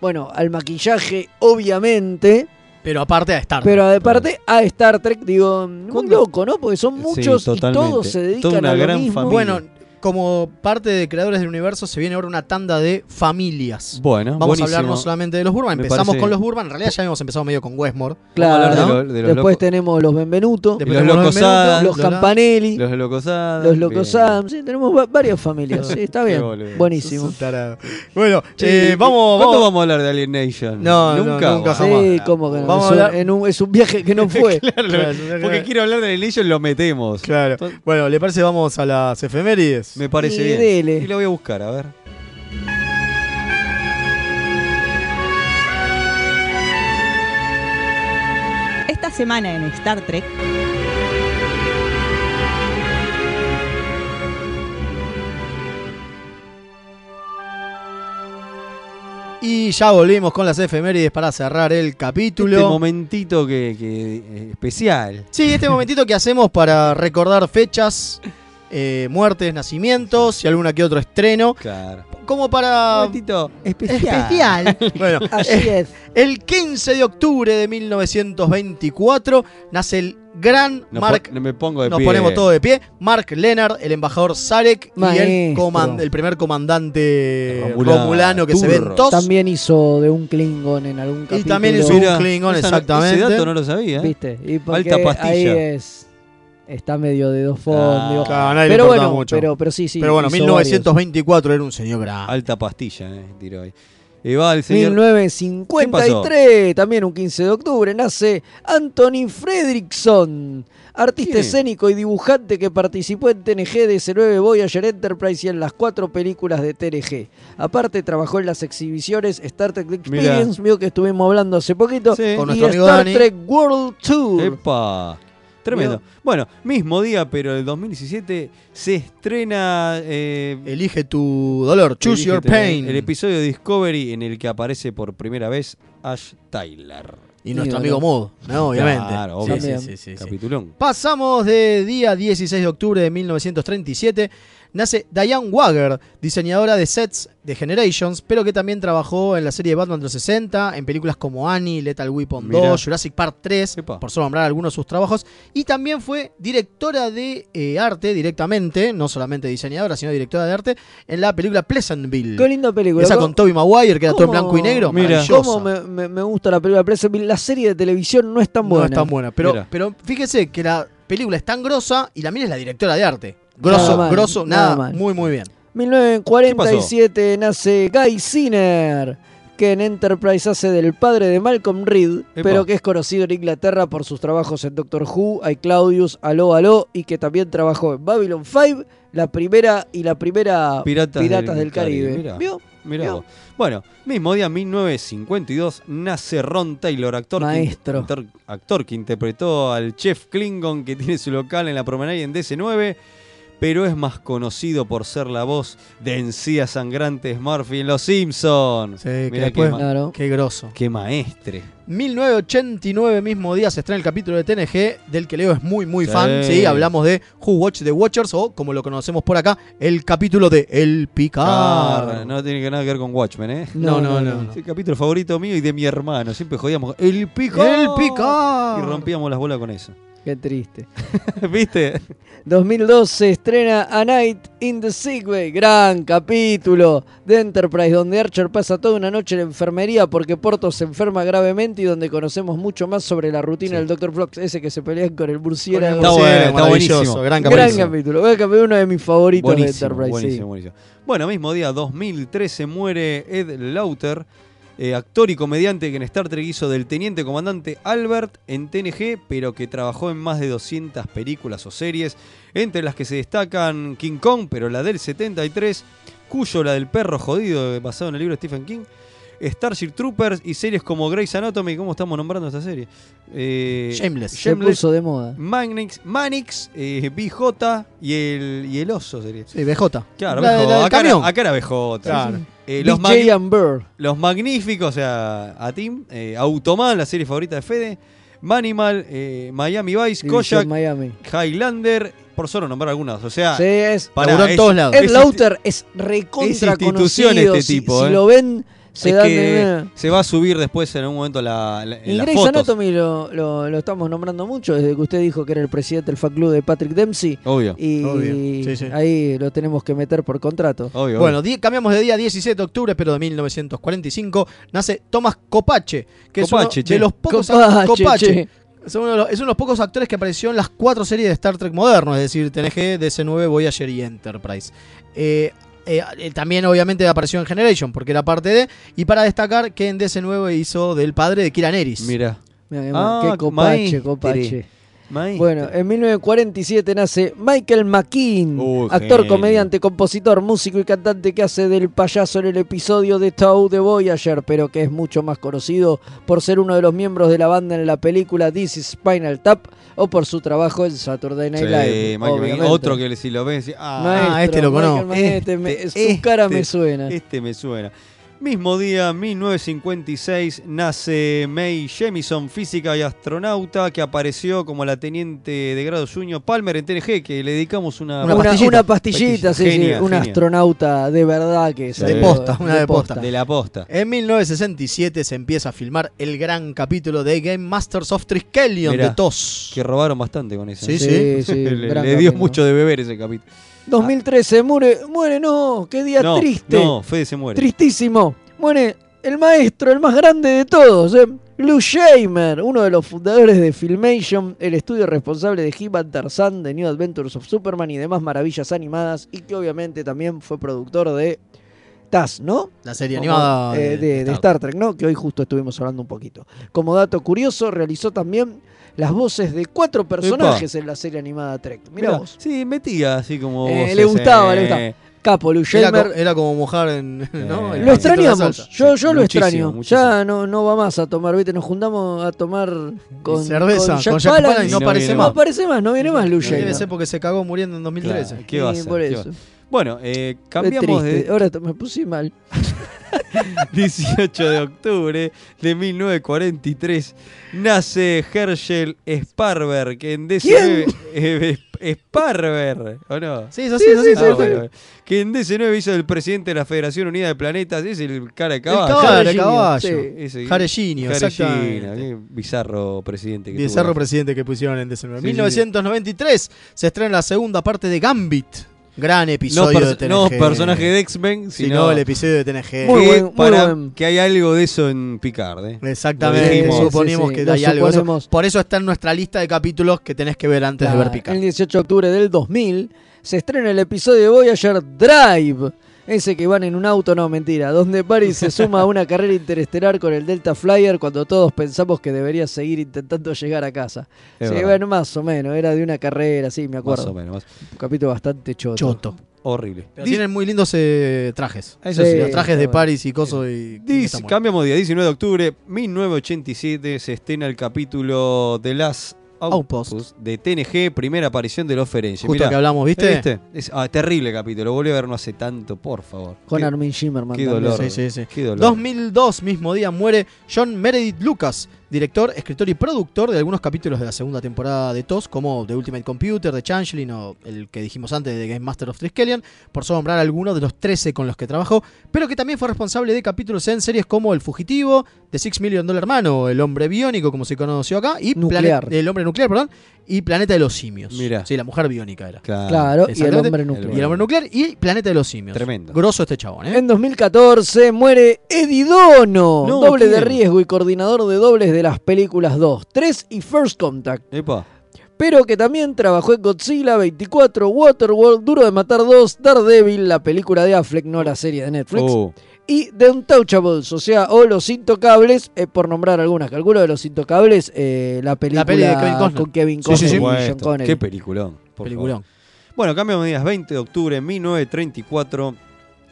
Speaker 4: bueno, al maquillaje, obviamente,
Speaker 2: Pero aparte a Star Trek.
Speaker 4: pero aparte a Star Trek, digo, muy loco, ¿no? Porque son
Speaker 3: Sí,
Speaker 4: muchos y
Speaker 3: totalmente.
Speaker 4: todos se
Speaker 3: Toda
Speaker 4: dedican
Speaker 3: una
Speaker 4: a lo
Speaker 3: gran
Speaker 4: mismo.
Speaker 3: familia.
Speaker 2: Bueno, como parte de Creadores del Universo se viene ahora una tanda de familias.
Speaker 3: Bueno,
Speaker 2: Vamos
Speaker 3: buenísimo.
Speaker 2: a hablar no solamente de los Burman,
Speaker 3: Me
Speaker 2: empezamos
Speaker 3: parece-
Speaker 2: con los Burman, en realidad ya habíamos empezado medio con Westmore.
Speaker 3: Vamos a
Speaker 4: claro,
Speaker 3: hablar de
Speaker 4: ¿no?
Speaker 3: lo- de los
Speaker 4: después
Speaker 3: locos.
Speaker 4: tenemos los Benvenuto,
Speaker 3: Y los Locos Adams.
Speaker 4: los Campanelli,
Speaker 3: Los Locos Adams.
Speaker 4: los
Speaker 3: bien.
Speaker 4: Locos Adams, sí, tenemos va- varias familias, sí, está
Speaker 3: Qué
Speaker 4: bien,
Speaker 3: boludo.
Speaker 4: buenísimo.
Speaker 2: Bueno,
Speaker 3: Che,
Speaker 2: eh, vamos,
Speaker 3: ¿Cuándo
Speaker 2: vamos-
Speaker 3: vamos a hablar de Alien Nation?
Speaker 2: No, no,
Speaker 3: nunca.
Speaker 2: nunca
Speaker 3: vos?
Speaker 2: jamás.
Speaker 4: Sí, cómo que no,
Speaker 2: Vamos
Speaker 4: es
Speaker 2: a
Speaker 4: un-
Speaker 2: hablar-
Speaker 4: en un- es un viaje que no fue.
Speaker 3: Claro, porque quiero hablar de Alien Nation, lo metemos.
Speaker 2: Claro. Bueno, ¿le parece vamos a las efemérides?
Speaker 3: Me parece
Speaker 4: Y
Speaker 3: bien.
Speaker 4: dele.
Speaker 3: Y lo voy a buscar, a ver.
Speaker 11: Esta semana en Star Trek,
Speaker 2: Y ya volvimos con las efemérides para cerrar el capítulo.
Speaker 3: Este momentito que, que, eh, especial.
Speaker 2: Sí, este momentito que hacemos para recordar fechas, eh, muertes, nacimientos y alguna que otro estreno.
Speaker 3: Claro.
Speaker 2: Como para...
Speaker 3: Momentito
Speaker 2: especial. bueno,
Speaker 4: Así es.
Speaker 2: el 15 de octubre de 1924 nace el gran
Speaker 3: Nos
Speaker 2: Mark...
Speaker 3: pon- me pongo de
Speaker 2: Nos
Speaker 3: pie.
Speaker 2: ponemos todo de pie. Mark Leonard, el embajador Sarek
Speaker 4: Maestro.
Speaker 2: y el, coman- el primer comandante
Speaker 3: Romulano,
Speaker 2: romulano que se ve en
Speaker 3: Turro.
Speaker 2: TOS.
Speaker 4: También hizo de un Klingon en algún capítulo.
Speaker 2: también hizo un
Speaker 3: Mira,
Speaker 2: Klingon,
Speaker 3: esa no-
Speaker 2: exactamente.
Speaker 3: Ese dato no lo sabía. ¿eh?
Speaker 4: ¿Viste? Y porque
Speaker 3: Alta pastilla.
Speaker 4: Ahí es, está medio de dos fondos.
Speaker 2: Claro, a nadie le
Speaker 4: pero
Speaker 2: importaba
Speaker 4: bueno,
Speaker 2: mucho.
Speaker 4: Pero, pero sí, sí.
Speaker 2: Pero bueno,
Speaker 4: hizo
Speaker 2: 1924 era un señor grande.
Speaker 3: Alta pastilla, eh, tiró ahí. Y va el
Speaker 4: varios.
Speaker 3: señor.
Speaker 4: 1953, también un 15 de octubre, nace Anthony Fredrickson, artista
Speaker 3: ¿Quién es?
Speaker 4: escénico y dibujante que participó en TNG, DC9, Voyager Enterprise y en las cuatro películas de TNG. Aparte, trabajó en las exhibiciones Star Trek Experience, vio que estuvimos hablando hace poquito,
Speaker 3: Sí.
Speaker 2: Con
Speaker 4: y
Speaker 2: nuestro amigo
Speaker 4: Star
Speaker 2: Dani.
Speaker 4: Trek World Tour.
Speaker 3: Epa. Tremendo. Bueno, mismo día, pero el 2017 se estrena. eh,
Speaker 2: Elige tu dolor. Choose
Speaker 3: elige
Speaker 2: your
Speaker 3: tener
Speaker 2: pain.
Speaker 3: El episodio de Discovery en el que aparece por primera vez Ash Tyler.
Speaker 2: y nuestro
Speaker 4: Ídolo.
Speaker 2: amigo Mood, ¿no? Obviamente.
Speaker 3: Claro,
Speaker 2: Sí,
Speaker 3: obvio.
Speaker 2: sí, sí, sí, sí.
Speaker 3: Capitulón.
Speaker 2: Pasamos de día 16 de octubre de 1937. Nace Diane Wagger, diseñadora de sets de Generations, pero que también trabajó en la serie de Batman de los 60, en películas como Annie, Lethal Weapon
Speaker 3: Mirá.
Speaker 2: 2, Jurassic Park 3,
Speaker 3: Epa.
Speaker 2: por solo nombrar algunos de sus trabajos. Y también fue directora de eh, arte directamente, no solamente diseñadora, sino directora de arte, en la película Pleasantville.
Speaker 4: Qué linda película.
Speaker 2: Esa
Speaker 4: ¿no?
Speaker 2: con Toby Maguire, que era todo en
Speaker 4: ¿Cómo?
Speaker 2: blanco y negro.
Speaker 3: Mira.
Speaker 2: maravillosa.
Speaker 4: ¿Cómo me, me- me gusta la película de Pleasantville? La serie de televisión no es tan buena.
Speaker 2: No es tan buena. Pero,
Speaker 3: Mira.
Speaker 2: pero fíjese que la película es tan grosa y la mina es la directora de arte. Grosso,
Speaker 4: Nada mal,
Speaker 2: grosso,
Speaker 4: nada
Speaker 2: nada,
Speaker 4: mal.
Speaker 2: muy, muy bien.
Speaker 4: 1947 nace Guy Sinner, que en Enterprise hace del padre de Malcolm Reed, pero que es conocido en Inglaterra por sus trabajos en Doctor Who, I Claudius, Aló Aló y que también trabajó en Babylon 5, la primera y la primera
Speaker 3: Piratas,
Speaker 4: Piratas del, Caribe.
Speaker 3: Mirá,
Speaker 4: ¿Vio?
Speaker 3: mirá
Speaker 4: ¿Vio?
Speaker 3: vos. Bueno, mismo día 1952 nace Ron Taylor, actor, que-
Speaker 4: Maestro.
Speaker 3: actor, actor que interpretó al chef Klingon que tiene su local en la promenade en DC9, pero es más conocido por ser la voz de Encías Sangrantes Murphy en Los Simpsons.
Speaker 2: Eh, que
Speaker 3: Mirá
Speaker 2: después-
Speaker 3: qué, ma-
Speaker 2: qué grosso.
Speaker 3: qué maestre.
Speaker 2: 1989, mismo día, se estrena el capítulo de TNG, del que Leo es muy, muy
Speaker 3: Sí.
Speaker 2: fan. Sí, hablamos de Who Watch the Watchers o, como lo conocemos por acá, el capítulo de El Picard.
Speaker 3: Ah, no tiene que nada que ver con Watchmen, ¿eh?
Speaker 2: No, no, no, no.
Speaker 3: Es el capítulo favorito mío y de mi hermano. Siempre jodíamos con el pico.
Speaker 4: ¡El Picard!
Speaker 3: Y rompíamos las bolas con eso.
Speaker 4: Qué triste.
Speaker 3: ¿Viste?
Speaker 4: 2002 se estrena A Night in the Segway, gran capítulo de Enterprise, donde Archer pasa toda una noche en la enfermería porque Porto se enferma gravemente y donde conocemos mucho más sobre la rutina del Dr. Flox, ese que se pelean con el murciélago.
Speaker 2: Está bueno, está
Speaker 4: Maravilloso,
Speaker 2: buenísimo. Gran
Speaker 4: Gran capítulo. Gran capítulo, uno de mis favoritos de
Speaker 3: Buenísimo,
Speaker 4: Enterprise.
Speaker 3: buenísimo,
Speaker 4: sí.
Speaker 3: buenísimo. Bueno, mismo día 2013 muere Ed Lauter, eh, actor y comediante que en Star Trek hizo del teniente comandante Albert en TNG, pero que trabajó en más de 200 películas o series, entre las que se destacan King Kong, pero la del 73, Cuyo, la del perro jodido, eh, basado en el libro de Stephen King. Starship Troopers y series como Grey's Anatomy, ¿cómo estamos nombrando esta serie? Eh,
Speaker 2: Shameless.
Speaker 4: Se puso de moda.
Speaker 3: Manix, Manix eh, BJ y el, y el oso sería.
Speaker 2: Sí, BJ.
Speaker 3: Claro,
Speaker 2: La-
Speaker 3: BJ.
Speaker 2: la del
Speaker 3: acá, era-
Speaker 2: camión.
Speaker 3: acá era BJ.
Speaker 2: Claro.
Speaker 3: Eh,
Speaker 4: BJ
Speaker 3: los, mag-
Speaker 4: and Bird.
Speaker 3: los magníficos, o sea, a Tim, eh, Automan, la serie favorita de Fede, Manimal, eh, Miami Vice,
Speaker 4: División
Speaker 3: Kojak,
Speaker 4: Miami.
Speaker 3: Highlander, por solo nombrar algunas. O sea,
Speaker 4: Sí, es.
Speaker 3: pará,
Speaker 2: Laburó en
Speaker 3: es-
Speaker 2: todos lados.
Speaker 4: Ed
Speaker 3: es
Speaker 4: Lauter es recontra
Speaker 3: es institución
Speaker 4: conocido,
Speaker 3: este
Speaker 4: si-
Speaker 3: tipo,
Speaker 4: Si,
Speaker 3: eh.
Speaker 4: lo ven, se
Speaker 3: es
Speaker 4: dan de-
Speaker 2: eh,
Speaker 3: que se va a subir después en un momento la, la- en
Speaker 4: Y
Speaker 3: las
Speaker 4: Grey's
Speaker 3: fotos.
Speaker 4: Anatomy lo, lo- lo estamos nombrando mucho desde que usted dijo que era el presidente del fan club de Patrick Dempsey.
Speaker 3: Obvio.
Speaker 4: Y
Speaker 2: Obvio, sí, sí.
Speaker 4: ahí lo tenemos que meter por contrato.
Speaker 3: Obvio,
Speaker 2: Bueno, di- cambiamos de día 17 de octubre, pero de 1945, nace Tomás Copache, que
Speaker 3: Copache,
Speaker 2: es uno
Speaker 3: che.
Speaker 2: de los pocos
Speaker 4: Copache,
Speaker 2: Copache.
Speaker 4: che.
Speaker 2: Es uno, de los, es uno de los pocos actores que apareció en las cuatro series de Star Trek moderno, es decir, TNG, DC9, Voyager y Enterprise. Eh, eh, eh, también obviamente apareció en Generation, porque era parte de... Y para destacar que en DC9 hizo del padre de Kiran Eris.
Speaker 3: Mira.
Speaker 4: Mirá, qué
Speaker 3: Ah,
Speaker 4: qué copache,
Speaker 3: maestre.
Speaker 4: copache.
Speaker 3: Maestre.
Speaker 4: Bueno, en 1947 nace Michael McKean,
Speaker 3: Uh,
Speaker 4: actor,
Speaker 3: genio.
Speaker 4: comediante, compositor, músico y cantante que hace del payaso en el episodio de Tau de Voyager, pero que es mucho más conocido por ser uno de los miembros de la banda en la película This is Spinal Tap o por su trabajo en Saturday Night
Speaker 3: Sí,
Speaker 4: Live.
Speaker 3: Michael McKean.
Speaker 4: obviamente.
Speaker 3: otro que si lo ves, decís, ah,
Speaker 4: Maestro,
Speaker 2: este lo
Speaker 4: Michael
Speaker 2: conozco.
Speaker 4: McKean, este me- su cara me suena.
Speaker 3: Este me suena. Mismo día, 1956, nace May Jemison, física y astronauta, que apareció como la teniente de grado junior Palmer en TNG, que le dedicamos una,
Speaker 4: Una, una pastillita, sí, sí,
Speaker 3: Genia,
Speaker 4: un
Speaker 3: genia.
Speaker 4: astronauta de verdad que eh,
Speaker 2: De
Speaker 4: salió
Speaker 2: posta, una de posta.
Speaker 3: De la posta.
Speaker 2: En 1967 se empieza a filmar el gran capítulo de Game Masters of Triskelion
Speaker 3: Mirá,
Speaker 2: de TOS.
Speaker 3: Que robaron bastante con eso.
Speaker 2: Sí,
Speaker 3: ¿eh?
Speaker 2: sí.
Speaker 4: Sí, sí,
Speaker 3: le
Speaker 4: gran
Speaker 3: le dio
Speaker 4: capítulo.
Speaker 3: mucho de beber ese capítulo.
Speaker 4: 2013, muere, muere, no, qué día
Speaker 3: No,
Speaker 4: triste.
Speaker 3: no, Fede se muere.
Speaker 4: Tristísimo. Muere el maestro, el más grande de todos, ¿eh? Lou Shamer, uno de los fundadores de Filmation, el estudio responsable de He-Man Tarzan, de New Adventures of Superman y demás maravillas animadas, y que obviamente también fue productor de Taz, ¿no?
Speaker 2: La serie
Speaker 4: Como,
Speaker 2: animada de-
Speaker 4: eh, de,
Speaker 2: de
Speaker 4: de Star Trek, ¿no? Que hoy justo estuvimos hablando un poquito. Como dato curioso, realizó también las voces de cuatro personajes en la serie animada Trek. Mirá,
Speaker 3: Mirá,
Speaker 4: vos.
Speaker 3: Sí, metía así como.
Speaker 4: Eh,
Speaker 3: voces,
Speaker 4: le gustaba,
Speaker 3: eh.
Speaker 4: le gustaba. Capo, Lou
Speaker 2: Era, co-
Speaker 4: Shamer.
Speaker 2: era como mojar en. ¿no? El pancito en
Speaker 4: Lo
Speaker 2: la
Speaker 4: extrañamos,
Speaker 2: salsa.
Speaker 4: yo, yo lo
Speaker 3: muchísimo,
Speaker 4: extraño.
Speaker 3: muchísimo.
Speaker 4: Ya no, no va más a tomar, viste, nos juntamos a tomar con
Speaker 2: cerveza,
Speaker 4: con Jack,
Speaker 2: con Jack
Speaker 4: Palance
Speaker 2: Palance y no aparece
Speaker 4: no
Speaker 2: más.
Speaker 4: aparece más, no viene más Luya.
Speaker 2: Debe ser porque se cagó muriendo en 2013.
Speaker 3: Claro, ¿Qué va a
Speaker 4: Sí,
Speaker 3: ser?
Speaker 4: por
Speaker 3: ¿Qué
Speaker 4: eso.
Speaker 3: va a ser? Bueno, eh, cambiamos de
Speaker 4: Ahora t- me puse mal.
Speaker 3: 18 de octubre de 1943. Nace Herschel Sparber, que en DC9 eh, eh, Sparber, ¿o no?
Speaker 2: Sí, eso sí, eso sí, eso
Speaker 3: Ah,
Speaker 2: sí.
Speaker 3: bueno, que en DC9 hizo el presidente de la Federación Unida de Planetas, es el cara de caballo.
Speaker 2: caballo,
Speaker 3: Cara de
Speaker 2: el caballo.
Speaker 3: Ese-
Speaker 2: Jareginio, exactamente.
Speaker 3: Jareginio, qué bizarro presidente que
Speaker 2: Bizarro
Speaker 3: tuvo.
Speaker 2: presidente que pusieron en diciembre.
Speaker 3: Sí, sí, sí.
Speaker 2: 1993 se estrena la segunda parte de Gambit. Gran episodio
Speaker 3: perso-
Speaker 2: de TNG.
Speaker 3: no personaje de X-Men,
Speaker 2: sino
Speaker 3: sino-
Speaker 2: el episodio de TNG.
Speaker 4: Muy
Speaker 3: Que
Speaker 4: buen- muy
Speaker 3: para-
Speaker 4: buen.
Speaker 3: Que hay algo de eso en Picard, ¿eh? Lo
Speaker 2: Exactamente,
Speaker 3: dijimos.
Speaker 2: suponimos
Speaker 4: Sí, sí,
Speaker 2: que
Speaker 4: lo
Speaker 2: hay algo. de eso.
Speaker 4: suponemos.
Speaker 2: por eso está en nuestra lista de capítulos que tenés que ver
Speaker 4: Ah,
Speaker 2: antes de ver Picard.
Speaker 4: El 18 de octubre del 2000 se estrena el episodio de Voyager Drive. Ese que van en un auto, no, mentira. Donde Paris se suma a una carrera interestelar con el Delta Flyer cuando todos pensamos que debería seguir intentando llegar a casa.
Speaker 3: Es
Speaker 4: sí,
Speaker 3: verdad.
Speaker 4: bueno, más o menos. Era de una carrera, sí, me acuerdo.
Speaker 3: Más o menos. más-
Speaker 4: Un capítulo bastante choto.
Speaker 2: Choto.
Speaker 3: Horrible.
Speaker 2: Pero tienen muy lindos eh, trajes.
Speaker 3: Eso sí.
Speaker 2: Los trajes de
Speaker 3: Está
Speaker 2: Paris y Coso y.
Speaker 3: Dice-
Speaker 2: está bueno.
Speaker 3: cambiamos de día, 19 de octubre 1987 se estrena el capítulo de las Outposts de TNG, primera aparición de los Ferengi.
Speaker 2: Justo que hablamos, ¿viste?
Speaker 3: Es, ah, terrible capítulo, volví a ver no hace tanto, por favor.
Speaker 4: Con
Speaker 3: Qué-
Speaker 4: Armin Shimmerman.
Speaker 3: Qué
Speaker 4: también.
Speaker 3: dolor.
Speaker 2: Sí, sí, sí.
Speaker 3: Qué dolor.
Speaker 2: 2002, mismo día, muere John Meredith Lucas, director, escritor y productor de algunos capítulos de la segunda temporada de TOS, como The Ultimate Computer, The Changeling o el que dijimos antes de Game Master of Triskelion, por solo nombrar algunos de los 13 con los que trabajó, pero que también fue responsable de capítulos en series como El Fugitivo, The Six Million Dollar Man o El Hombre Biónico, como se conoció acá, y
Speaker 4: Nuclear.
Speaker 2: Planet- El Hombre Nuclear, perdón, y Planeta de los Simios.
Speaker 3: Mirá.
Speaker 2: Sí, la mujer biónica era.
Speaker 4: Claro, y el
Speaker 2: Exactamente.
Speaker 4: hombre nuclear.
Speaker 2: Y el hombre nuclear y Planeta de los Simios.
Speaker 3: Tremendo.
Speaker 2: Grosso este chabón, ¿eh?
Speaker 4: En 2014 muere Edidono,
Speaker 2: No,
Speaker 4: doble de
Speaker 2: ¿quién?
Speaker 4: riesgo y coordinador de dobles de las películas 2, 3 y First Contact.
Speaker 3: Epa.
Speaker 4: Pero que también trabajó en Godzilla 24, Waterworld, Duro de Matar 2, Daredevil, la película de Affleck, no la serie de Netflix.
Speaker 3: Oh.
Speaker 4: Y The Untouchables, o sea, o Los Intocables, eh, por nombrar algunas. Calculo de Los Intocables, eh, la película
Speaker 2: peli de Kevin Costner.
Speaker 4: con Kevin
Speaker 2: Sí,
Speaker 4: Costner
Speaker 2: sí, sí.
Speaker 4: y
Speaker 2: Por
Speaker 4: Sean
Speaker 3: Esto,
Speaker 4: Connery.
Speaker 3: Qué peliculón. por
Speaker 2: Peliculón.
Speaker 3: favor. Bueno, cambio de medidas. 20 de octubre de 1934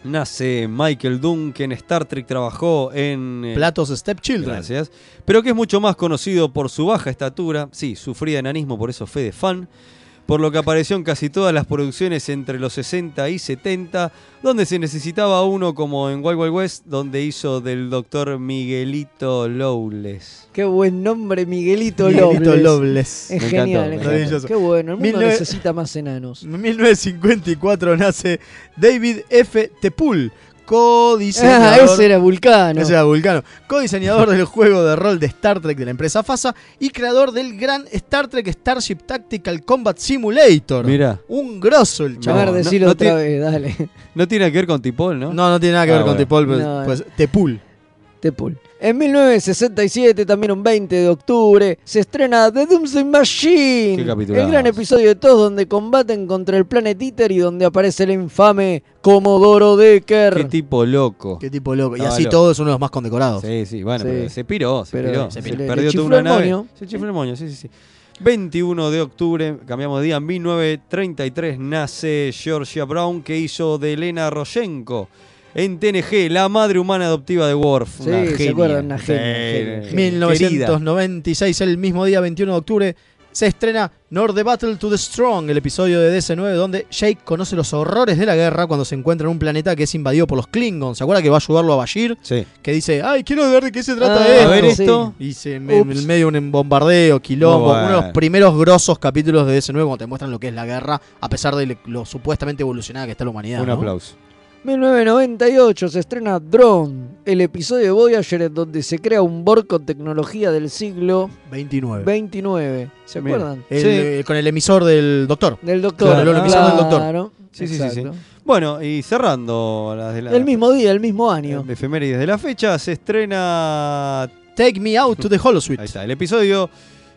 Speaker 3: nace Michael Dunn, que en Star Trek trabajó en... eh,
Speaker 2: Platos Step Children.
Speaker 3: Gracias. Pero que es mucho más conocido por su baja estatura. Sí, sufría enanismo, por eso fue de fan. Por lo que apareció en casi todas las producciones entre los 60 y 70, donde se necesitaba uno como en Wild Wild West, donde hizo del doctor Miguelito Lowles.
Speaker 4: Qué buen nombre, Miguelito,
Speaker 2: Miguelito
Speaker 4: Lobles.
Speaker 2: Lobles.
Speaker 4: Es
Speaker 3: Me encantó,
Speaker 4: genial,
Speaker 3: me
Speaker 4: es
Speaker 3: encantó.
Speaker 4: genial. Qué bueno, el mundo
Speaker 2: 19
Speaker 4: necesita más enanos.
Speaker 2: En 1954 nace David F. Tepul, codiseñador.
Speaker 4: Ah, ese era Vulcano.
Speaker 2: Ese era Vulcano. Codiseñador del juego de rol de Star Trek de la empresa FASA y creador del gran Star Trek Starship Tactical Combat Simulator.
Speaker 3: Mirá.
Speaker 2: Un grosso el
Speaker 4: A
Speaker 2: chaval.
Speaker 4: ver,
Speaker 3: No,
Speaker 4: decilo
Speaker 3: no
Speaker 4: otra
Speaker 3: tiene-
Speaker 4: vez, dale.
Speaker 3: No tiene que ver con Tipol, ¿no?
Speaker 2: No, no tiene nada que
Speaker 3: Ah,
Speaker 2: ver con
Speaker 3: bueno.
Speaker 2: Tepul, pues,
Speaker 4: No, no.
Speaker 2: pues, Tepul.
Speaker 4: Tepul. En 1967, también un 20 de octubre, se estrena The Doomsday Machine.
Speaker 3: Qué capitulazo.
Speaker 4: el gran episodio de todos donde combaten contra el Planet Eater y donde aparece el infame Comodoro
Speaker 3: Qué
Speaker 4: Decker.
Speaker 3: tipo loco.
Speaker 2: Qué tipo loco. Y
Speaker 3: Ah,
Speaker 2: así
Speaker 3: loco.
Speaker 2: todo es uno de los más condecorados.
Speaker 3: Sí, sí, bueno,
Speaker 4: Sí.
Speaker 3: pero se piró, se
Speaker 4: Pero
Speaker 3: piró.
Speaker 4: se
Speaker 3: Se,
Speaker 4: piró. Le
Speaker 3: perdió
Speaker 4: chifló
Speaker 3: toda una
Speaker 4: el
Speaker 3: nave.
Speaker 4: moño.
Speaker 3: Se chifló el moño, sí, sí, sí. 21 de octubre, cambiamos de día, 1933 nace Georgia Brown, que hizo de Elena Roshenko en TNG, la madre humana adoptiva de Worf.
Speaker 4: Sí,
Speaker 3: una
Speaker 4: ¿se
Speaker 3: genia.
Speaker 4: acuerdan? Una
Speaker 3: Sí,
Speaker 4: genia, genia,
Speaker 3: querida.
Speaker 4: genia.
Speaker 2: 1996, el mismo día, 21 de octubre, se estrena Nor the Battle to the Strong, el episodio de DC9 donde Jake conoce los horrores de la guerra cuando se encuentra en un planeta que es invadido por los Klingons. ¿Se acuerda que va a ayudarlo a Bashir?
Speaker 3: Sí.
Speaker 2: Que dice, ay, quiero ver de qué se trata
Speaker 4: Ah,
Speaker 2: esto.
Speaker 3: A ver
Speaker 4: sí.
Speaker 3: esto.
Speaker 2: Y se, en en
Speaker 4: Ups.
Speaker 2: el medio un bombardeo, quilombo,
Speaker 3: Muy bueno.
Speaker 2: uno de los primeros grosos capítulos de DC9 cuando te muestran lo que es la guerra, a pesar de lo supuestamente evolucionada que está la humanidad.
Speaker 3: Un
Speaker 2: ¿no?
Speaker 3: aplauso.
Speaker 4: 1998 se estrena Drone, el episodio de Voyager en donde se crea un Borg con tecnología del siglo
Speaker 2: 29.
Speaker 4: 29. ¿Se
Speaker 3: Mira.
Speaker 4: acuerdan?
Speaker 2: El-
Speaker 3: Sí.
Speaker 2: eh, Con el emisor del doctor.
Speaker 4: Del doctor.
Speaker 2: Claro, el emisor del doctor.
Speaker 4: Claro,
Speaker 3: Sí, sí, sí, sí.
Speaker 4: exacto.
Speaker 3: Bueno, y cerrando las de la
Speaker 4: El mismo día, el mismo año.
Speaker 3: de efemérides de la fecha, se estrena
Speaker 2: Take me out to the
Speaker 3: Ahí
Speaker 2: Holosuite.
Speaker 3: está, el episodio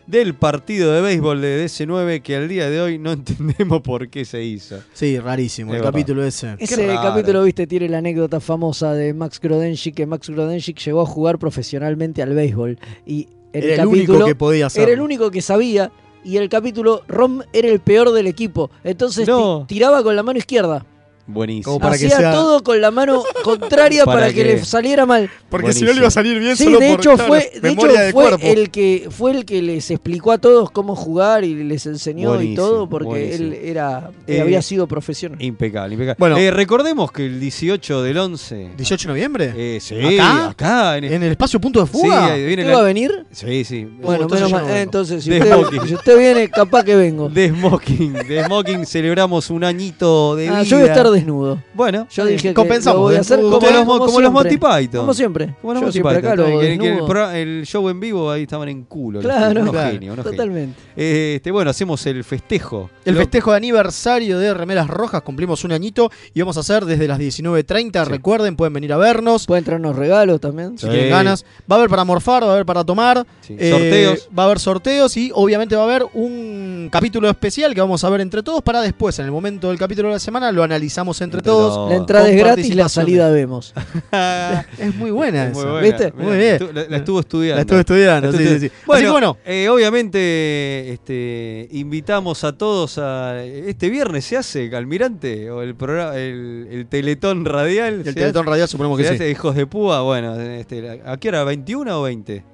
Speaker 3: del partido de béisbol de DC9 que al día de hoy no entendemos por qué se hizo.
Speaker 2: Sí, rarísimo.
Speaker 3: Es
Speaker 2: el
Speaker 3: verdad.
Speaker 2: capítulo ese.
Speaker 4: Ese
Speaker 3: raro.
Speaker 4: capítulo, viste, tiene la anécdota famosa de Max Grodenschik, que Max Grodenschik llegó a jugar profesionalmente al béisbol. Y el
Speaker 2: Era el
Speaker 4: capítulo
Speaker 2: único que podía hacer.
Speaker 4: era el único que sabía. Y el capítulo, Rom era el peor del equipo. Entonces
Speaker 3: No.
Speaker 4: ti- tiraba con la mano izquierda.
Speaker 3: Buenísimo.
Speaker 2: Como para que
Speaker 4: Hacía
Speaker 2: sea-
Speaker 4: todo con la mano contraria para,
Speaker 3: Para
Speaker 4: que...
Speaker 3: que-
Speaker 4: le saliera mal.
Speaker 2: Porque
Speaker 3: Buenísimo.
Speaker 2: si no le iba a salir bien
Speaker 4: Sí,
Speaker 2: solo
Speaker 4: de
Speaker 2: por
Speaker 4: hecho
Speaker 2: claro,
Speaker 4: fue, de hecho
Speaker 2: memoria del
Speaker 4: fue
Speaker 2: cuerpo.
Speaker 4: el que fue el que les explicó a todos cómo jugar y les enseñó y
Speaker 3: Buenísimo,
Speaker 4: todo porque
Speaker 3: buenísimo.
Speaker 4: él era
Speaker 3: Eh,
Speaker 4: había sido profesional.
Speaker 3: Impecable, impecable.
Speaker 2: Bueno.
Speaker 3: Eh, recordemos que el 18 del 11.
Speaker 2: 18 de noviembre.
Speaker 3: Eh, sí,
Speaker 2: ¿Acá?
Speaker 3: acá. en
Speaker 2: en el espacio punto de
Speaker 3: sí,
Speaker 2: fuga.
Speaker 3: ahí viene
Speaker 4: ¿Usted
Speaker 3: la-
Speaker 4: va a venir?
Speaker 3: Sí, sí.
Speaker 4: Bueno,
Speaker 2: entonces
Speaker 4: menos
Speaker 2: yo
Speaker 4: mal. Eh,
Speaker 2: no vengo.
Speaker 4: Entonces, si
Speaker 3: De
Speaker 4: usted,
Speaker 3: smoking.
Speaker 4: si usted viene, capaz que vengo.
Speaker 3: De Smoking. De Smoking celebramos un añito de
Speaker 4: Ah,
Speaker 3: vida.
Speaker 4: yo voy a estar desnudo.
Speaker 3: Bueno,
Speaker 4: Yo dije que
Speaker 2: Compensamos,
Speaker 4: lo voy a
Speaker 2: ¿eh?
Speaker 4: hacer
Speaker 2: Como
Speaker 4: como,
Speaker 3: los mo- como
Speaker 4: siempre.
Speaker 3: los Monty Python.
Speaker 4: Como siempre. yo
Speaker 3: Bueno, vamos
Speaker 4: siempre
Speaker 3: para
Speaker 4: acá lo
Speaker 3: acá, que- que el,
Speaker 4: desnudo.
Speaker 3: pro- el show en vivo ahí estaban en culo. los
Speaker 4: Claro,
Speaker 3: tipos, unos
Speaker 2: claro,
Speaker 3: genios, unos genios.
Speaker 4: Totalmente.
Speaker 3: Eh, este, bueno, hacemos el festejo.
Speaker 2: El
Speaker 3: Lo-
Speaker 2: festejo de aniversario de Remeras Rojas. Cumplimos un añito y vamos a hacer desde las 19.30.
Speaker 3: Sí.
Speaker 2: Recuerden, pueden venir a vernos.
Speaker 4: Pueden traernos regalos también.
Speaker 2: Si
Speaker 3: Sí.
Speaker 2: tienen ganas. Va a haber para morfar, va a haber para tomar. eh,
Speaker 3: Sí, sorteos.
Speaker 2: Va a haber sorteos y obviamente va a haber un capítulo especial que vamos a ver entre todos para después, en el momento del capítulo de la semana, lo analizamos pagamos entre todos.
Speaker 4: La entrada
Speaker 2: con
Speaker 4: es gratis, la
Speaker 2: participación.
Speaker 4: salida vemos.
Speaker 2: Es muy buena
Speaker 4: Es
Speaker 2: esa,
Speaker 4: muy buena,
Speaker 2: ¿viste?
Speaker 4: mirá,
Speaker 2: muy bien.
Speaker 4: estu-
Speaker 3: La, la estuvo estudiando.
Speaker 2: La estuve estudiando,
Speaker 3: La
Speaker 2: sí,
Speaker 3: estuve
Speaker 2: sí, sí.
Speaker 3: estudiando.
Speaker 2: Así
Speaker 3: Bueno,
Speaker 2: que bueno.
Speaker 3: eh, obviamente este, invitamos a todos a... Este viernes se hace Almirante, o el programa, el, el Teletón Radial.
Speaker 2: El Teletón Radial suponemos que sí.
Speaker 3: Hijos de Púa, bueno, este, ¿a qué hora? ¿21 o 20?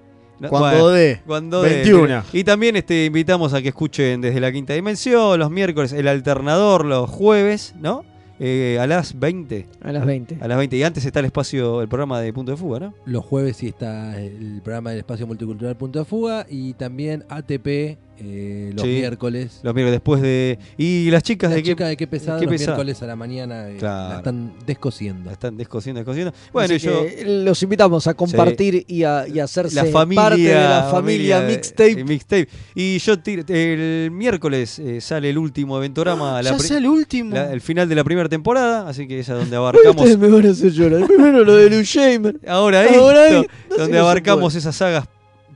Speaker 3: No,
Speaker 2: Cuando dé.
Speaker 3: Cuando dé.
Speaker 2: 21.
Speaker 3: Y también este, invitamos a que escuchen desde la quinta dimensión, los miércoles, el alternador, los jueves, ¿no? Eh, a las 20.
Speaker 4: A las 20.
Speaker 3: A las 20. Y antes está el espacio, el programa de Punto de Fuga, ¿no?
Speaker 14: Los jueves sí está el programa del espacio multicultural Punto de Fuga y también ATP eh, los
Speaker 3: Sí.
Speaker 14: miércoles.
Speaker 3: Los miércoles después de. Y las chicas
Speaker 14: Las
Speaker 3: de qué.
Speaker 14: chicas de qué pesado
Speaker 3: qué
Speaker 14: los
Speaker 3: pesado.
Speaker 14: miércoles a la mañana eh,
Speaker 3: Claro.
Speaker 14: la están descosiendo. La
Speaker 3: están descosiendo, descosiendo. Bueno,
Speaker 4: Así
Speaker 3: yo.
Speaker 4: que eh, Los invitamos a compartir y, a, y a hacerse parte de la familia,
Speaker 3: de-
Speaker 4: mixtape.
Speaker 3: de mixtape. Y yo tir- el miércoles eh, sale el último Eventorama.
Speaker 4: Ah, ya
Speaker 3: pri-
Speaker 4: sea el último.
Speaker 3: la- el final de la primera temporada, así que es a donde abarcamos
Speaker 4: Ustedes me van a hacer llorar. Primero lo de Lou Shamer.
Speaker 3: Ahora esto,
Speaker 4: Ahora esto. No sé
Speaker 3: donde
Speaker 4: qué se
Speaker 3: abarcamos
Speaker 4: puede.
Speaker 3: esas sagas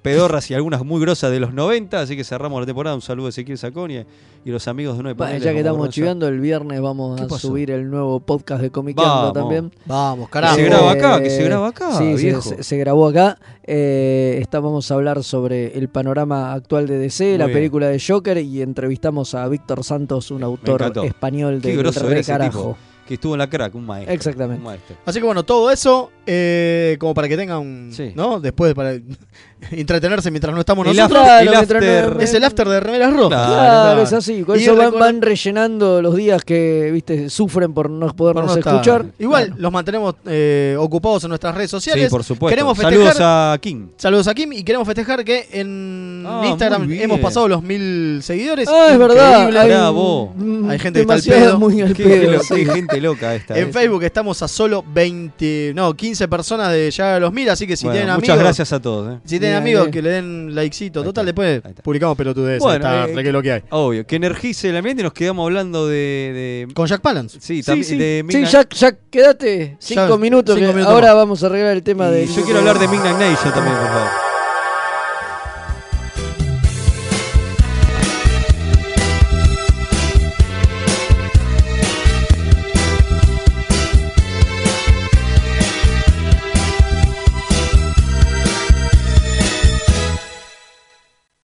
Speaker 3: pedorras y algunas muy grosas de los 90, así que cerramos la temporada. Un saludo a Ezequiel Saconi y los amigos de Nueve
Speaker 4: Bueno,
Speaker 3: Paneles,
Speaker 4: ya que
Speaker 3: como
Speaker 4: estamos
Speaker 3: Gonza.
Speaker 4: chivando, el viernes vamos
Speaker 3: ¿Qué
Speaker 4: a
Speaker 3: pasó?
Speaker 4: subir el nuevo podcast de Comiqueando
Speaker 3: Vamos.
Speaker 4: también.
Speaker 2: Vamos, carajo.
Speaker 3: Que se graba acá, que se graba acá,
Speaker 4: eh, Sí,
Speaker 3: viejo.
Speaker 4: Se, se grabó acá. Eh, está- vamos a hablar sobre el panorama actual de DC, la
Speaker 3: bien.
Speaker 4: película de Joker, y entrevistamos a Víctor Santos, un
Speaker 3: Me
Speaker 4: autor
Speaker 3: encantó.
Speaker 4: español
Speaker 3: Qué
Speaker 4: de
Speaker 3: groso era ese
Speaker 4: carajo.
Speaker 3: tipo, que estuvo en la crack, un maestro.
Speaker 4: Exactamente.
Speaker 3: un maestro.
Speaker 2: Así que bueno, todo eso, eh, como para que tengan, un- ¿no? Después para entretenerse mientras no estamos
Speaker 3: El
Speaker 2: nosotros.
Speaker 3: after- el Claro, mientras no- after.
Speaker 2: Es el after de Remeras Rojas.
Speaker 3: Ah,
Speaker 4: Claro, es así. Con
Speaker 2: Y
Speaker 4: eso van,
Speaker 2: recuerden-
Speaker 4: van rellenando los días que viste sufren por no
Speaker 2: por
Speaker 4: podernos
Speaker 2: no estar.
Speaker 4: escuchar.
Speaker 2: Igual los mantenemos eh, ocupados en nuestras redes sociales.
Speaker 3: Sí, por supuesto.
Speaker 2: Queremos festejar,
Speaker 3: Saludos a King.
Speaker 2: Saludos a Kim y queremos festejar que en
Speaker 3: Ah,
Speaker 2: Instagram
Speaker 3: muy bien.
Speaker 2: hemos pasado los mil seguidores.
Speaker 4: Ah, es verdad.
Speaker 2: Increíble.
Speaker 4: Hay-
Speaker 3: Bravo.
Speaker 2: Hay gente que está al
Speaker 4: demasiado
Speaker 2: pedo.
Speaker 4: muy al
Speaker 3: Qué,
Speaker 4: pedo,
Speaker 3: lo-
Speaker 4: sí.
Speaker 3: qué gente loca esta.
Speaker 2: En
Speaker 3: eh.
Speaker 2: Facebook estamos a solo 20, no, 15 personas de llegar a los mil, así que si
Speaker 3: Bueno,
Speaker 2: tienen amigos.
Speaker 3: muchas gracias a todos. eh.
Speaker 2: Si tienen
Speaker 3: Bien,
Speaker 2: amigos
Speaker 3: bien.
Speaker 2: que le den likecito, total, después publicamos pelotudes
Speaker 3: Bueno,
Speaker 2: esta
Speaker 3: eh,
Speaker 2: tarde, que es lo que hay.
Speaker 3: Obvio, que energice el ambiente y nos quedamos hablando de.
Speaker 2: Con Jack Palance.
Speaker 3: Sí,
Speaker 4: Sí,
Speaker 3: también
Speaker 4: sí.
Speaker 3: de
Speaker 4: Sí,
Speaker 3: Midnight-
Speaker 4: ya, ya quedate cinco
Speaker 2: Ya,
Speaker 4: minutos.
Speaker 2: cinco
Speaker 4: que
Speaker 2: minutos
Speaker 4: ahora
Speaker 2: más.
Speaker 4: vamos a arreglar el tema
Speaker 3: Y
Speaker 4: de.
Speaker 3: yo quiero hablar de Midnight Nation también, por favor.